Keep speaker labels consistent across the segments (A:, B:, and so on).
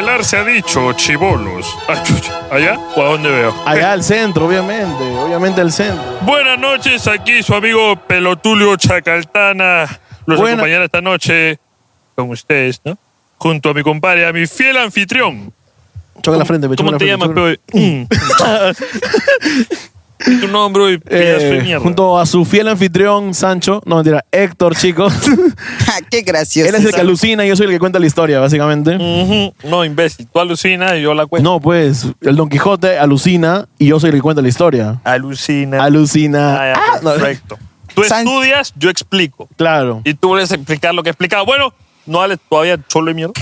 A: lugar se ha dicho chibolos. Ah, chucha. ¿Allá? ¿O a dónde veo? Eh,
B: Allá al centro, obviamente. Obviamente al centro.
A: Buenas noches, aquí su amigo Pelotulio Chacaltana. Los
B: Buena-
A: acompañará esta noche con ustedes, ¿no? Junto a mi compadre, a mi fiel anfitrión.
B: Choca la frente, me choca
A: ¿Cómo
B: la
A: te
B: frente,
A: llamas,
B: choca-
A: peo? Mm. tu nombre y pedazo de
B: Eh,
A: mierda.
B: junto a su fiel anfitrión Sancho, no mentira, Héctor, chicos.
C: Ja, Ah, Qué gracioso.
B: Él es el que alucina y yo soy el que cuenta la historia, básicamente.
A: Mm. Ujú. No, imbécil. Tú alucinas y yo la cuento.
B: No, pues, el Don Quijote alucina y yo soy el que cuenta la historia.
A: Alucina. Ah,
B: Alucina.
A: ya,
B: Ah, no,
A: perfecto. Tú
C: San-
A: estudias, yo explico.
B: claro.
A: Y tú vuelves a explicar lo que he explicado. Bueno, no hables todavía solo y mierda.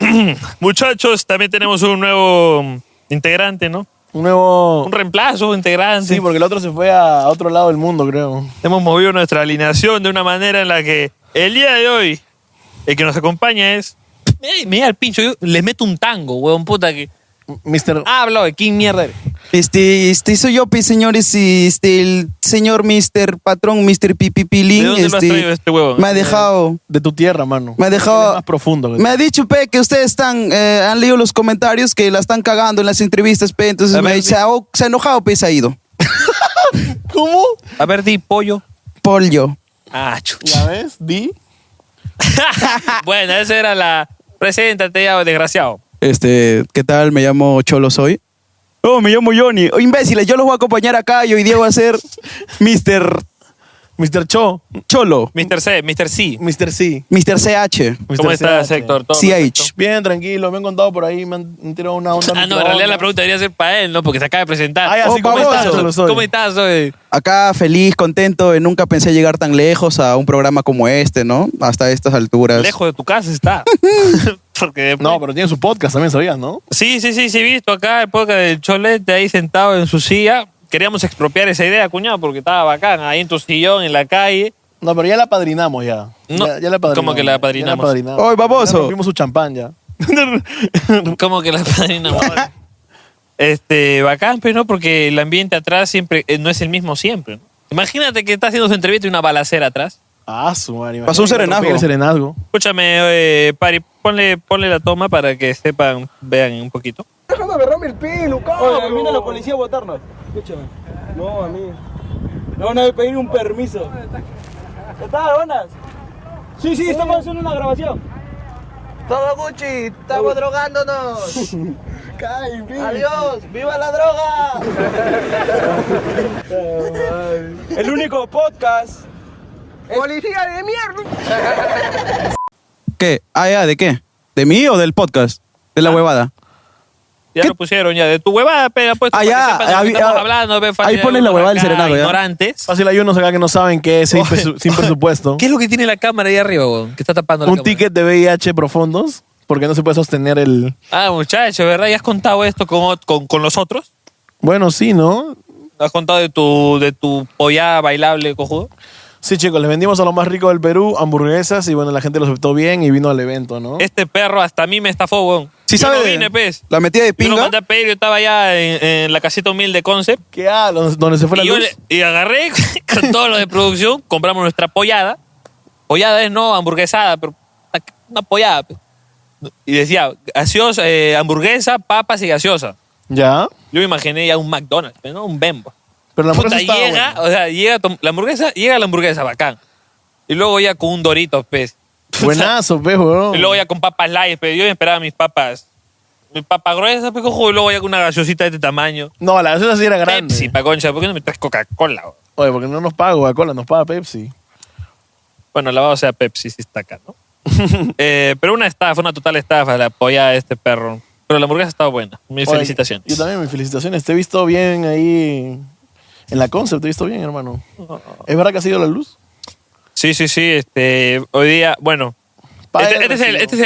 A: Muchachos, también tenemos un nuevo mm, integrante, ¿no?
B: Un nuevo.
A: Un reemplazo integrante.
B: Sí, porque el otro se fue a otro lado del mundo, creo.
A: Hemos movido nuestra alineación de una manera en la que el día de hoy el que nos acompaña es...
D: Ey, Mira el pincho, yo les meto un tango, weón, puta que.
B: Mr.
D: Ah, hablo de quién mierda eres.
C: Este, este soy yo, pues, señores, y este, el señor Mr. Patrón, Mr. Pipipilín,
A: ¿De dónde lo has
C: este,
A: traído este huevón?
C: me ha dejado,
B: de tu tierra, mano.
C: me ha
B: Eres
C: dejado,
B: más profundo.
C: me ha dicho, pe, que ustedes están, eh, han leído los comentarios que la están cagando en las entrevistas, pe, entonces
D: A
C: me-
D: ver,
C: se, ha, se ha enojado, pe, se ha ido.
B: ¿Cómo?
D: A ver, di pollo.
C: Pollo.
D: Ah, chucha.
B: ¿Ya ves? Di.
D: bueno, esa era la. Preséntate ya, desgraciado.
C: Este, ¿qué tal? Me llamo Cholo Soy. Oh, me llamo Johnny. Oh, imbéciles, yo los voy a acompañar acá y hoy día voy a ser Mr.
B: Mr. Cho.
C: Cholo.
D: Mr. C, Mr. C.
B: Mr. C.
C: Mr. CH.
B: Mr.
A: ¿Cómo estás,
D: ah,
B: CH.
A: Héctor? ¿Todo perfecto?
C: CH.
B: Bien, tranquilo. Me han contado por ahí. Me han me han tirado una onda.
D: Ah, no, en realidad la pregunta debería ser para él, ¿no? Porque se acaba de presentar.
B: Ay, así
C: Oh,
B: como
C: baboso.
B: estás, Cholo Soy.
D: ¿Cómo estás, oye?
C: Acá feliz, contento. eh, Nunca pensé llegar tan lejos a un programa como este, ¿no? Hasta estas alturas.
D: Lejos de tu casa está. Porque después-
B: No, pero tiene su podcast también, ¿sabías, no?
D: Sí, sí, sí, sí, he visto acá el podcast del Cholete ahí sentado en su silla. Queríamos expropiar esa idea, cuñado, porque estaba bacán. Ahí en tu sillón, en la calle.
B: No, pero ya la padrinamos ya.
D: No,
B: ya, ya la
D: ¿cómo
B: padrinamos.
D: que la
B: padrinamos?
D: apadrinamos?
B: Ya la apadrinamos.
C: ¡Oy, baboso!
B: Ya rompimos su champán ya.
D: Como que la padrina. madre. este, bacán, pero no, porque el ambiente atrás siempre eh, no es el mismo siempre. ¿no? Imagínate que estás haciendo su entrevista y una balacera atrás.
B: Ah, su madre.
C: Pasó
B: imagínate,
C: un serenazgo.
B: atropella el serenazgo.
D: Escúchame, eh, Pari, ponle, ponle la toma para que sepan, vean un poquito.
E: Oye, vino la policía a botarnos. Escúchame. No, amigo. Le van a pedir un permiso. ¿Estás, buenas? Sí, sí, estamos haciendo una grabación.
F: Todo Gucci, estamos drogándonos. Adiós, viva la droga.
E: El único podcast.
F: Policía de mierda.
C: ¿Qué? Ah, ya, ¿de qué? ¿De mí o del podcast? De la
D: Ah.
C: huevada.
D: Ya
C: ¿Qué?
D: lo pusieron, ya de tu huevada, pero pues.
C: Ah, ya, ah, vi-
D: estamos
C: ah,
D: hablando, ve,
C: ahí
D: familia,
C: pones la
D: algunos
C: huevada del
D: acá,
C: serenazgo, ya.
D: Ignorantes.
B: Fácil hay unos acá que no saben qué es sin, presu- sin presupuesto.
D: ¿Qué es lo que tiene la cámara ahí arriba, weón? Que está tapando la
B: Un
D: cámara?
B: ticket de VIH profundos porque no se puede sostener el...
D: Ah, muchacho, ¿verdad? ¿Y has contado esto con, ot- con, con los otros?
B: Bueno, sí, ¿no?
D: ¿Has contado de tu, de tu pollada bailable cojudo?
B: Sí, chicos, les vendimos a lo más rico del Perú hamburguesas y bueno, la gente los aceptó bien y vino al evento, ¿no?
D: Este perro hasta a mí me estafó, weón.
C: Sí,
D: Yo
C: sabe
D: no
C: de-
D: vine, pez.
C: La metida de
D: Yo lo
C: pinga.
D: mandé a pedir, yo estaba allá en, en la casita humilde Concept.
B: ¿Qué ah, donde- donde se fue la
D: Y, yo
B: luz?
D: le- y agarré con todo lo de producción, compramos nuestra pollada. Pollada es no hamburguesada, pero una- una pollada. pe. Y decía, gaseosa, eh, hamburguesa, papas y gaseosa.
B: Ya.
D: Yo me imaginé ya un McDonald's, pe, ¿no? Un Bembo.
B: Pero la
D: Puta,
B: hamburguesa estaba
D: llega,
B: buena.
D: o sea, llega tom- la hamburguesa, llega la hamburguesa, bacán. Y luego ya con un Doritos, pez.
B: Buenazo, pe, weón.
D: Y luego ya con papas light, pero yo esperaba mis papas. Mi papa gruesa, pe, cojo, y luego ya con una gaseosita de este tamaño.
B: No, la gaseosa sí era grande.
D: Pepsi, pa' concha, ¿por qué no me traes Coca-Cola? bro?
B: Oye, porque no nos paga Coca-Cola, nos paga Pepsi.
D: Bueno, lavado sea Pepsi si está acá, ¿no? Eh, pero una estafa, una total estafa, la polla de este perro. Pero la hamburguesa estaba buena. Mis
B: Oye,
D: felicitaciones.
B: Yo también, mis felicitaciones. Te he visto bien ahí en la concept, te he visto bien, hermano. ¿Es verdad que ha sido la luz?
D: Sí, sí, sí. Este, hoy día, bueno.
B: Padre
D: este, este es el,
B: recibo.
D: este es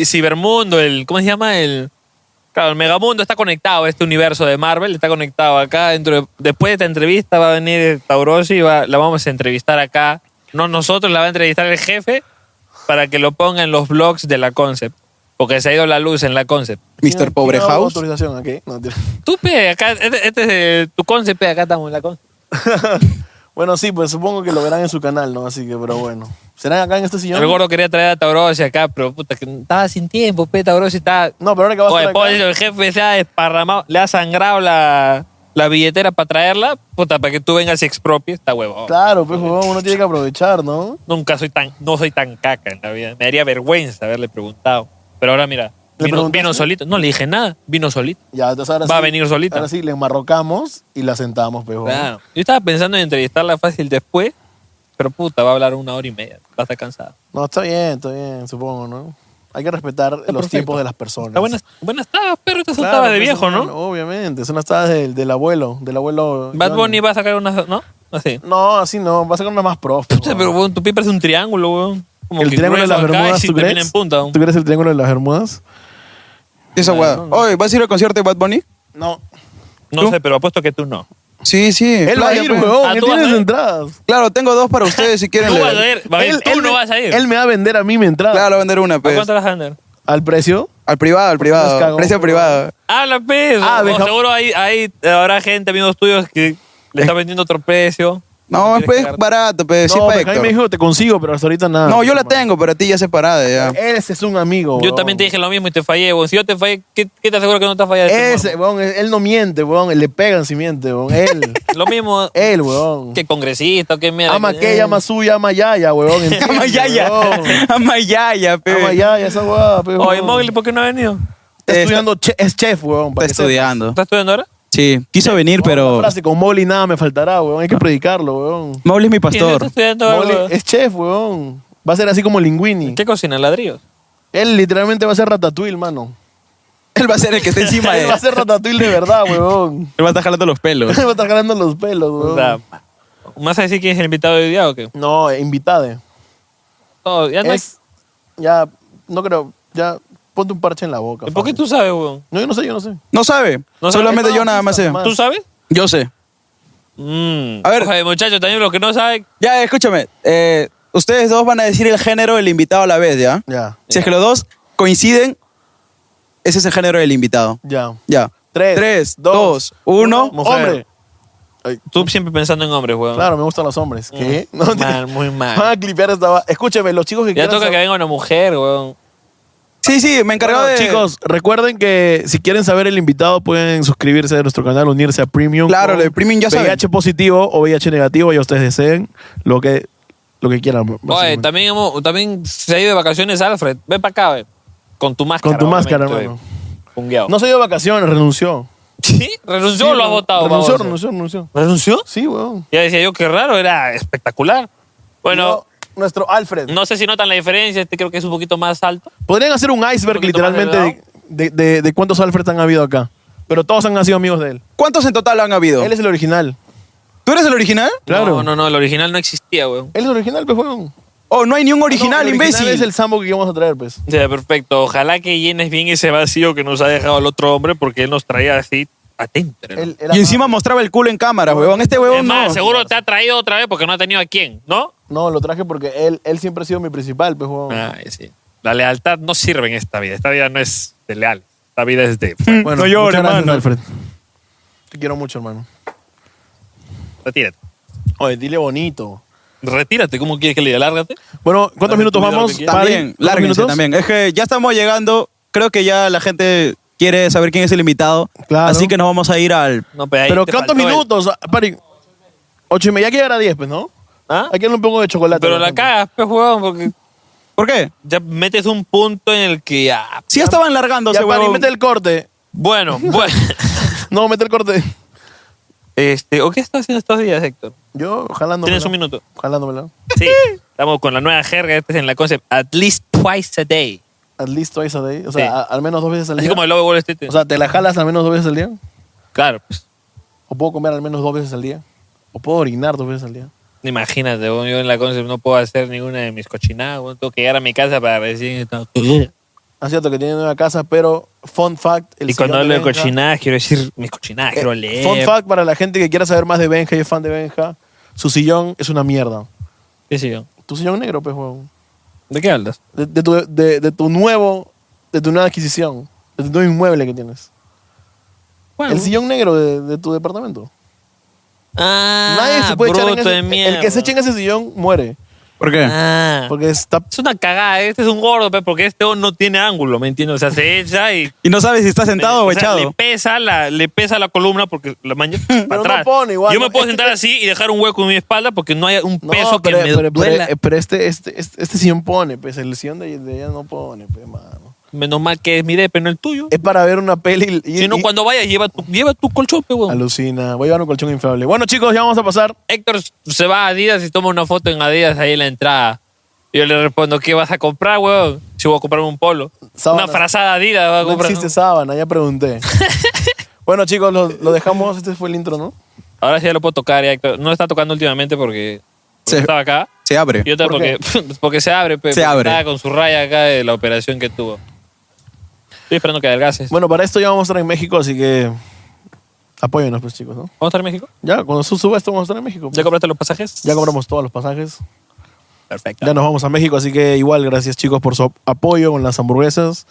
D: el cibermundo, el. ¿Cómo se llama? El. Claro, el megamundo está conectado, este universo de Marvel está conectado acá. Dentro de- después de esta entrevista va a venir Taurosi y va- la vamos a entrevistar acá. No nosotros, la va a entrevistar el jefe para que lo ponga en los blogs de la Concept. Porque se ha ido la luz en la Concept.
B: ¿Quién-
C: Mr. Pobre
B: quién daba
C: House.
B: autorización aquí? No, mentira.
D: Tú, pe, acá, este, este es eh, tu concept, pe, acá estamos en la concept.
B: Bueno, sí, pues supongo que lo verán en su canal, ¿no? Así que, pero bueno. ¿Serán acá en este sillón?
D: El gordo quería traer a Taurosi acá, pero puta, que estaba sin tiempo, pe, Taurosi estaba...
B: No, pero ahora que va a
D: Oye,
B: estar acá-
D: pues, el jefe se ha desparramado, le ha sangrado la, la billetera para traerla, puta, para que tú vengas y expropies, está huevo.
B: Claro, pues huevón, uno tiene que aprovechar, ¿no?
D: Nunca soy tan, no soy tan caca en la vida. Me daría vergüenza haberle preguntado. Pero ahora mira,
B: ¿Le
D: vino,
B: preguntaste?
D: vino solito. No le dije nada, vino solito.
B: Ya, entonces ahora
D: Va
B: sí-
D: a venir solita.
B: Ahora sí, le enmarrocamos y la sentamos, pues, huevón.
D: Claro. Yo estaba pensando en entrevistarla fácil después, pero puta, va a hablar una hora y media, va a estar cansada.
B: No, está bien, está bien, supongo, ¿no? Hay que respetar los
D: perfecto.
B: tiempos de las personas.
D: Está buenas, buenas tardes, pero estas son
B: Claro,
D: tabas de
B: pues,
D: viejo,
B: son-
D: ¿no?
B: Obviamente, son las tabas del, del abuelo, del abuelo.
D: Bad
B: Johnny.
D: Bunny va a sacar unas, ¿no? Así.
B: No, así no, va a sacar una más prof.
D: Puta, pero weón, tu pipa es un triángulo, weón. Como
B: el
D: que
B: triángulo de las
D: grueso acá y
B: Bermudas,
D: sí
B: ¿tú
D: termina
B: crees?
D: en punta. weón.
B: ¿Tú crees el triángulo de las Bermudas? Ah,
C: Esa hueá. Oye, ¿vas a ir al concierto de Bad Bunny?
B: No.
D: No sé, pero apuesto que tú no.
C: Sí, sí.
B: Él va a
C: playa,
B: ir,
C: pues.
B: weón,
D: Ah,
B: él
D: tú vas
B: tiene
D: a
B: sus
D: ir.
B: entradas.
C: Claro, tengo dos para ustedes si quieren.
D: Tú
C: le-
D: vas a ir, va a ir, tú no
B: me-
D: vas a ir.
B: Él me va a vender a mí mi entrada.
C: Claro, vender una,
D: ¿A
C: pues.
D: cuánto las andan?
B: ¿Al precio?
C: Al privado, al
B: Nos cagó,
C: privado. Precio
B: weón.
C: privado.
D: Habla, pues.
B: Ah,
D: o
B: deja-
D: seguro ahí, ahí habrá gente, amigos tuyos, que le está vendiendo otro precio.
C: No, es
D: quieres
C: pues
D: cagar.
C: barato, pues. sí,
B: no,
C: pa'
B: porque a mí
C: Héctor.
B: me dijo, te consigo, pero hasta ahorita nada.
C: No, yo la tengo, pero a ti ya separada, ya.
B: Ese es un amigo,
D: Yo
B: weón.
D: también te dije lo mismo y te fallé, weón. Si yo te fallé, ¿qué, qué te aseguro que no te Este fallé?
B: Ese, weón, él no miente, weón. Le pegan si miente, weón. Él.
D: Lo mismo
B: él, weón.
D: que congresista, que mierda.
B: Ama
D: que-
B: que, llama su, llama yaya, weón. entiende,
C: Amayaya.
B: weón.
C: Amayaya,
B: Ama
C: pe.
B: yaya, esa weá, pe,
D: Oye,
B: weón.
D: Mowgli, ¿por qué no ha venido?
B: Está estudiando, che- es chef, weón.
C: Está
B: para que sepa.
C: estudiando.
D: ¿Estás estudiando ahora?
C: Sí, quiso venir,
B: Una
C: pero.
B: frase con Molly nada me faltará, weón. Hay
D: Ah.
B: que predicarlo, weón.
C: Mauli es mi
D: ¿Quién está
C: pastor.
D: estudiando
B: Molly
D: algo?
B: es chef, weón. Va a ser así como Linguini.
D: ¿Qué cocina? ¿Ladrillos?
B: Él literalmente va a ser Ratatouille, mano.
C: Él va a ser el que está encima de
B: Él va a ser Ratatouille de verdad, weón.
C: Él va a estar jalando los pelos.
B: Él va a estar ganando los pelos,
D: O sea,
B: weón.
D: ¿me vas a decir quién es el invitado de hoy día o qué?
B: No, eh, invitade.
D: No, ya no
B: Es. Ya, no creo. Ya, ponte un parche en la boca.
D: hay- ¿Por qué
B: fácil.
D: tú sabes, weón?
B: No, yo no sé, yo no sé.
C: No sabe.
D: No sabe.
C: Solamente
B: No,
C: yo nada
B: sí
C: más
B: sabe,
C: sé.
B: man.
D: ¿Tú sabes?
C: Yo sé.
D: Ah. Mm.
C: A ver.
D: Oye, muchachos, también los que no saben,
C: Ya, escúchame. eh, ustedes dos van a decir el género del invitado a la vez, ¿ya?
B: Ya,
C: Si es que los dos coinciden, ese es el género del invitado.
B: ya.
C: Ya.
B: Tres,
C: Tres, dos, uno.
B: Hombre.
D: tú siempre pensando en hombres, weón.
B: Claro, me gustan los hombres. ¿Qué?
D: Mm,
B: No,
D: mal,
B: tiene-
D: muy mal.
B: Van a clipear esta. va- Escúchame, los chicos que
D: Ya
B: quieran
D: toca que
B: saber-
D: venga una mujer, weón.
C: Sí, sí, me encargaba
B: Bueno,
C: de.
B: Chicos, recuerden que si quieren saber el invitado, pueden suscribirse a nuestro canal, unirse a Premium.
C: Claro,
B: con
C: lo de Premium ya saben.
B: VIH positivo o VIH negativo, ya ustedes deseen lo que, lo que quieran.
D: Oye,
B: básicamente.
D: también, hemos- también se ha ido de vacaciones Alfred. Ven para acá, ve. Con tu máscara.
B: Con tu máscara,
D: obviamente,
B: hermano.
D: ve. Pungueado.
B: No se dio vacaciones, renunció.
D: ¿Sí? ¿Renunció o lo ha votado?
B: Renunció,
D: baboso?
B: renunció, renunció.
D: ¿Renunció?
B: Sí, weón.
D: Ya decía yo, qué raro, era espectacular. Bueno,
B: No, nuestro Alfred.
D: no, sé si notan la diferencia, este creo que es un poquito más alto.
B: Podrían hacer un iceberg
D: Un poquito más
B: literalmente de, de, de- de cuántos Alfreds han habido acá. Pero todos han sido amigos de él.
C: ¿Cuántos en total han habido?
B: Él es el original.
C: ¿Tú eres el original?
B: Claro.
D: No, no, no, el original no existía, weón.
B: Él es el original, pues, weón.
C: Oh, no hay ni un original,
B: No, el
C: imbécil.
B: es el sambo que íbamos a traer, pues.
D: O sea, perfecto. Ojalá que llenes bien ese vacío que nos ha dejado el otro hombre porque él nos traía así atento. ¿no?
B: Él era
C: Y encima mostraba el culo en cámara, huevón. Este
D: Es
C: huevón
D: más,
C: no.
D: seguro te ha traído otra vez porque no ha tenido a quién, ¿no?
B: No, lo traje porque él, él siempre ha sido mi principal, pues, weón.
D: Ay, Ah, sí. La lealtad no sirve en esta vida. Esta vida no es de leal. Esta vida es de.
C: no llores,
B: muchas gracias,
C: hermano.
B: Alfred. Te quiero mucho, hermano. Hmm.
D: Retírate.
B: Oye, dile bonito.
D: Retírate, ¿cómo quieres que le diga? Lárgate.
B: Bueno, ¿cuántos
D: Dale,
B: minutos
D: tú, dile lo
B: vamos?
D: que quieras.
B: Pari,
C: También,
B: ¿cuántos
C: lárguense
B: minutos?
C: también. Es que ya estamos llegando. Creo que ya la gente quiere saber quién es el invitado.
B: Claro.
C: Así que nos vamos a ir al.
D: No, pero ahí
B: Pero
D: te
B: ¿cuántos
D: faltó el-
B: minutos? Pari, ocho y media. Ya que llegar a diez, pues, ¿no?
D: ¿Ah?
B: Hay que darle un poco de chocolate.
D: Pero
B: a
D: la
B: gente.
D: cagas, pues, huevón, porque
C: ¿Por qué?
D: ya metes un punto en el que ya.
C: Si ya estaban largándose,
B: Ya, Pari,
C: huevón.
B: mete el corte.
D: Bueno, bueno.
B: No, mete el corte.
D: este, ¿O qué estás haciendo estos días, Héctor?
B: Yo jalándomela.
D: Tienes un minuto.
B: Jalándomela.
D: Sí. Estamos con la nueva jerga, este es en la concept. At least twice a day.
B: At least twice a day. O sea,
D: Sí.
B: a- al menos dos veces al
D: Así
B: día.
D: como el lobo de Wall Street.
B: O sea, ¿te la jalas al menos dos veces al día?
D: claro, pues.
B: ¿O puedo comer al menos dos veces al día? ¿O puedo orinar dos veces al día?
D: Imagínate, huevón, yo en la concept no puedo hacer ninguna de mis cochinadas, huevón. Tengo que llegar a mi casa para pues, recién.
B: Ah, cierto que tiene nueva casa, pero fun fact. El
D: Y cuando
B: sillón
D: hablo de
B: Benja-
D: cochinadas, quiero decir mis cochinadas, quiero
B: Eh,
D: leer.
B: Fun fact para la gente que quiera saber más de Benja y es fan de Benja. Su sillón es una mierda.
D: ¿Qué sé yo?
B: Tu sillón negro, pues, huevón.
D: ¿De qué hablas?
B: De, de tu, de- de tu nuevo, de tu nueva adquisición. De tu nuevo inmueble que tienes.
D: Bueno,
B: El sillón negro de, de tu departamento.
D: Ah,
B: Nadie se puede echar en
D: bruto
B: ese,
D: de mierda.
B: El que se eche en ese sillón muere.
C: ¿Por qué?
D: Ah.
B: Porque está.
D: Es una cagada, este es un gordo, pe, porque este no tiene ángulo, ¿me entiendes? O sea, se echa y
C: Y no sabes si está sentado o,
D: sea,
C: echado.
D: le pesa la, le pesa la columna porque la maña para
B: no
D: atrás.
B: pone igual,
D: Yo me
B: ¿no?
D: puedo
B: Es que-
D: sentar así y dejar un hueco en mi espalda porque no hay un
B: No,
D: peso
B: pero,
D: que me
B: pero- pero-
D: duela.
B: eh, pero este, este, este, este sillón pone, pues el sillón de, de ella no pone, pues, mano.
D: Menos mal que es mi depe, no el tuyo.
B: Es para ver una peli. eh, y-
D: Si no,
B: y-
D: cuando vayas, lleva tu, lleva tu colchón, pe, weón.
B: Alucina. Voy a llevar un colchón inflable. Bueno, chicos, ya vamos a pasar.
D: Héctor se va a Adidas y toma una foto en Adidas ahí en la entrada. Yo le respondo, ¿qué vas a comprar, weón? Si voy a comprarme un polo.
B: Sábanas.
D: Una frazada Adidas va a
B: No
D: comprar.
B: existe sábana, ya pregunté. bueno, chicos, lo, lo dejamos. Este fue el intro, ¿no?
D: Ahora sí ya lo puedo tocar, ya, Héctor. No lo está tocando últimamente porque, porque
C: Se-
D: estaba acá.
C: Se abre.
D: Y otra
B: ¿Por
D: porque, porque se abre, pe,
C: Se
D: porque
C: abre.
D: Estaba con su raya acá de la operación que tuvo. Estoy esperando que adelgaces.
B: Bueno, para esto ya vamos a estar en México, así que apóyenos, pues, chicos, ¿no?
D: ¿Vamos a estar en México?
B: Ya, cuando su- suba esto vamos a estar en México. pues.
D: ¿Ya compraste los pasajes?
B: Ya compramos todos los pasajes.
D: Perfecto.
B: Ya nos vamos a México, así que igual gracias chicos por su ap- apoyo con las hamburguesas.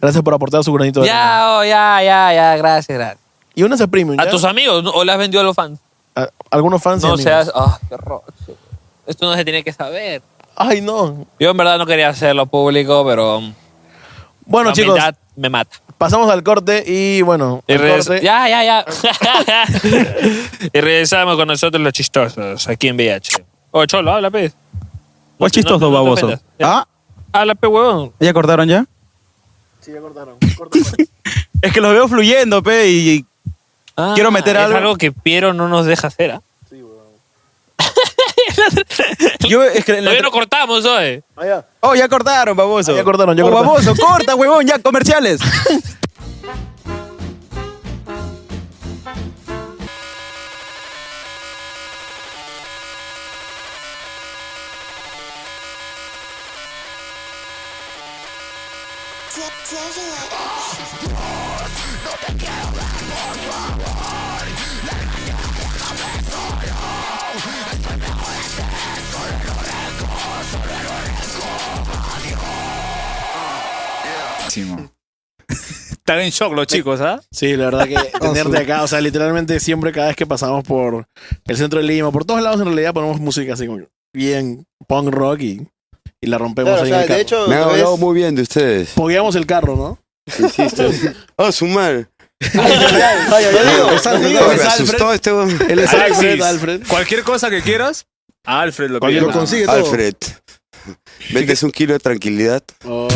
B: Gracias por aportar su granito de arena.
D: Ya, oh, ya, ya, ya, gracias, gracias.
B: Y únanse a Premium.
D: ¿A
B: ¿ya?
D: tus amigos no? o las vendió a los fans?
B: A- algunos fans y
D: No
B: amigos.
D: seas. ah, qué horror. Esto no se tiene que saber.
B: Ay, no.
D: Yo en verdad no quería hacerlo público, pero. um,
B: Bueno,
D: la
B: chicos,
D: humildad me mata.
B: pasamos al corte y bueno,
D: Y
B: al
D: regresa-
B: corte.
D: ya, ya, ya. y regresamos con nosotros los chistosos aquí en VH. O Cholo, habla, pe.
C: ¿Cuál chistoso,
D: no, no te
C: baboso?
D: ofendas.
C: ¿Ah?
D: Habla, pe, huevón.
C: ¿Ya cortaron ya? Es que los veo fluyendo, pe, y
D: Ah,
C: Quiero meter
D: es
C: algo.
D: que Piero no nos deja hacer, ¿ah?
C: y- yo es que la-
D: Todavía no cortamos, oye.
C: Oh, ya cortaron, baboso.
B: Ah, ya cortaron, ya
C: Oh,
B: cortaron.
C: baboso, corta, huevón, ya comerciales.
G: Están en shock los chicos, ¿ah?
B: Sí, la verdad que
H: Oh,
B: tenerte acá, o sea, literalmente siempre cada vez que pasamos por el centro de Lima, por todos lados en realidad ponemos música así como bien punk rock y, y la rompemos
H: Claro, o
B: ahí
H: sea,
B: en el carro.
H: de hecho,
I: Me han
H: una vez
I: hablado muy bien de ustedes.
B: Pogueamos el carro, ¿no?
I: Ah, su madre.
B: Ay, ay, ay, es Alfred,
I: Me
B: es Alfred.
I: asustó este weón.
B: Él es
G: Alexis.
B: Alfred, Alfred.
G: Cualquier cosa que quieras, a Alfred lo
B: Cualquier
G: pide.
B: Lo consigue todo.
I: Alfred. Vendes un kilo de tranquilidad.
H: Oh.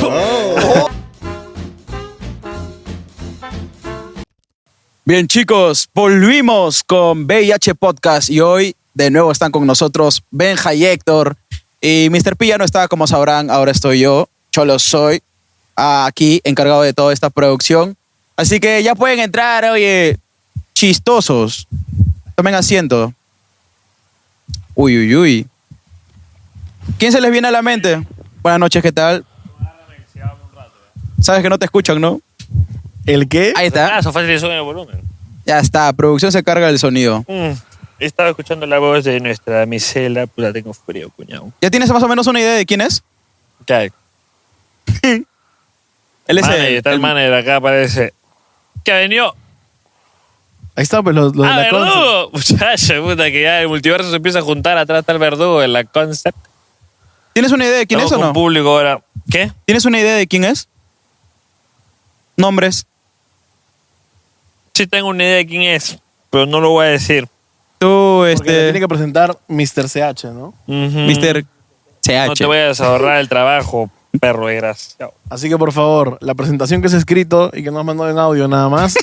C: Bien, chicos, volvimos con VIH Podcast y hoy de nuevo están con nosotros Benja y Héctor. Y Mr. P ya no está, como sabrán, ahora estoy yo, Cholo soy, ah, aquí encargado de toda esta producción. Así que ya pueden entrar, oye, chistosos. Tomen asiento. Uy, uy, uy. ¿Quién se les viene a la mente? Buenas noches, ¿qué tal? Sabes que no te escuchan, ¿no?
B: ¿El qué?
D: Ah,
C: Ahí está.
D: eso fácil, eso en el volumen.
C: Ya está, producción se carga del sonido.
D: Mm, Estaba escuchando la voz de nuestra misela, puta, tengo frío, cuñado.
C: ¿Ya tienes más o menos una idea de quién es?
D: Ya,
C: Él es
D: manager,
C: el-
D: está el,
C: el-
D: manager acá, parece. ¿Qué ha venido?
B: Ahí está, pues los, los
D: ¡Ah,
B: de la concept.
D: verdugo! Muchacho, puta, que ya el multiverso se empieza a juntar atrás está el verdugo en la concept.
C: ¿Tienes una idea de quién
D: Estamos
C: es o
D: con
C: no?
D: público ahora. ¿Qué?
C: ¿Tienes una idea de quién es? Nombres.
D: Sí tengo una idea de quién es, pero no lo voy a decir.
C: Tú,
B: Porque la
C: este,
B: tiene que presentar Mr. CH, ¿no?
D: Ujú.
C: Mr. CH.
D: Mm. No te vayas a ahorrar el trabajo, perro desgraciado.
B: Así que por favor, la presentación que es escrito y que nos mandó en audio nada más.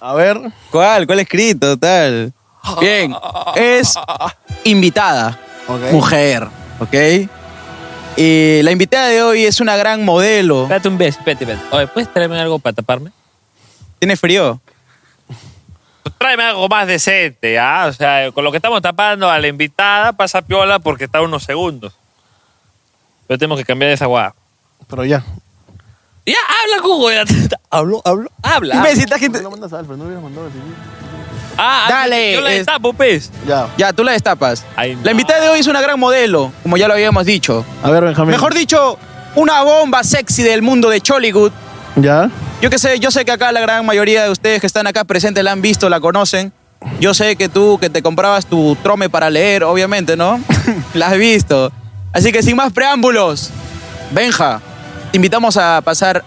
B: A ver,
C: ¿Cuál? ¿Cuál escrito? Tal. Bien. Es invitada.
B: Ok.
C: Mujer. ¿Ok? Y la invitada de hoy es una gran modelo.
D: Espérate un beso, espérate, espérate. Oye, ¿puedes traerme algo para taparme?
C: ¿Tiene frío?
D: Pues Tráeme algo más decente, ¿ah? O sea, con lo que estamos tapando a la invitada pasa piola porque está unos segundos. Pero tenemos que cambiar esa guada.
B: pero ya.
D: Ya, habla, Cujo. ya. Hablo, hablo. Habla.
C: Imbécil, esta
B: ¿Por
C: gente-
B: qué no mandas a Alfred? No hubieras mandado a Alfred.
D: Ah,
C: Dale,
D: Yo pues. la
C: es-
D: destapo, pez.
B: Ya.
C: Ya, tú la destapas.
D: Ay, no.
C: La invitada de hoy es una gran modelo, como ya lo habíamos dicho.
B: A ver, Benjamín.
C: Mejor dicho, una bomba sexy del mundo de Chollywood.
B: Ya.
C: Yo que sé, yo sé que acá la gran mayoría de ustedes que están acá presentes la han visto, la conocen. Yo sé que tú, que te comprabas tu trome para leer, obviamente, ¿no? La has visto. Así que sin más preámbulos, Benja, te invitamos a pasar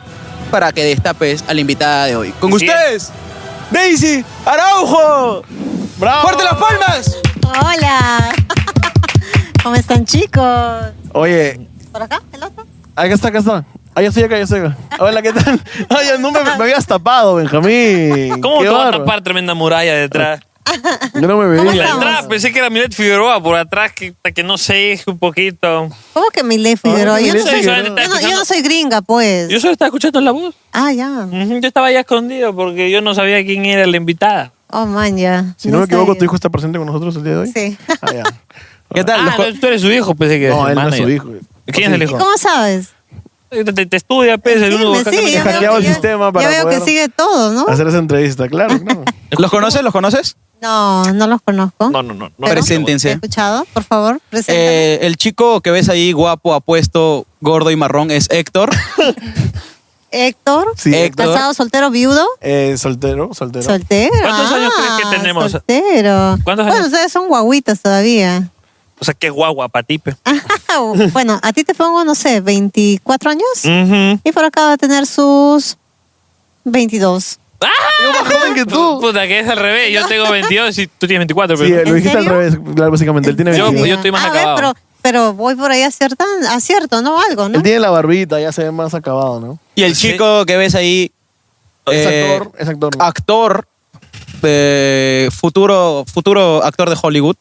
C: para que destapes a la invitada de hoy. Con
D: Así es.
C: ustedes, Daisy Araujo.
B: ¡Bravo!
C: ¡Fuerte las palmas!
H: Hola. ¿Cómo están, chicos?
B: Oye,
H: ¿Por acá? ¿El otro?
B: acá está, acá está. Ahí estoy acá, yo estoy acá. Hola, ¿qué tal? Ay, no me, me habías tapado, Benjamín.
D: ¿Cómo
B: Qué
D: te va a
B: bárbaro.
D: tapar tremenda muralla detrás?
B: Yo no me veía.
H: ¿Cómo
D: La
H: estamos?
D: entrada pensé que era Milet Figueroa por atrás, que, que no sé, un poquito.
H: ¿Cómo que Milei Figueroa?
B: Ay,
H: Yo no,
B: Milei
H: soy,
D: Figueroa.
H: yo no- yo no soy gringa, pues.
D: Yo solo estaba escuchando la voz.
H: Ah, ya.
D: Ujú, Yo pues. estaba ya escondido porque yo no sabía quién era la invitada.
H: Oh, man, ya.
B: Si no me equivoco,
H: sabía.
B: tu hijo está presente con nosotros el día de hoy.
H: Sí.
B: Ah, ya.
C: ¿Qué tal?
D: Ah,
C: Los co-
D: no, tú eres su hijo, pensé que
B: No,
D: eres
B: él no es
D: manager.
B: su hijo.
D: ¿Quién es el hijo?
H: ¿Cómo sabes?
D: Te, te- te estudia, pues, el
H: Sí,
D: único
H: me
D: bastante-
H: sigue,
B: que
H: ya veo
B: hackeaba
H: que
B: el
H: ya-
B: sistema para
H: Ya veo
B: poder-
H: que sigue todo, ¿no?
B: Hacer esa entrevista, claro. No.
C: ¿Los conoces? ¿Los conoces?
H: No, no los conozco.
D: No, no, no. no.
H: Pero-
C: Preséntense.
H: ¿He escuchado? Por favor, preséntame.
C: Eh, el chico que ves ahí, guapo, apuesto, gordo y marrón, es Héctor.
H: Héctor,
B: Sí,
C: Héctor.
H: casado, soltero, viudo.
B: Eh, soltero, soltero.
H: Soltero.
D: ¿Cuántos años
H: ah,
D: crees que tenemos?
H: Soltero.
D: ¿Cuántos
H: bueno,
D: años?
H: ustedes son guaguitas todavía.
D: O sea, qué guagua, patipe.
H: bueno, a ti te pongo, no sé, 24 años.
D: Ujú.
H: Y por acá va a tener sus 22.
B: que tú.
D: Puta, que es al revés. Yo tengo 22 y tú tienes 24.
B: Sí,
D: Pero...
B: lo dijiste al
H: serio?
B: revés, claro, básicamente. Él tiene,
D: Yo-
H: Sí.
B: 22.
D: yo estoy más
H: a ver,
D: acabado.
H: pero, pero voy por ahí aciertan, acierto, ¿no? Algo, ¿no?
B: él tiene la barbita, ya se ve más acabado, ¿no?
C: Y el chico que ves ahí,
B: Es
C: eh,
B: actor, es actor. ¿no?
C: actor, eh, futuro, futuro actor de Hollywood.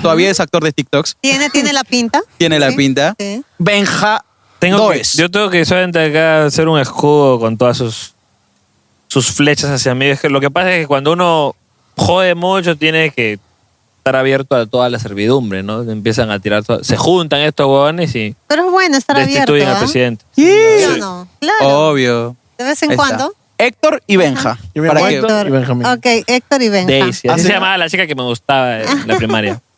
C: Todavía es actor de TikToks.
H: Tiene, tiene la pinta.
C: Tiene la
H: Sí,
C: pinta.
H: sí.
C: Benja
D: Tengo que-
C: Does.
D: yo tengo que solamente acá hacer un escudo con todas sus, sus flechas hacia mí. Es que lo que pasa es que cuando uno jode mucho tiene que estar abierto a toda la servidumbre, ¿no? Empiezan a tirar todo. Se juntan estos huevones y
H: Pero es bueno estar abierto.
D: destituyen al
H: ¿ah?
D: presidente.
H: ¿Sí o no? Claro.
C: Obvio.
H: De vez en
C: Oh, Ahí está.
H: cuando.
C: Héctor y Benja.
B: Yo me
C: Para
B: acuerdo.
C: que,
B: Héctor y Benjamín.
H: Ok, Héctor y Benja.
D: Daisy.
B: Ah,
D: Así
B: ¿sí?
D: se llamaba la chica que me gustaba en la primaria.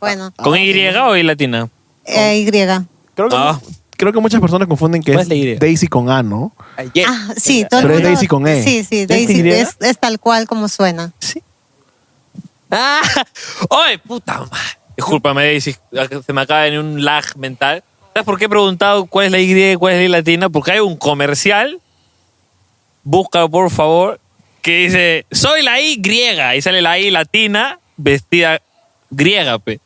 H: Bueno,
D: ¿Con Y o Y latina?
H: eh, Y.
B: Creo, que,
D: Ah.
B: creo que muchas personas confunden que
D: ¿Cuál
B: es
D: es la Y?
B: Daisy con A, ¿no?
C: ayer.
H: Ah, sí, todo el
B: Pero es
H: mundo-
B: Daisy con E.
H: Sí, sí,
B: ¿Daisy
H: Daisy
B: Y?
H: es, es tal cual como suena.
D: ¡Ah! ¡Oye, puta madre! Discúlpame, Daisy, se me acaba de venir un lag mental. ¿Sabes por qué he preguntado cuál es la Y y cuál es la Y latina? Porque hay un comercial, busca por favor, que dice, soy la Y griega, y sale la Y latina vestida griega, pe.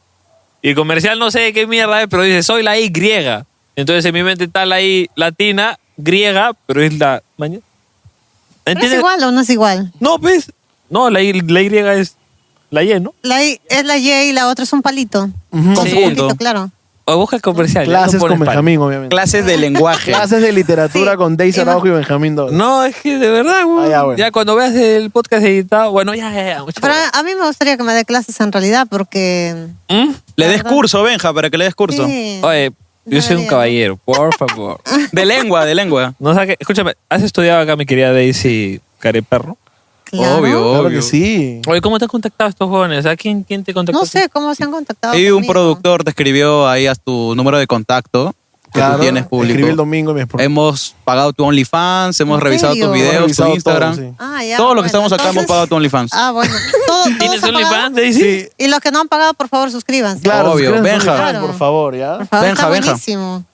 D: Y el comercial no sé de qué mierda es, pero dice, soy la Y griega. Entonces en mi mente está la Y latina, griega, pero es la... maña-
H: ¿No ¿Es
D: ¿Entiendes?
H: igual o no es igual?
D: No, pues. No, la Y, la y es la Y, ¿no?
H: La I- es la Y y la otra es un palito. Un
C: Confundo.
H: palito, claro.
D: O busca el comercial. ya
B: Clases
D: no pones
B: con
D: pan.
B: Benjamín, obviamente.
C: Clases de lenguaje.
B: Clases de literatura
H: Sí.
B: con Daisy
H: Y ma-
B: Araujo y Benjamín. Dodd.
D: No, es que de verdad, güey.
B: Ah, ya, bueno.
D: Ya cuando veas el podcast editado, bueno, ya, ya, ya. mucho
H: Pero
D: gusto.
H: a mí me gustaría que me dé clases en realidad porque...
D: ¿Mm?
C: Le des curso, Benja, para que le des curso.
H: Sí.
D: Oye, yo soy un
H: Debería.
D: caballero, por favor.
C: De lengua, de lengua.
D: No saque, escúchame, ¿has estudiado acá, mi querida Daisy Careperro?
H: Claro.
C: Obvio,
B: claro
C: obvio.
B: que sí.
D: Oye, ¿cómo te han contactado estos jóvenes? ¿A quién, quién te contactó?
H: No sé cómo se han contactado.
C: Y un
H: conmigo.
C: productor te escribió ahí a tu número de contacto que
B: Claro,
C: tú tienes público. Em,
B: Escribí el domingo y mi esposa.
C: Hemos pagado tu OnlyFans, hemos
H: ¿En
C: revisado
H: serio?
C: tus
H: Hemos
C: videos,
B: revisado
C: tu
B: todo,
C: Instagram.
B: sí.
H: Ah, ya,
C: Todos los
H: bueno,
C: que estamos acá hemos
H: entonces-
C: pagado tu OnlyFans.
H: Ah, bueno. Todo- todos
D: ¿Tienes
H: han
D: OnlyFans,
H: pagado.
D: Daisy?
B: Sí.
H: Y los que no han pagado, por favor, suscríbanse.
B: Claro,
C: Obvio,
B: suscríbanse a
C: Benja.
B: OnlyFans, Por favor,
H: Por
B: ya.
H: favor,
C: Benja, Benja.
H: está buenísimo.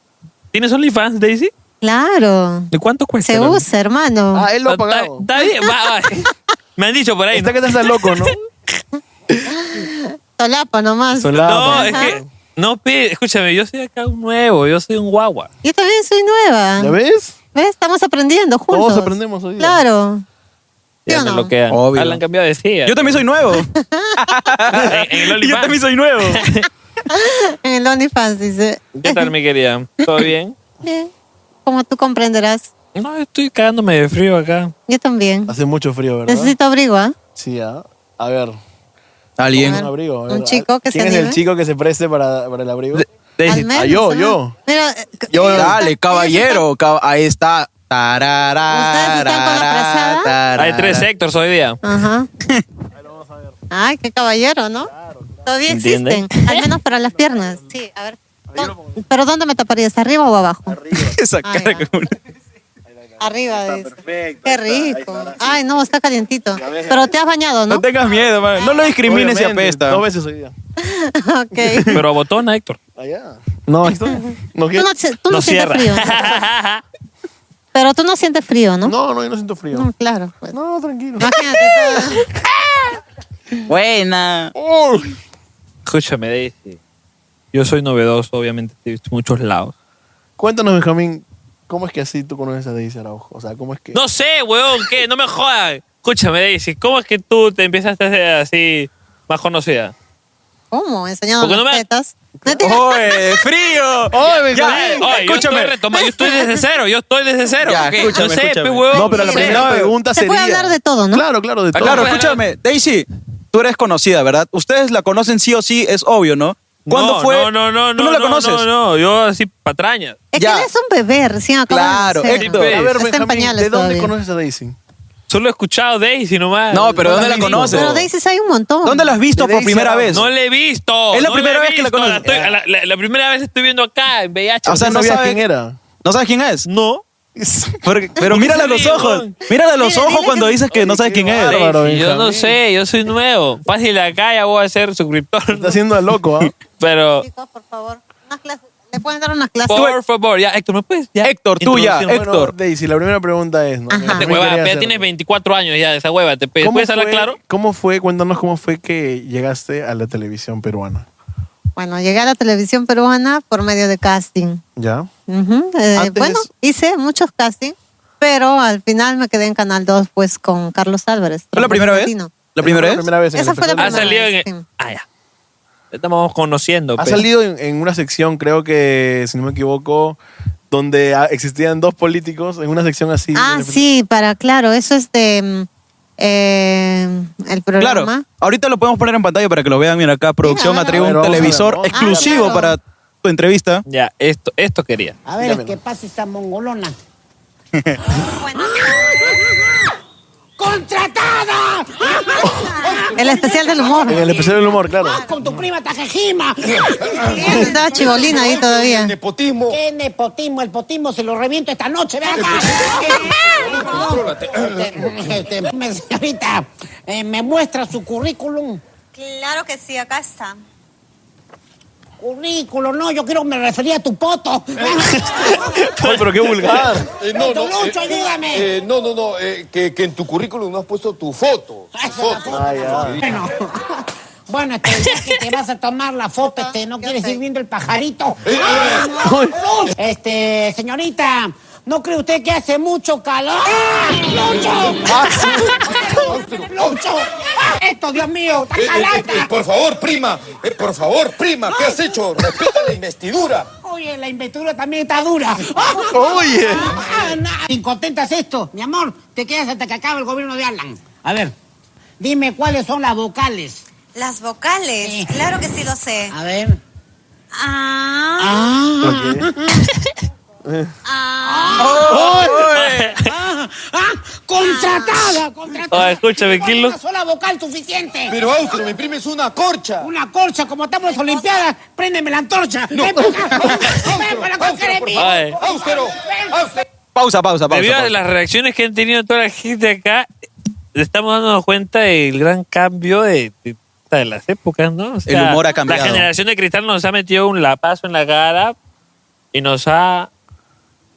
D: ¿Tienes OnlyFans, Daisy?
H: Claro.
D: ¿De cuánto cuesta?
H: Se
D: la-
H: usa, hermano.
B: Ah, él lo ha
D: Está-
B: pagado.
D: Está bien, va, va. Me han dicho por ahí.
B: Está
D: ¿no?
B: que te hace loco, ¿no?
H: Solapa nomás.
D: No,
B: eh. Solapa.
D: es que. No, pe, escúchame, yo soy acá un nuevo, yo soy un guagua.
H: Yo también soy nueva.
B: ¿Ya ves?
H: ¿Ves? Estamos aprendiendo juntos.
B: Todos aprendemos hoy día.
H: Claro.
D: Ya
H: o
D: me
H: no?
D: bloquean.
C: Obvio.
D: Ah, le han cambiado de silla.
C: Yo también soy nuevo.
D: en, en el
C: Yo
D: OnlyFans.
C: también soy nuevo.
H: En el OnlyFans dice.
D: ¿Qué tal, mi querida? ¿Todo bien?
H: Bien. Como tú comprenderás.
D: No, estoy cagándome de frío acá.
H: Yo también.
B: Hace mucho frío, ¿verdad?
H: Necesito abrigo, ¿ah?
B: Sí, ya. A ver.
C: Alguien.
B: Un abrigo. a ver.
H: Un chico que
B: ¿Quién
H: se
B: es el
H: anime?
B: chico que se preste para, para el abrigo?
H: Al
D: Daisy,
H: menos,
B: ah, yo,
H: ¿ah?
B: yo.
H: Mira, eh, ustedes
C: Dale,
H: están-
C: caballero. cab- ahí está. Tarara,
H: ¿Ustedes están con la
C: tarara,
H: frazada?
C: tarara.
D: hay tres sectors hoy día.
H: Ajá. Ay, qué caballero, ¿no? Todavía
D: ¿Entienden?
H: existen, al menos para las piernas. Sí, a ver. ¿Dó- ¿Pero dónde me taparías? ¿Arriba o abajo?
C: Esa
H: Ah,
C: cara
H: ya.
C: que-
H: Ah, Arriba. dice.
E: Perfecto.
H: Qué rico. Ay, no, está calientito. Pero te has bañado, ¿no?
C: No tengas miedo, man. No lo discrimines y
B: Obviamente,
C: apesta.
B: Dos veces hoy día.
H: Ok.
D: Pero abotona, Héctor.
B: Allá. No, esto. No,
H: Tú
B: ¿qué?
H: no, se- tú no
D: No
H: sientes
D: cierra.
H: frío. Pero tú no sientes frío, ¿no?
B: no, no, yo no siento frío.
H: No, claro. pues.
B: No, tranquilo.
H: Imagínate todo.
C: Buena.
D: Escúchame, Daisy. Yo soy novedoso, obviamente, de muchos lados.
B: Cuéntanos, Benjamín, ¿cómo es que así tú conoces a Daisy Araujo? O sea, ¿cómo es que.?
D: No sé, weón, ¿qué? No me jodas. Escúchame, Daisy. ¿Cómo es que tú te empiezas a hacer así más conocida?
H: ¿Cómo? Enseñando
D: Porque
H: las
D: no me-
H: tetas.
C: Oh, ¡Oye, frío!
B: ¡Oye,
C: Ya,
D: Eh,
C: eh,
D: oye, Yo
C: escúchame.
D: estoy, retoma- yo estoy desde cero, yo estoy desde cero.
C: Ya,
D: ¿ok?
C: escúchame,
D: yo sé,
C: escúchame.
D: pe, weón.
B: No, pero la
D: sé.
B: primera pregunta
H: Se
B: sería.
H: puede hablar de todo, ¿no?
B: Claro, Ah, claro, de todo.
C: Ah, Claro,
D: Claro.
C: escúchame. Daisy, tú eres conocida, ¿verdad? Ustedes la conocen sí o sí, es obvio, ¿no? ¿Cuándo
D: no,
C: fue?
D: No, no, no,
C: ¿Tú
D: no.
C: no la
D: no,
C: conoces?
D: No, no, yo así patraña.
H: Es
C: Ya.
H: que él es un bebé recién acabado
C: Claro,
H: de nacer.
C: Héctor.
B: A
D: Está
B: ver,
H: en
B: Benjamín,
H: pañales
B: ¿de dónde
H: todavía.
B: conoces a Daisy?
D: Solo he escuchado Daisy nomás.
C: No, pero ¿dónde la
D: digo.
C: conoces?
H: Pero Daisy hay un montón.
C: ¿Dónde la has visto
B: De
C: por
B: Daisy
C: primera
B: Araujo.
C: vez?
D: No la he visto.
C: Es la
D: no
C: primera
D: he
C: vez que la
D: visto,
C: conoces.
D: estoy- la, la- la primera vez estoy viendo acá en VH.
C: O sea, no
B: ¿Sabías
C: sabe-
B: quién era?
C: ¿No sabes quién es?
D: no.
C: Porque- pero
D: qué
C: mírala a
D: se
C: los
D: ríe,
C: ojos.
D: weón?
C: Mírala a los
H: Dile, dile
C: ojos
H: que
C: cuando
H: no-
C: dices que no sabes quién es.
B: bárbaro.
D: Daisy, yo no
B: Benjamín.
D: sé, yo soy nuevo. Fácil acá ya voy a ser suscriptor.
B: Está haciendo al loco, ¿ah?
D: Pero,
H: Chicos, por favor. unas clases. ¿Le pueden dar unas clases?
D: por favor, ya, Héctor, ¿me puedes? Ya,
C: Héctor, tú ya,
D: introducción?
C: Héctor. Ah,
B: Bueno, Daisy, la primera pregunta es, ¿no?
H: Ajá.
B: Benjamín
D: Te huevada,
B: quería
D: pero ya
B: hacer-
D: tienes 24 años ya de esa hueva. ¿Te
B: ¿Cómo
D: puedes hablar
B: fue-
D: claro?
B: ¿Cómo fue? Cuéntanos cómo fue que llegaste a la televisión peruana.
H: Bueno, llegué a la televisión peruana por medio de casting.
B: ¿Ya?
H: Ujú, eh,
B: Antes
H: bueno, hice muchos castings, pero al final me quedé en Canal 2 pues con Carlos Álvarez.
C: ¿Fue la primera vez?
H: Latino.
C: ¿La primera
B: La
C: vez?
B: primera vez en
H: Esa
B: el
H: fue la
B: festival.
D: Ha
H: primera
D: salido
H: vez,
D: en.
H: sí.
D: Ah, ya. Ya Estamos conociendo. pues.
B: Ha
D: pe.
B: salido en, en una sección, creo que, si no me equivoco, donde ah, existían dos políticos en una sección así.
H: Ah,
B: De repente-
H: sí, para claro, eso es de mm, eh,
C: Claro.
H: el programa.
C: Ahorita lo podemos poner en pantalla para que lo vean. Mira acá, producción
H: a
C: ha
H: ver,
C: traído
B: a ver,
C: un
B: vamos a ver,
C: televisor
B: vamos a
H: ver.
C: exclusivo
H: Ah,
C: para
H: claro.
C: tu entrevista.
D: Ya, esto, esto quería.
J: A ver,
B: Dígamelo.
J: ¿qué pasa esta mongolona? ¡Contratada!
H: El especial del humor.
B: En el especial del humor, claro.
H: Ah,
J: ¡Con tu prima Takejima!
H: Estaba chibolina ahí todavía.
J: ¡Nepotismo! ¡Qué nepotismo! El potismo se lo reviento esta noche, ven acá. Este, este, me- Señorita, eh, ¿me muestra su currículum?
H: Claro que sí, acá está.
J: Currículum, no, yo quiero que me refería a tu poto.
B: Ay, pero qué vulgar.
K: Eh,
J: Lucho, ayúdame.
K: no, no, no, eh, que, que en tu currículum no has puesto tu foto.
J: Eso, Ah, la foto, la foto. Bueno, bueno, te digo que te vas a tomar la foto, este, no quieres ir viendo el pajarito.
K: Eh,
J: Ay, no. Este, señorita, ¿no cree usted que hace mucho calor? ¡Ah!
K: Ah,
J: ¡Lucho! ¡Lucho! ¡Esto, Dios mío!
K: Eh, eh,
J: ¡Está
K: eh, eh,
J: calata!
K: por favor, prima, eh, por favor, prima, ¿qué has hecho? Respeta la investidura.
J: Oye, la inventura también está dura.
B: Oye.
J: Ah, no, Incontentas esto. Mi amor, te quedas hasta que acabe el gobierno de Alan. A ver, dime cuáles son las vocales.
H: Las vocales,
J: Sí.
H: claro que sí lo sé.
J: A ver.
H: Ah,
J: Ah, ah, ah, contratada, contratada.
D: Ah, escúchame,
J: Con
D: Kilo.
J: Una sola vocal suficiente.
K: Pero Austro, mi prima es una corcha.
J: Una corcha, como estamos en las Olimpiadas, préndeme la antorcha. Ven para acá. Ven para la concha de mí.
D: Ay.
K: Austero, austero.
C: Pausa, pausa, pausa.
D: Debido a
C: pausa.
D: las reacciones que han tenido toda la gente acá, estamos dándonos cuenta del gran cambio de, de- de las épocas, ¿no? O
C: El humor ha cambiado.
D: La generación de cristal nos ha metido un lapazo en la cara y nos ha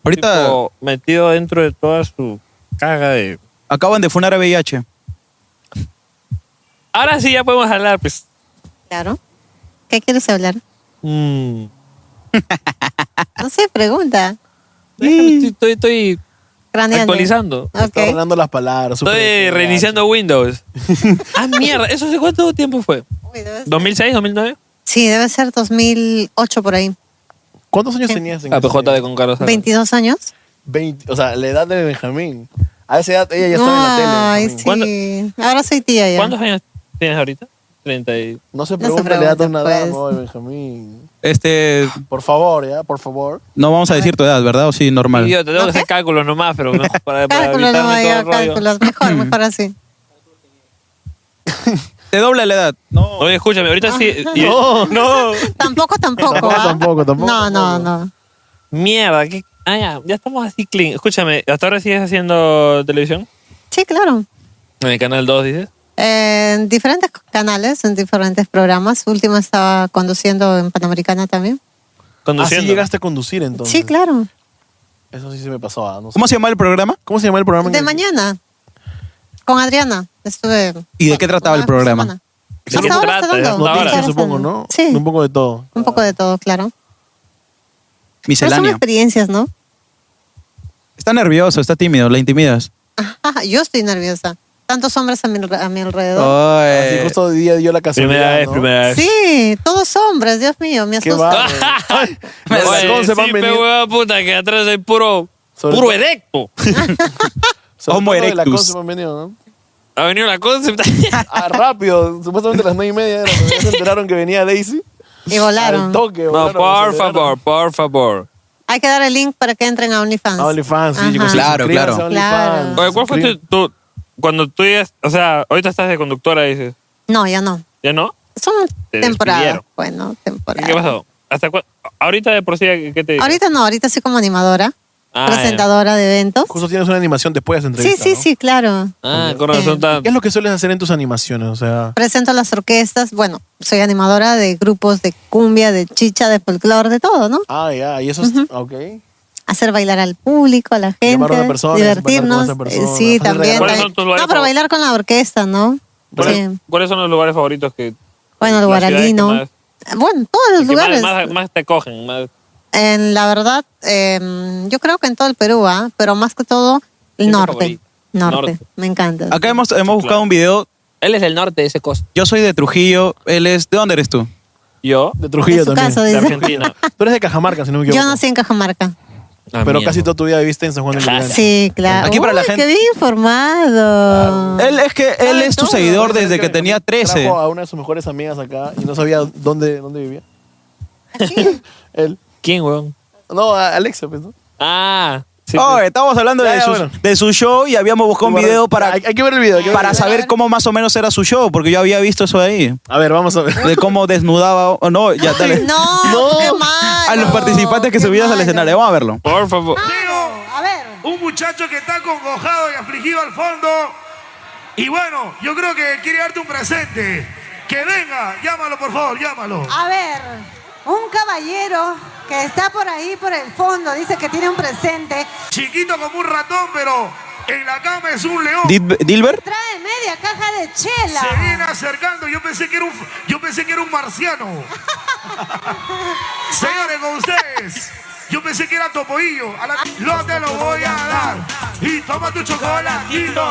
C: Ahorita
D: tipo, metido dentro de toda su caga de.
C: acaban de funar a VIH.
D: Ahora sí ya podemos hablar, pues.
H: claro. ¿Qué quieres hablar?
D: Mm.
H: No sé, pregunta.
D: Déjame, estoy- estoy- estoy
H: Craneando.
D: actualizando.
B: Está
H: Ok.
B: ordenando las palabras. súper
D: Estoy
B: vulgar.
D: reiniciando Windows. ah, mierda. ¿Eso hace cuánto tiempo fue?
H: Uy, debe ser-
D: ¿2006, 2009?
H: Sí, debe ser 2008 por ahí.
B: ¿Cuántos años tenías en
D: La
B: ese
D: PJ de
B: momento?
D: pues con Carlos Álvarez.
H: 22 años.
B: 20, O sea, la edad de Benjamín. A esa edad ella ya estaba en la tele.
H: Ay,
B: Benjamín.
H: sí. Ahora soy tía ya.
D: ¿Cuántos años tienes ahorita? 30 y...
B: No se
H: No se
B: pregunta la edad de
H: pregunta,
B: una edad,
H: pues.
B: no, Benjamín.
C: Este,
B: Por favor, ya, por favor.
C: no vamos a decir tu edad, ¿verdad? O sí, normal.
D: Yo te tengo
H: ¿No
D: que hacer
H: qué?
D: cálculos nomás, pero no, para, para
H: Cálculos, no,
D: evitarme
H: ya,
D: todo el rollo.
H: cálculos. Mejor, mejor así.
C: Te dobla la edad. No.
D: Oye, escúchame, ahorita sí... y-
B: No, no.
H: Tampoco, tampoco.
B: Tampoco,
H: ¿ah?
B: tampoco, tampoco,
H: No, no,
B: tampoco.
H: no.
D: Mierda, ¿qué? Ah, ya, ya estamos así clean. Escúchame, ¿hasta ahora sigues haciendo televisión?
H: Sí, claro.
D: En el canal 2, dices.
H: En diferentes canales, en diferentes programas. Última estaba conduciendo en Panamericana también.
B: Así llegaste a conducir entonces.
H: Sí, claro.
B: Eso sí se me pasó. ah, no sé.
C: ¿Cómo se llama el programa?
B: ¿Cómo se llama el programa? en
H: De
B: el-
H: mañana, con Adriana, estuve...
C: ¿Y de qué trataba el
H: una
C: programa?
H: semana. Hasta ahora está dando.
B: Noticias,
H: Hasta ahora
B: supongo,
H: está
B: ¿no?
H: Sí.
B: Un poco de todo.
H: Un poco de todo, claro. Pero son
C: Miscelánea.
H: experiencias, ¿no?
C: Está nervioso, está tímido, la intimidas.
H: Ajá, yo estoy nerviosa. Tantos hombres a mi, a mi alrededor.
B: Así
C: Ay,
B: justo hoy día dio la casualidad.
D: Eh, Primera vez,
B: ¿no?
D: primera vez.
H: Sí, todos hombres, Dios mío, me
B: Qué
H: asusta.
B: bárbaro. Ay, los
D: Oye,
B: halcones se van
D: sí,
B: a
D: pe,
B: venir.
D: huevón, puta, que atrás hay puro,
B: Sobre
D: puro
B: todo-
D: edecto.
B: sobre
C: Homo
B: todo de la
C: erectus.
B: cosa se han venido, ¿no?
D: Ha venido la concepta.
B: Ah, rápido. Supuestamente a las nueve y media de la mañana se enteraron que venía Daisy.
H: Y
B: Al
H: volaron.
B: toque,
D: No,
B: volaron,
D: por
B: se enteraron.
D: favor, por favor.
H: Hay que dar el link para que entren a OnlyFans.
B: A Ah, OnlyFans, sí,
H: Ajá.
B: chicos.
C: Claro,
B: suscríbanse
C: claro.
B: a OnlyFans.
H: Claro.
D: Oye, ¿cuál fue tu, tu- Cuando tú ya... O sea, ahorita estás de conductora, dices.
H: No, ya no.
D: ¿Ya no?
H: Son
D: Te
H: temporadas.
D: despidieron.
H: Bueno, temporadas.
D: ¿Qué pasó? ¿Hasta cua- Ahorita de por sí, ¿qué te
H: Ah. Ahorita no, ahorita soy como animadora,
D: Ah,
H: presentadora de eventos.
B: Justo tienes una animación después de esa
H: Sí,
B: entrevista,
H: sí,
B: ¿no?
H: sí, claro.
D: Ah, con razón tan...
B: ¿Qué es lo que sueles hacer en tus animaciones? O sea,
H: Presento las orquestas. Bueno, soy animadora de grupos de cumbia, de chicha, de folclore, de todo, ¿no?
B: ah, ya, y eso es, ok.
H: Hacer bailar al público, a la
B: Llamar a
H: gente,
B: una persona,
H: divertirnos.
B: bailar con esa
H: Eh,
B: persona,
H: sí,
B: hacer
H: también.
D: ¿Cuáles
H: también.
D: son tus lugares
H: No, pero
D: favor-
H: bailar con la orquesta, ¿no?
D: ¿Cuáles,
H: Sí.
D: cuáles son los lugares favoritos que...
H: Bueno, el
D: las ciudades que
H: Guaralino.
D: más-
H: Bueno, todos los
D: que más,
H: lugares.
D: más- más te cogen. más-
H: En la verdad, eh, yo creo que en todo el Perú, ¿ah? pero más que todo el
D: ¿Qué es tu
H: norte.
D: favorito?
H: norte.
D: Norte.
H: me encanta.
C: Acá hemos, hemos buscado un video.
D: Él es del norte, ese costo.
C: Yo soy de Trujillo, él es. ¿De dónde eres tú?
D: Yo,
B: De
H: En
B: Trujillo
H: su
B: también.
H: caso,
D: de
H: dice.
D: Argentina.
B: Tú eres de Cajamarca, si no me
H: Yo
B: equivoco.
H: nací en Cajamarca.
D: Ah,
B: Pero
D: mierda.
B: casi toda tu vida viviste en San Juan del Lugano.
H: Sí, claro.
C: Aquí para la
H: Uy,
C: gente- Ah,
H: Qué bien informado.
C: Él es que él
H: Ay,
C: es tu
H: todo.
C: seguidor desde que tenía 13.
B: Trajo a una de sus mejores amigas acá y no sabía dónde, dónde vivía. Él.
D: ¿Quién, weón?
B: No, a Alexa, pues, ¿no?
D: Ah. sí,
H: Oh.
C: Oye, estábamos hablando
B: Ya,
C: de,
B: ya,
C: su,
B: bueno.
C: de su show y habíamos buscado un video para,
B: Hay, hay que ver el video. hay que ver
C: para
B: el video.
C: saber cómo más o menos era su show, porque yo había visto eso ahí.
B: A ver, vamos a ver.
C: De cómo desnudaba. o no, ya dale.
H: No, qué malo.
C: A los participantes que
H: qué
C: subías al
H: malo.
C: escenario. Vamos a verlo.
D: Por
J: Ah.
D: favor.
H: A ver.
K: Un muchacho que está congojado y afligido al fondo. Y bueno, yo creo que quiere darte un presente. Que venga, llámalo por favor, llámalo.
L: A ver, un caballero que está por ahí, por el fondo, dice que tiene un presente.
K: Chiquito como un ratón, pero en la cama es un león.
C: Dil- Dilbert,
L: Trae media caja de
K: Se
L: chela.
K: viene acercando, yo pensé que era un, yo pensé que era un marciano. Señores, con ustedes, yo pensé que era Topoillo. A la- no te lo voy a dar. Y toma tu chocolatito.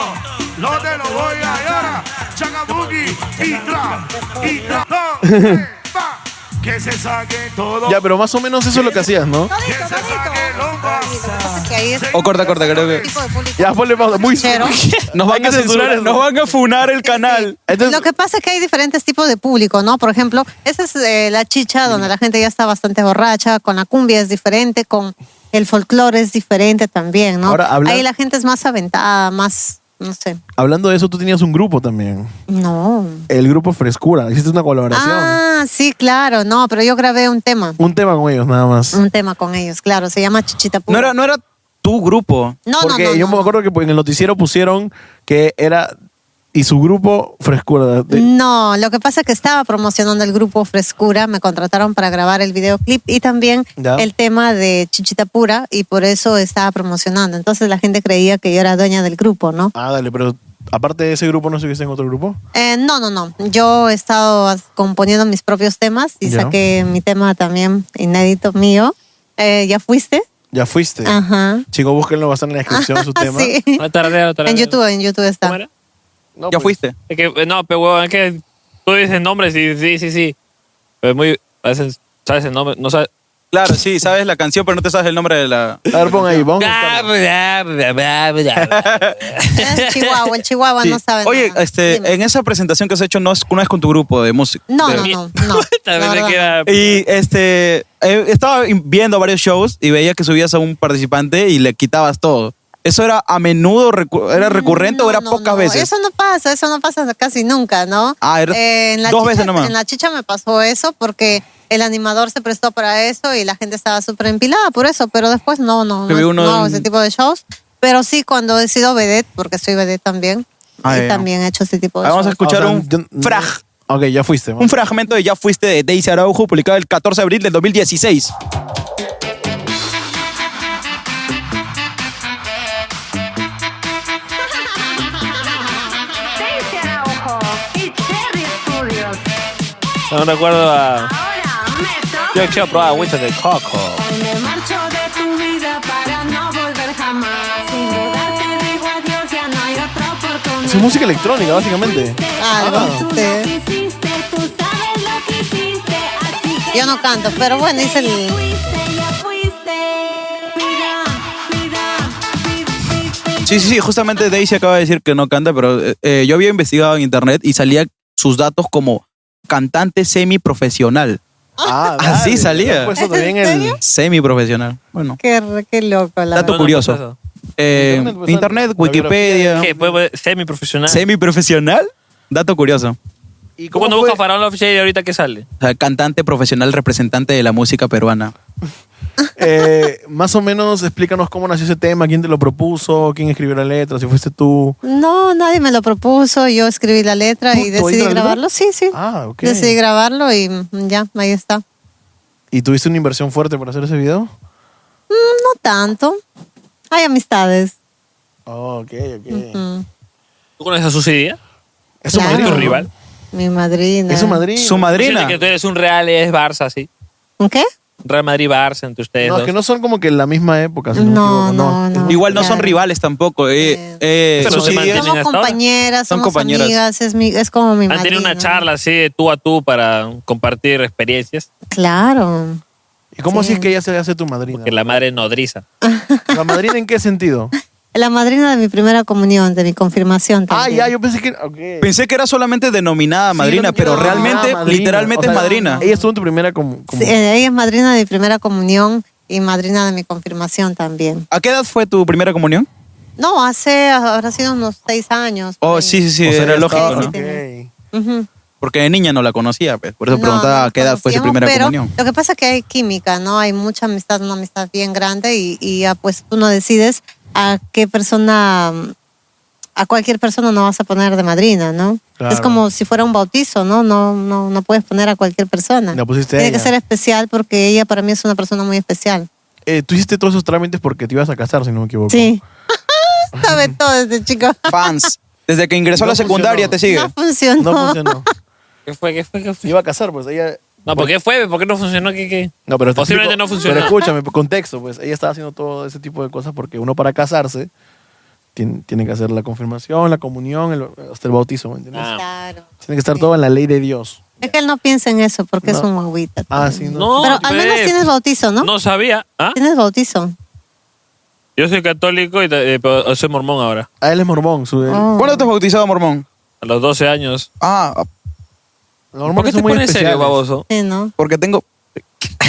K: No te lo voy a dar. Chacabuki y tra, y tra. Dos, tres, pa. Que se saque todo.
B: Ya, pero más o menos eso es lo que hacías, ¿no?
K: Que
L: Todito,
K: se
L: todito.
K: saque lomba.
H: Pasa que ahí es
C: O corta, corta, creo que.
H: tipo de público.
B: Ya, ponle pausa. Muy
H: Pero-
C: Nos
B: Hay
C: van
B: que censurar
C: a censurar,
B: eso.
C: nos van a funar el canal.
B: Entonces-
H: Lo que pasa es que hay diferentes tipos de público, ¿no? Por ejemplo, esa es eh, la chicha donde la gente ya está bastante borracha, con la cumbia es diferente, con el folclore es diferente también, ¿no?
B: Ahora, habla-
H: Ahí la gente es más aventada, más, no sé,
B: Hablando de eso, tú tenías un grupo también.
H: no.
B: El grupo Frescura. Hiciste una colaboración.
H: Ah, sí, claro, no, pero yo grabé un tema,
B: Un tema con ellos, nada más.
H: un tema con ellos, claro, se llama Chichita
C: No
H: Pura.
C: era, no era tu grupo.
H: no, no,
B: Porque
H: no,
B: yo
H: no,
B: me acuerdo que en el noticiero pusieron que era. Y su grupo Frescura. de-
H: Mm. No, lo que pasa es que estaba promocionando el grupo Frescura, me contrataron para grabar el videoclip y también
B: Ya.
H: el tema de Chichita Pura y por eso estaba promocionando. Entonces la gente creía que yo era dueña del grupo, ¿no?
B: Ah, dale, pero aparte de ese grupo, ¿no estuviste en otro grupo?
H: Eh, no, no, no. Yo he estado as- componiendo mis propios temas y
B: Ya.
H: saqué mi tema también inédito mío. Eh, ¿Ya fuiste?
B: Ya fuiste.
H: Ajá.
B: Chicos, búsquenlo, va a estar en la descripción su tema.
H: sí.
D: Ah, tardeo, tardeo.
H: En YouTube, en YouTube está.
D: ¿Cómo era?
B: No,
C: Ya
B: pues,
C: fuiste.
D: Es que, eh, no, pero huevón, es que tú dices nombres y sí, sí, sí. Pero es muy. A veces sabes el nombre, no sabes.
C: Claro, sí, sabes la canción, pero no te sabes el nombre de la.
B: A ver, pon ahí, vamos. a
D: Bla,
B: buscarlo.
D: bla, bla, bla, bla.
H: El Chihuahua, el Chihuahua
C: Sí.
H: Pues no sabe.
C: Oye,
H: nada.
C: este,
H: Dime.
C: en esa presentación que has hecho no es, no es con tu grupo de música.
H: No,
C: de-
H: no, no, no. la
D: También
H: verdad.
D: le queda.
C: Y este, eh, estaba viendo varios shows y veía que subías a un participante y le quitabas todo. ¿Eso era a menudo, recu- era recurrente o era pocas
H: Mm, No,
C: veces?
H: Eso no pasa, eso no pasa casi nunca, ¿no? Eh,
C: Ah, era
H: en la
C: dos
H: chicha-
C: veces nomás.
H: En la chicha me pasó eso porque el animador se prestó para eso y la gente estaba súper empilada por eso, pero después no, no,
C: Que vi
H: no,
C: uno
H: no hago
C: en-
H: ese tipo de shows. Pero sí cuando he sido vedette, porque soy vedette también,
C: Ah,
H: y
C: ya.
H: también he hecho ese tipo de
C: Ah, Vamos a
H: shows.
C: escuchar
B: O sea,
C: un frag.
B: Ok, ya fuiste.
C: Un fragmento de Ya Fuiste de Daisy Araujo, publicado el 14 de abril del 2016.
K: Daisy Araujo y Cherry Studios.
D: No recuerdo a. Yo quiero probar agüita de coco.
K: Hoy me marcho de tu vida para no volver jamás. Sin dudar te digo adiós, ya no hay otra oportunidad.
B: Es música electrónica, básicamente.
H: Algo,
B: Ah.
H: sí. Yo no canto, pero bueno, hice el...
C: Sí, sí, sí, justamente Daisy acaba de decir que no canta, pero eh, eh, yo había investigado en internet y salía sus datos como cantante semiprofesional.
B: Ah,
C: Así
B: dale,
C: salía.
B: pues eso también el-
C: Semiprofesional. Bueno,
H: Qué, re- qué loco, la
C: dato
H: verdad.
C: curioso. Eh,
H: Internet, pues,
C: internet,
H: la
C: Wikipedia.
D: ¿Qué? Semi-profesional.
C: Semiprofesional. Dato curioso.
D: ¿Y cuando busca Faraón Love Shady ahorita qué sale?
C: O sea, cantante profesional representante de la música peruana.
B: Eh, más o menos, explícanos cómo nació ese tema, quién te lo propuso, quién escribió la letra, si fuiste tú.
H: No, nadie me lo propuso. Yo escribí la letra y
B: ¿Tú- tú
H: decidí
B: oíste la letra?
H: grabarlo. Sí, sí.
B: Ah, ok.
H: Decidí grabarlo y mm, ya, ahí está.
B: ¿Y tuviste una inversión fuerte para hacer ese video?
H: Mm, no tanto. Hay amistades.
B: Oh, ok, ok.
H: Mm,
D: ¿Tú conoces a Susi Díaz?
B: Es
H: su Claro. madrina,
D: tu
H: ¿no?
D: rival.
H: Mi madrina.
B: Es su madrina.
D: Tú sientes que tú eres un Real es Barça, sí.
H: ¿Qué?
D: Real Madrid-Barça entre ustedes
B: No,
D: dos.
B: es que no son como que la misma época. si
H: No,
B: me equivoco,
H: no, no.
C: Igual no son rivales tampoco. Eh, eh,
D: Pero
C: Susi
D: se
C: Díaz-
D: mantienen
H: Somos
D: hasta ahora.
H: compañeras,
C: Son
H: somos
C: compañeras.
H: amigas. Es, mi, es como mi
D: Han tenido
H: madrina.
D: una charla así de tú a tú para compartir experiencias.
H: Claro.
B: ¿Y cómo
H: Sí.
B: así es que ella se hace tu madrina?
D: Que la madre nodriza.
B: ¿La madrina en qué sentido?
H: La madrina de mi primera comunión, de mi confirmación.
B: Ah,
H: también.
B: ya, yo pensé que. ok.
C: Pensé que era solamente denominada
B: Sí,
C: madrina,
B: yo también
C: pero
B: era
C: realmente,
B: madrina, madrina.
C: literalmente
B: O sea,
C: es madrina.
B: Ella estuvo en tu primera como. como-
H: Sí, eh, ella es madrina de mi primera comunión y madrina de mi confirmación también.
C: ¿A qué edad fue tu primera comunión?
H: No, hace, habrá sido unos seis años.
C: Oh, sí, sí, sí,
B: O sea,
C: era
B: ella
C: lógico,
B: estaba-
C: ¿no?
B: ok.
H: Ujú.
C: Porque de niña no la conocía, pues, por eso
H: No,
C: preguntaba
H: no
C: a qué edad fue su
H: conocíamos,
C: primera
H: pero
C: comunión.
H: Lo que pasa es que hay química, ¿no? Hay mucha amistad, una amistad bien grande y, y ya pues tú no decides a qué persona, a cualquier persona no vas a poner de madrina, ¿no?
B: Claro.
H: Es como si fuera un bautizo, ¿no? No, no, no puedes poner a cualquier persona.
B: La pusiste a
H: Tiene
B: ella.
H: que ser especial porque ella para mí es una persona muy especial.
B: Eh, tú hiciste todos esos trámites porque te ibas a casar, si no me equivoco.
H: Sí. Sabe todo este chico.
C: Fans, desde que ingresó a
B: No
C: la
B: funcionó.
C: secundaria te sigue.
H: No funcionó.
B: No funcionó.
D: ¿Qué fue? ¿Qué fue? ¿Qué fue?
B: Se iba a casar, pues ella.
D: No, ¿por qué fue? ¿Por qué no funcionó? ¿Qué, qué?
B: No, pero te
D: Posiblemente no funcionó.
B: Pero escúchame, contexto, pues ella estaba haciendo todo ese tipo de cosas porque uno para casarse tiene, tiene que hacer la confirmación, la comunión, el- hasta el bautizo, ¿me entiendes?
D: Ah.
H: Claro.
B: Tiene que estar todo en la ley de Dios.
H: Es que él no piensa en eso porque es
B: No.
H: un guaguita.
B: Ah, sí, no.
D: No,
H: Pero al menos
D: pues,
H: tienes bautizo, ¿no?
D: No sabía. ¿Ah?
H: Tienes bautizo.
D: Yo soy católico y eh, pero soy mormón ahora.
B: Ah, él es mormón. Su, el-
H: Oh.
C: ¿Cuándo te has bautizado, mormón?
D: A los 12 años.
C: Ah,
B: Los
D: ¿Por qué te
B: mormones son muy
D: pones serio,
B: especiales.
D: baboso?
H: Sí, ¿no?
C: porque tengo...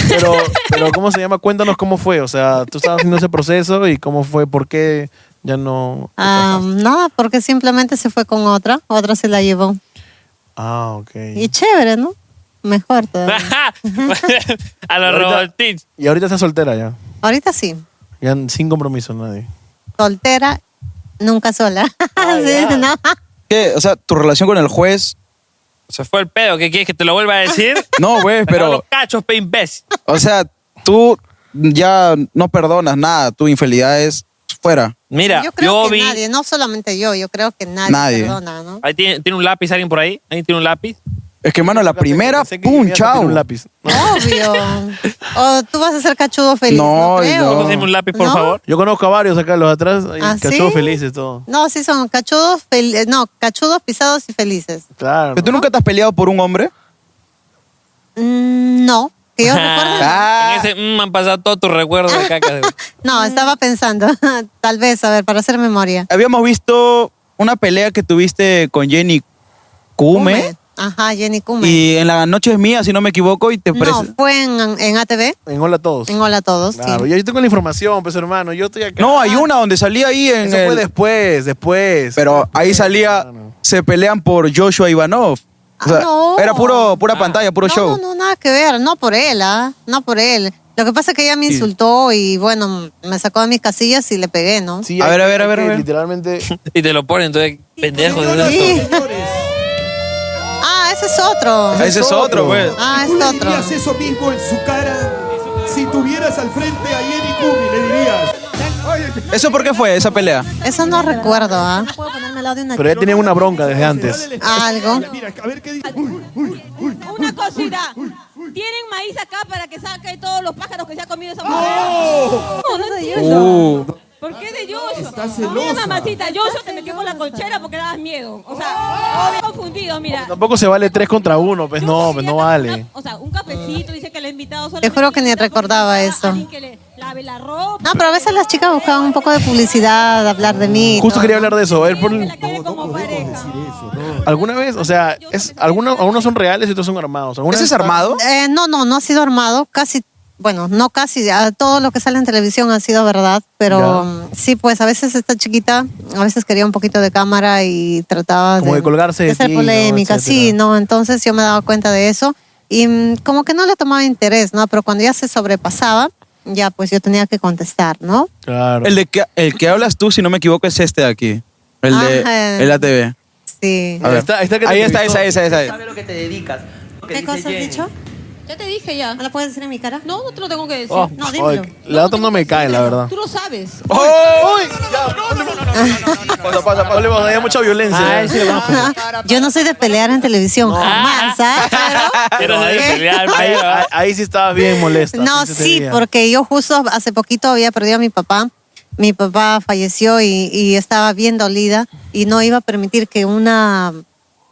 B: Pero, pero, ¿cómo se llama? Cuéntanos cómo fue. O sea, tú estabas haciendo ese proceso y cómo fue, por qué ya no. te
H: Ah,
B: casaste.
H: nada, porque simplemente se fue con otra, otra se la llevó.
B: Ah, ok.
H: Y chévere, ¿no? Mejor todavía.
D: a los
B: ahorita-
D: robotitos.
B: Y ahorita estás soltera ya.
H: Ahorita sí,
B: Ya sin compromiso nadie.
H: soltera, nunca sola. Sí, ¿no?
C: ¿Qué? O sea, tu relación con el juez...
D: Se fue el pedo. ¿Qué quieres que te lo vuelva a decir?
C: No, güey,
D: Pero los
C: pero...
D: cachos, pe imbécil.
C: O sea, tú ya no perdonas nada, tu infidelidad es fuera.
D: Mira,
H: yo
D: yo,
H: creo que
D: vi.
H: nadie, no solamente yo, yo creo que nadie,
C: Nadie.
H: perdona, ¿no?
D: Ahí tiene, tiene un lápiz alguien por ahí. Alguien tiene un lápiz.
C: Es que, mano, la primera,
B: Pensé que
C: pum,
B: ibas a tener
C: chao.
B: Un lápiz.
H: Obvio. O tú vas a ser cachudo feliz,
C: No,
H: no, creo.
C: no.
D: ¿Puedes conseguirme un lápiz, por
H: No.
D: favor?
B: Yo conozco a varios acá, los atrás, hay
H: ¿Ah,
B: cachorros
H: sí?
B: felices, todo.
H: No, sí son cachudos, fel- no, cachudos pisados y felices.
B: Claro.
C: ¿Pero tú nunca te has peleado por un hombre?
H: Mm, no, que yo recuerdo.
C: Ah.
D: En ese, mm, han pasado todos tus recuerdos de caca.
H: No, estaba pensando, tal vez, a ver, para hacer memoria.
C: Habíamos visto una pelea que tuviste con Jenny Kume.
H: Kume, Ajá, Jenny Cummings.
C: Y en la noche es mía, si no me equivoco, y te
H: no,
C: pres-
H: fue en, en ATV,
B: En Hola a Todos.
H: en Hola a Todos. sí.
B: Claro, yo, yo tengo la información, pues hermano, yo estoy acá.
C: No, hay una donde salía ahí en
B: Eso fue
C: el-
B: después, después.
C: Pero ahí salía, se pelean por Joshua Ivanov. O sea,
H: Ah, no.
C: Era puro, pura pantalla, puro show.
H: No, no, nada que ver, no por él, ¿ah? No por él. Lo que pasa es que ella me
C: Sí.
H: insultó y bueno, me sacó de mis casillas y le pegué, ¿no?
B: Sí, hay- hay que Literalmente.
D: Y te lo ponen, entonces,
H: pues
D: pendejo. ¿no?
H: Sí. Ah, ese es otro.
C: Ese es otro, pues.
H: Ah, es
M: Tú le
H: otro.
M: dirías eso mismo en pues su cara si tuvieras al frente a Jenny Kumi, le dirías.
C: ¿Eso por qué fue, esa pelea?
H: Eso no recuerdo, ¿ah?
B: Pero ya tenían una bronca desde antes.
H: Algo.
N: Una cosita. Tienen maíz acá para que saque todos los pájaros que se ha comido esa mujer.
M: ¡Oh!
N: No, no
M: Uh.
N: entiendo. ¿Por qué de Joshua?
M: Está
N: Mira,
M: celosa.
N: mamacita, Joshua te metió con la colchera porque le dabas miedo. O sea, me he confundido, mira.
B: Tampoco se vale tres contra uno, pues no, pues no vale.
N: O sea, un cafecito, dice que le ha invitado solo
H: Te juro que ni recordaba eso.
N: que le lave la ropa.
H: No, pero a veces las chicas buscaban un poco de publicidad, hablar de mí.
B: Justo
H: ¿no?
B: quería hablar de eso. El por- ¿Alguna vez? O sea, es, algunos, algunos son reales y otros son armados. ¿Alguna vez-
H: Eh, no, no, no ha sido armado. Casi, bueno, no casi. a Todo lo que sale en televisión ha sido verdad, pero
B: Ya.
H: mm, sí, pues a veces está chiquita, a veces quería un poquito de cámara y trataba
B: Como de colgarse de
H: de ser
B: ti, ¿no?
H: polémica. sí,
B: Etcétera.
H: no, entonces yo me daba cuenta de eso y mm, como que no le tomaba interés, ¿no? Pero cuando ya se sobrepasaba, ya pues yo tenía que contestar, ¿no?
C: El, de que, el que hablas tú, si no me equivoco, es este de aquí. El de
H: Ajá.
C: el ATV.
H: Sí.
C: A ver. Ahí está, esa, esa, esa. esa.
F: lo que te dedicas.
H: ¿Qué cosa has dicho?
N: Ya te dije ya.
H: ¿No lo puedes decir en mi cara?
N: No, no te lo tengo que decir.
B: Oh,
N: no,
B: ay,
N: dímelo.
B: la otra no me cae, la verdad.
N: Tú lo sabes.
B: Pasa, pasa, pasa. Hablemos, hay mucha violencia. ¿eh?
H: Yo no soy de pelear en televisión, jamás, ¿ah?
B: Pero ahí,
H: ¿Qué?
B: ahí, ahí-
D: ¿ah?
B: ahí sí estabas bien molesta.
H: No,
B: se te
H: sí,
B: veía.
H: porque yo justo hace poquito había perdido a mi papá. Mi papá falleció y, y estaba bien dolida y no iba a permitir que una,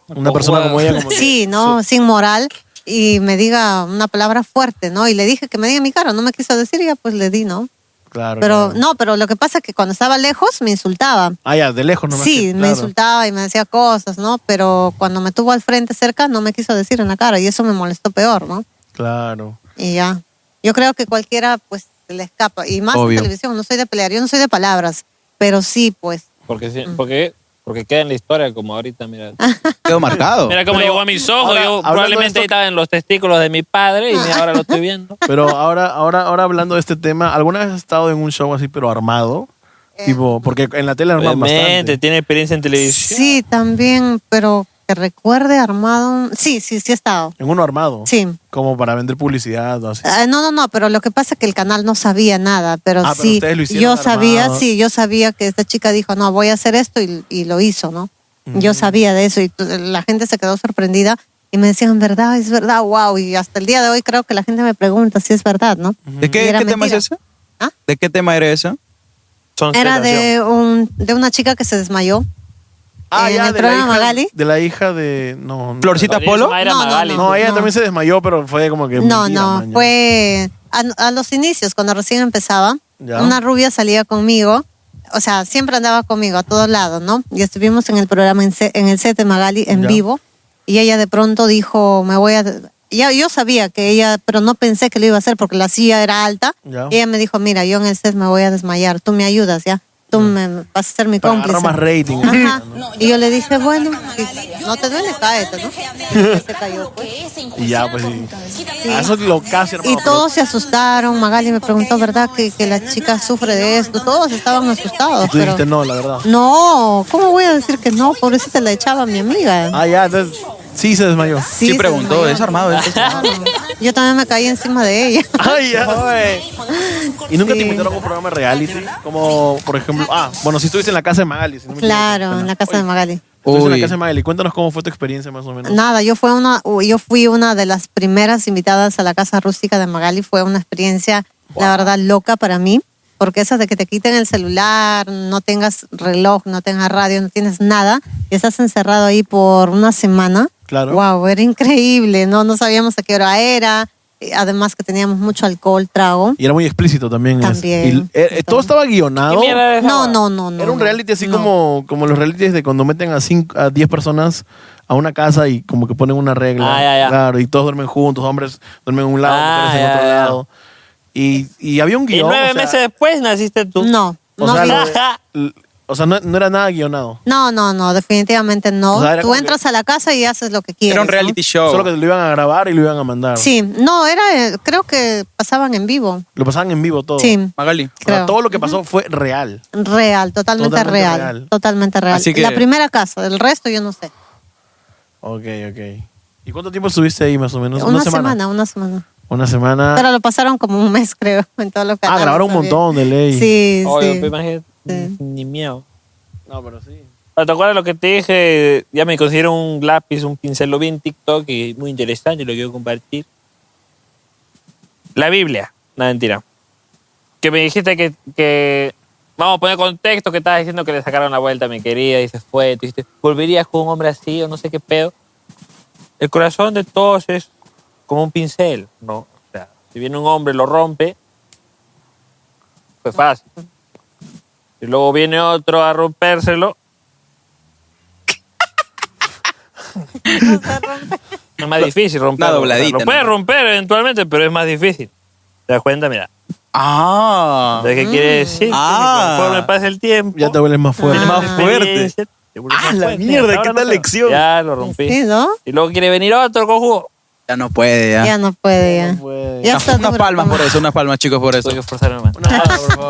B: Una persona como ella, como
H: sí, ¿no? Sin moral y me diga una palabra fuerte, ¿no? Y le dije que me diga en mi cara, no me quiso decir, ya pues le di, ¿no?
B: Claro.
H: Pero
B: claro.
H: no, pero lo que pasa es que cuando estaba lejos me insultaba.
B: Ah, ya, de lejos nomás.
H: Sí,
B: que-
H: me
B: claro.
H: insultaba y me decía cosas, ¿no? Pero cuando me tuvo al frente cerca no me quiso decir en la cara y eso me molestó peor, ¿no?
B: Claro.
H: Y ya. Yo creo que cualquiera, pues, se le escapa. Y más
D: Obvio.
H: en televisión, no soy de pelear, yo no soy de palabras, pero sí, pues.
D: Porque, sí- porque, porque queda en la historia como ahorita, mira.
C: Quedó marcado.
D: Mira cómo
B: Pero
D: llegó a mis ojos.
B: ahora,
D: yo
B: hablando de
D: probablemente
B: esto-
D: estaba en los testículos de mi padre y
H: Ah.
D: mira, ahora lo estoy viendo.
B: Pero ahora, ahora, ahora hablando de este tema, ¿alguna vez has estado en un show así, pero armado?
H: Eh.
B: Tipo, porque en la tele arman bastante.
D: Obviamente, tiene experiencia en televisión.
H: Sí, también, pero que recuerde armado. Sí, sí, sí he estado.
B: En uno armado.
H: Sí.
B: Como para vender publicidad o así.
H: Ah, no, no, no, pero lo que pasa es que el canal no sabía nada, pero
B: Ah, pero
H: sí,
B: ustedes lo hicieron
H: yo
B: armado.
H: sabía, sí, yo sabía que esta chica dijo, no, voy a hacer esto y, y lo hizo, ¿no? Yo sabía de eso y t- la gente se quedó sorprendida y me decían, ¿verdad? Es verdad, wow. Y hasta el día de hoy creo que la gente me pregunta si es verdad, ¿no?
C: ¿De qué,
H: Y era
C: qué tema es
H: mentira. ¿Ah?
C: ese? ¿De qué tema era ese?
H: Era de, un, de una chica que se desmayó
B: Ah,
H: eh, en
B: ya,
H: el
B: de la,
H: programa
B: hija,
H: Magali.
B: de la hija de. No, no.
C: ¿Florcita Polo? Mayra
H: No, no,
D: Ah,
H: Magali.
B: No,
H: no,
B: ella
H: no.
B: también se desmayó, pero fue como que.
H: No,
B: mentira,
H: no,
B: man, ya.
H: fue a, a los inicios, cuando recién empezaba.
B: Ya.
H: Una rubia salía conmigo, o sea, siempre andaba conmigo a todos lados, ¿no? Y estuvimos en el programa, en, se- en el set de Magali, en
B: Ya.
H: vivo, y ella de pronto dijo, me voy a... Ya, yo sabía que ella, pero no pensé que lo iba a hacer porque la silla era alta.
B: Ya.
H: Y ella me dijo, mira, yo en el set me voy a desmayar, tú me ayudas, ¿ya? Tú me vas a ser mi
B: Para
H: cómplice.
B: agarrar más rating.
H: Ajá. Y yo le dije, bueno, no te duele, cállate, ¿no? Y se cayó, pues.
B: Y ya, pues sí. Ah, Eso es lo casi, hermano.
H: Y todos se asustaron. Magali me preguntó, ¿verdad? Que, que la chica sufre de esto. Todos estaban asustados.
B: Tú dijiste
H: pero-
B: no, la verdad.
H: No, ¿cómo voy a decir que no? Por eso te la echaba a mi amiga.
B: Ah, ya, entonces. Sí, se desmayó.
H: Sí, se preguntó, desmayó. ¿es
C: armado
H: Yo también me caí encima de ella.
B: Ay, ya, güey. ¿Y nunca
H: Sí.
B: te invitaron a un programa de reality? Como, por ejemplo, ah, bueno, si estuviste en la casa de Magali. Si no me equivoco.
H: Claro, en la casa de Magali.
B: Estuviste en la
C: Uy.
B: casa de Magali. Cuéntanos cómo fue tu experiencia, más o menos.
H: Nada, yo fui, una, yo fui una de las primeras invitadas a la casa rústica de Magali. Fue una experiencia, la verdad, loca para mí. Porque eso de que te quiten el celular, no tengas reloj, no tengas radio, no tienes nada, y estás encerrado ahí por una semana.
B: Claro.
H: Wow, era increíble, ¿no? No sabíamos a qué hora era. y Además que teníamos mucho alcohol, trago.
B: Y era muy explícito también. es-
H: También.
B: y, eh, eh, todo estaba guionado.
H: No, no, no, no.
B: Era un reality así como, como los realities de cuando meten a cinco, a 10 personas a una casa y como que ponen una regla.
D: Ah, ya, ya.
B: Claro, y todos duermen juntos, hombres duermen en un lado,
D: Ah,
B: mujeres en
D: ya,
B: otro
D: ya.
B: lado. Y, y había un
D: Y
B: guión.
D: nueve
B: o sea,
D: meses después naciste tú.
H: No,
B: O
H: no,
B: sea,
H: vi-
B: lo de- o sea, no, no era nada guionado.
H: no, no, no, definitivamente no.
B: O sea, era
H: Tú
B: como
H: entras a la casa y haces lo que quieres. ¿no?
B: show. Solo que lo iban a grabar y lo iban a mandar.
H: Sí, no, era, eh, creo que pasaban en vivo.
B: Lo pasaban en vivo todo.
H: Sí.
C: Magali.
B: O sea,
H: Creo.
B: todo lo que pasó fue real.
H: Real, totalmente,
B: Totalmente
H: real,
B: real.
H: Totalmente real.
B: Así que-
H: La primera casa, el resto yo no sé.
B: Ok, ok. ¿Y cuánto tiempo estuviste ahí más o menos?
H: una, semana? una semana.
B: Una semana.
H: Pero lo pasaron como un mes, creo, en todos los
B: ah,
H: canales.
B: grabaron un
H: también.
B: montón de ley.
H: Sí,
D: Obvio,
H: sí.
D: pero imagínate, Ni miedo.
B: No, pero sí.
D: ¿Te acuerdas lo que te dije? Ya me consiguieron un lápiz, un pincel, lo vi en TikTok y muy interesante, lo quiero compartir. La Biblia, no mentira. Que me dijiste que, que- vamos a poner contexto, que estabas diciendo que le sacaron la vuelta a mi querida y se fue. Tú dijiste, ¿volverías con un hombre así o no sé qué pedo? El corazón de todos es como un pincel, ¿no? O sea, si viene un hombre, lo rompe, fue fácil. Y luego viene otro a rompérselo, Es más difícil romper.
C: Una dobladita,
D: Lo puedes
C: ¿no?
D: romper eventualmente, pero es más difícil. ¿Te das cuenta? Mira.
C: Ah.
D: ¿Sabes qué quiere decir?
C: Ah.
D: Que Conforme pasa el tiempo.
B: Ya te vuelves
H: Ah,
B: más fuerte.
D: tienes
C: más
D: experiencia, te vuelves
C: Ah,
D: más
C: la
D: fuerte.
C: mierda,
D: Hasta
C: qué
D: ahora
C: tal
D: no te-
C: lección.
D: Ya lo rompí.
H: Sí, ¿no?
D: Y luego quiere venir otro conjugo.
C: Ya no puede, ya.
H: Ya no puede, ya. Ya está
C: unas
H: duro.
C: palmas por eso, unas palmas, chicos, por eso.
B: Nada, por favor,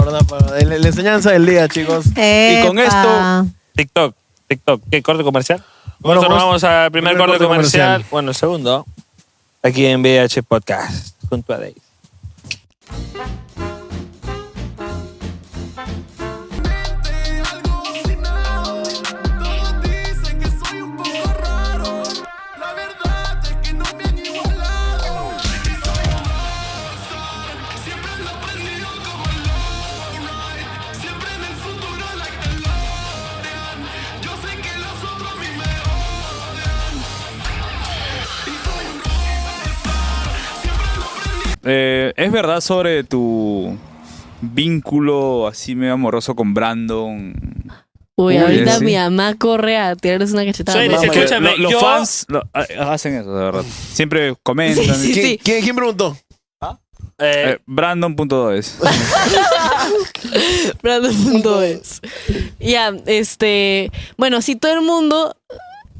B: nada, por favor. La, la enseñanza del día, chicos.
H: Eh,
C: Y con
H: Epa.
D: TikTok. TikTok. ¿Qué corte comercial?
B: Bueno,
D: Bueno, Nosotros
B: vamos-
D: vamos al primer,
B: primer
D: corte
B: corte
D: comercial.
B: comercial.
D: Bueno, el segundo. Aquí en VH Podcast. Junto a Dave.
G: Eh, ¿Es verdad sobre tu vínculo así medio amoroso con Brandon?
O: Uy,
G: Uy,
O: ahorita
G: sí.
O: mi mamá corre a tirarles una cachetada.
G: Mamá,
O: Mamá,
G: lo- los fans lo- ha- hacen eso, de verdad. Siempre comentan.
O: Sí, sí,
G: ¿Quién-
O: sí.
B: ¿Quién, quién preguntó?
G: Eh, Brandon.es.
O: Brandon.es. Ya, este. Bueno, sí, todo el mundo.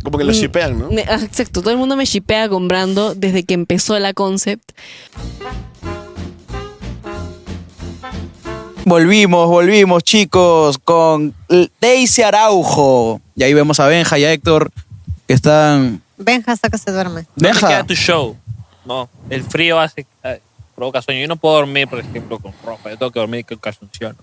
B: Como que lo
O: Mm,
B: shipean, ¿no?
O: me- ah, Exacto, todo el mundo me shipea con Brando desde que empezó la concept.
C: Volvimos, volvimos, chicos, con L- Daisy Araujo. Y ahí vemos a Benja y a Héctor, que están.
H: Benja hasta que se duerme.
D: ¿Dónde
C: Benja.
D: queda tu show? No, el frío hace, eh, provoca sueño. Yo no puedo dormir, por ejemplo, con ropa. Yo tengo que dormir con calzoncillo.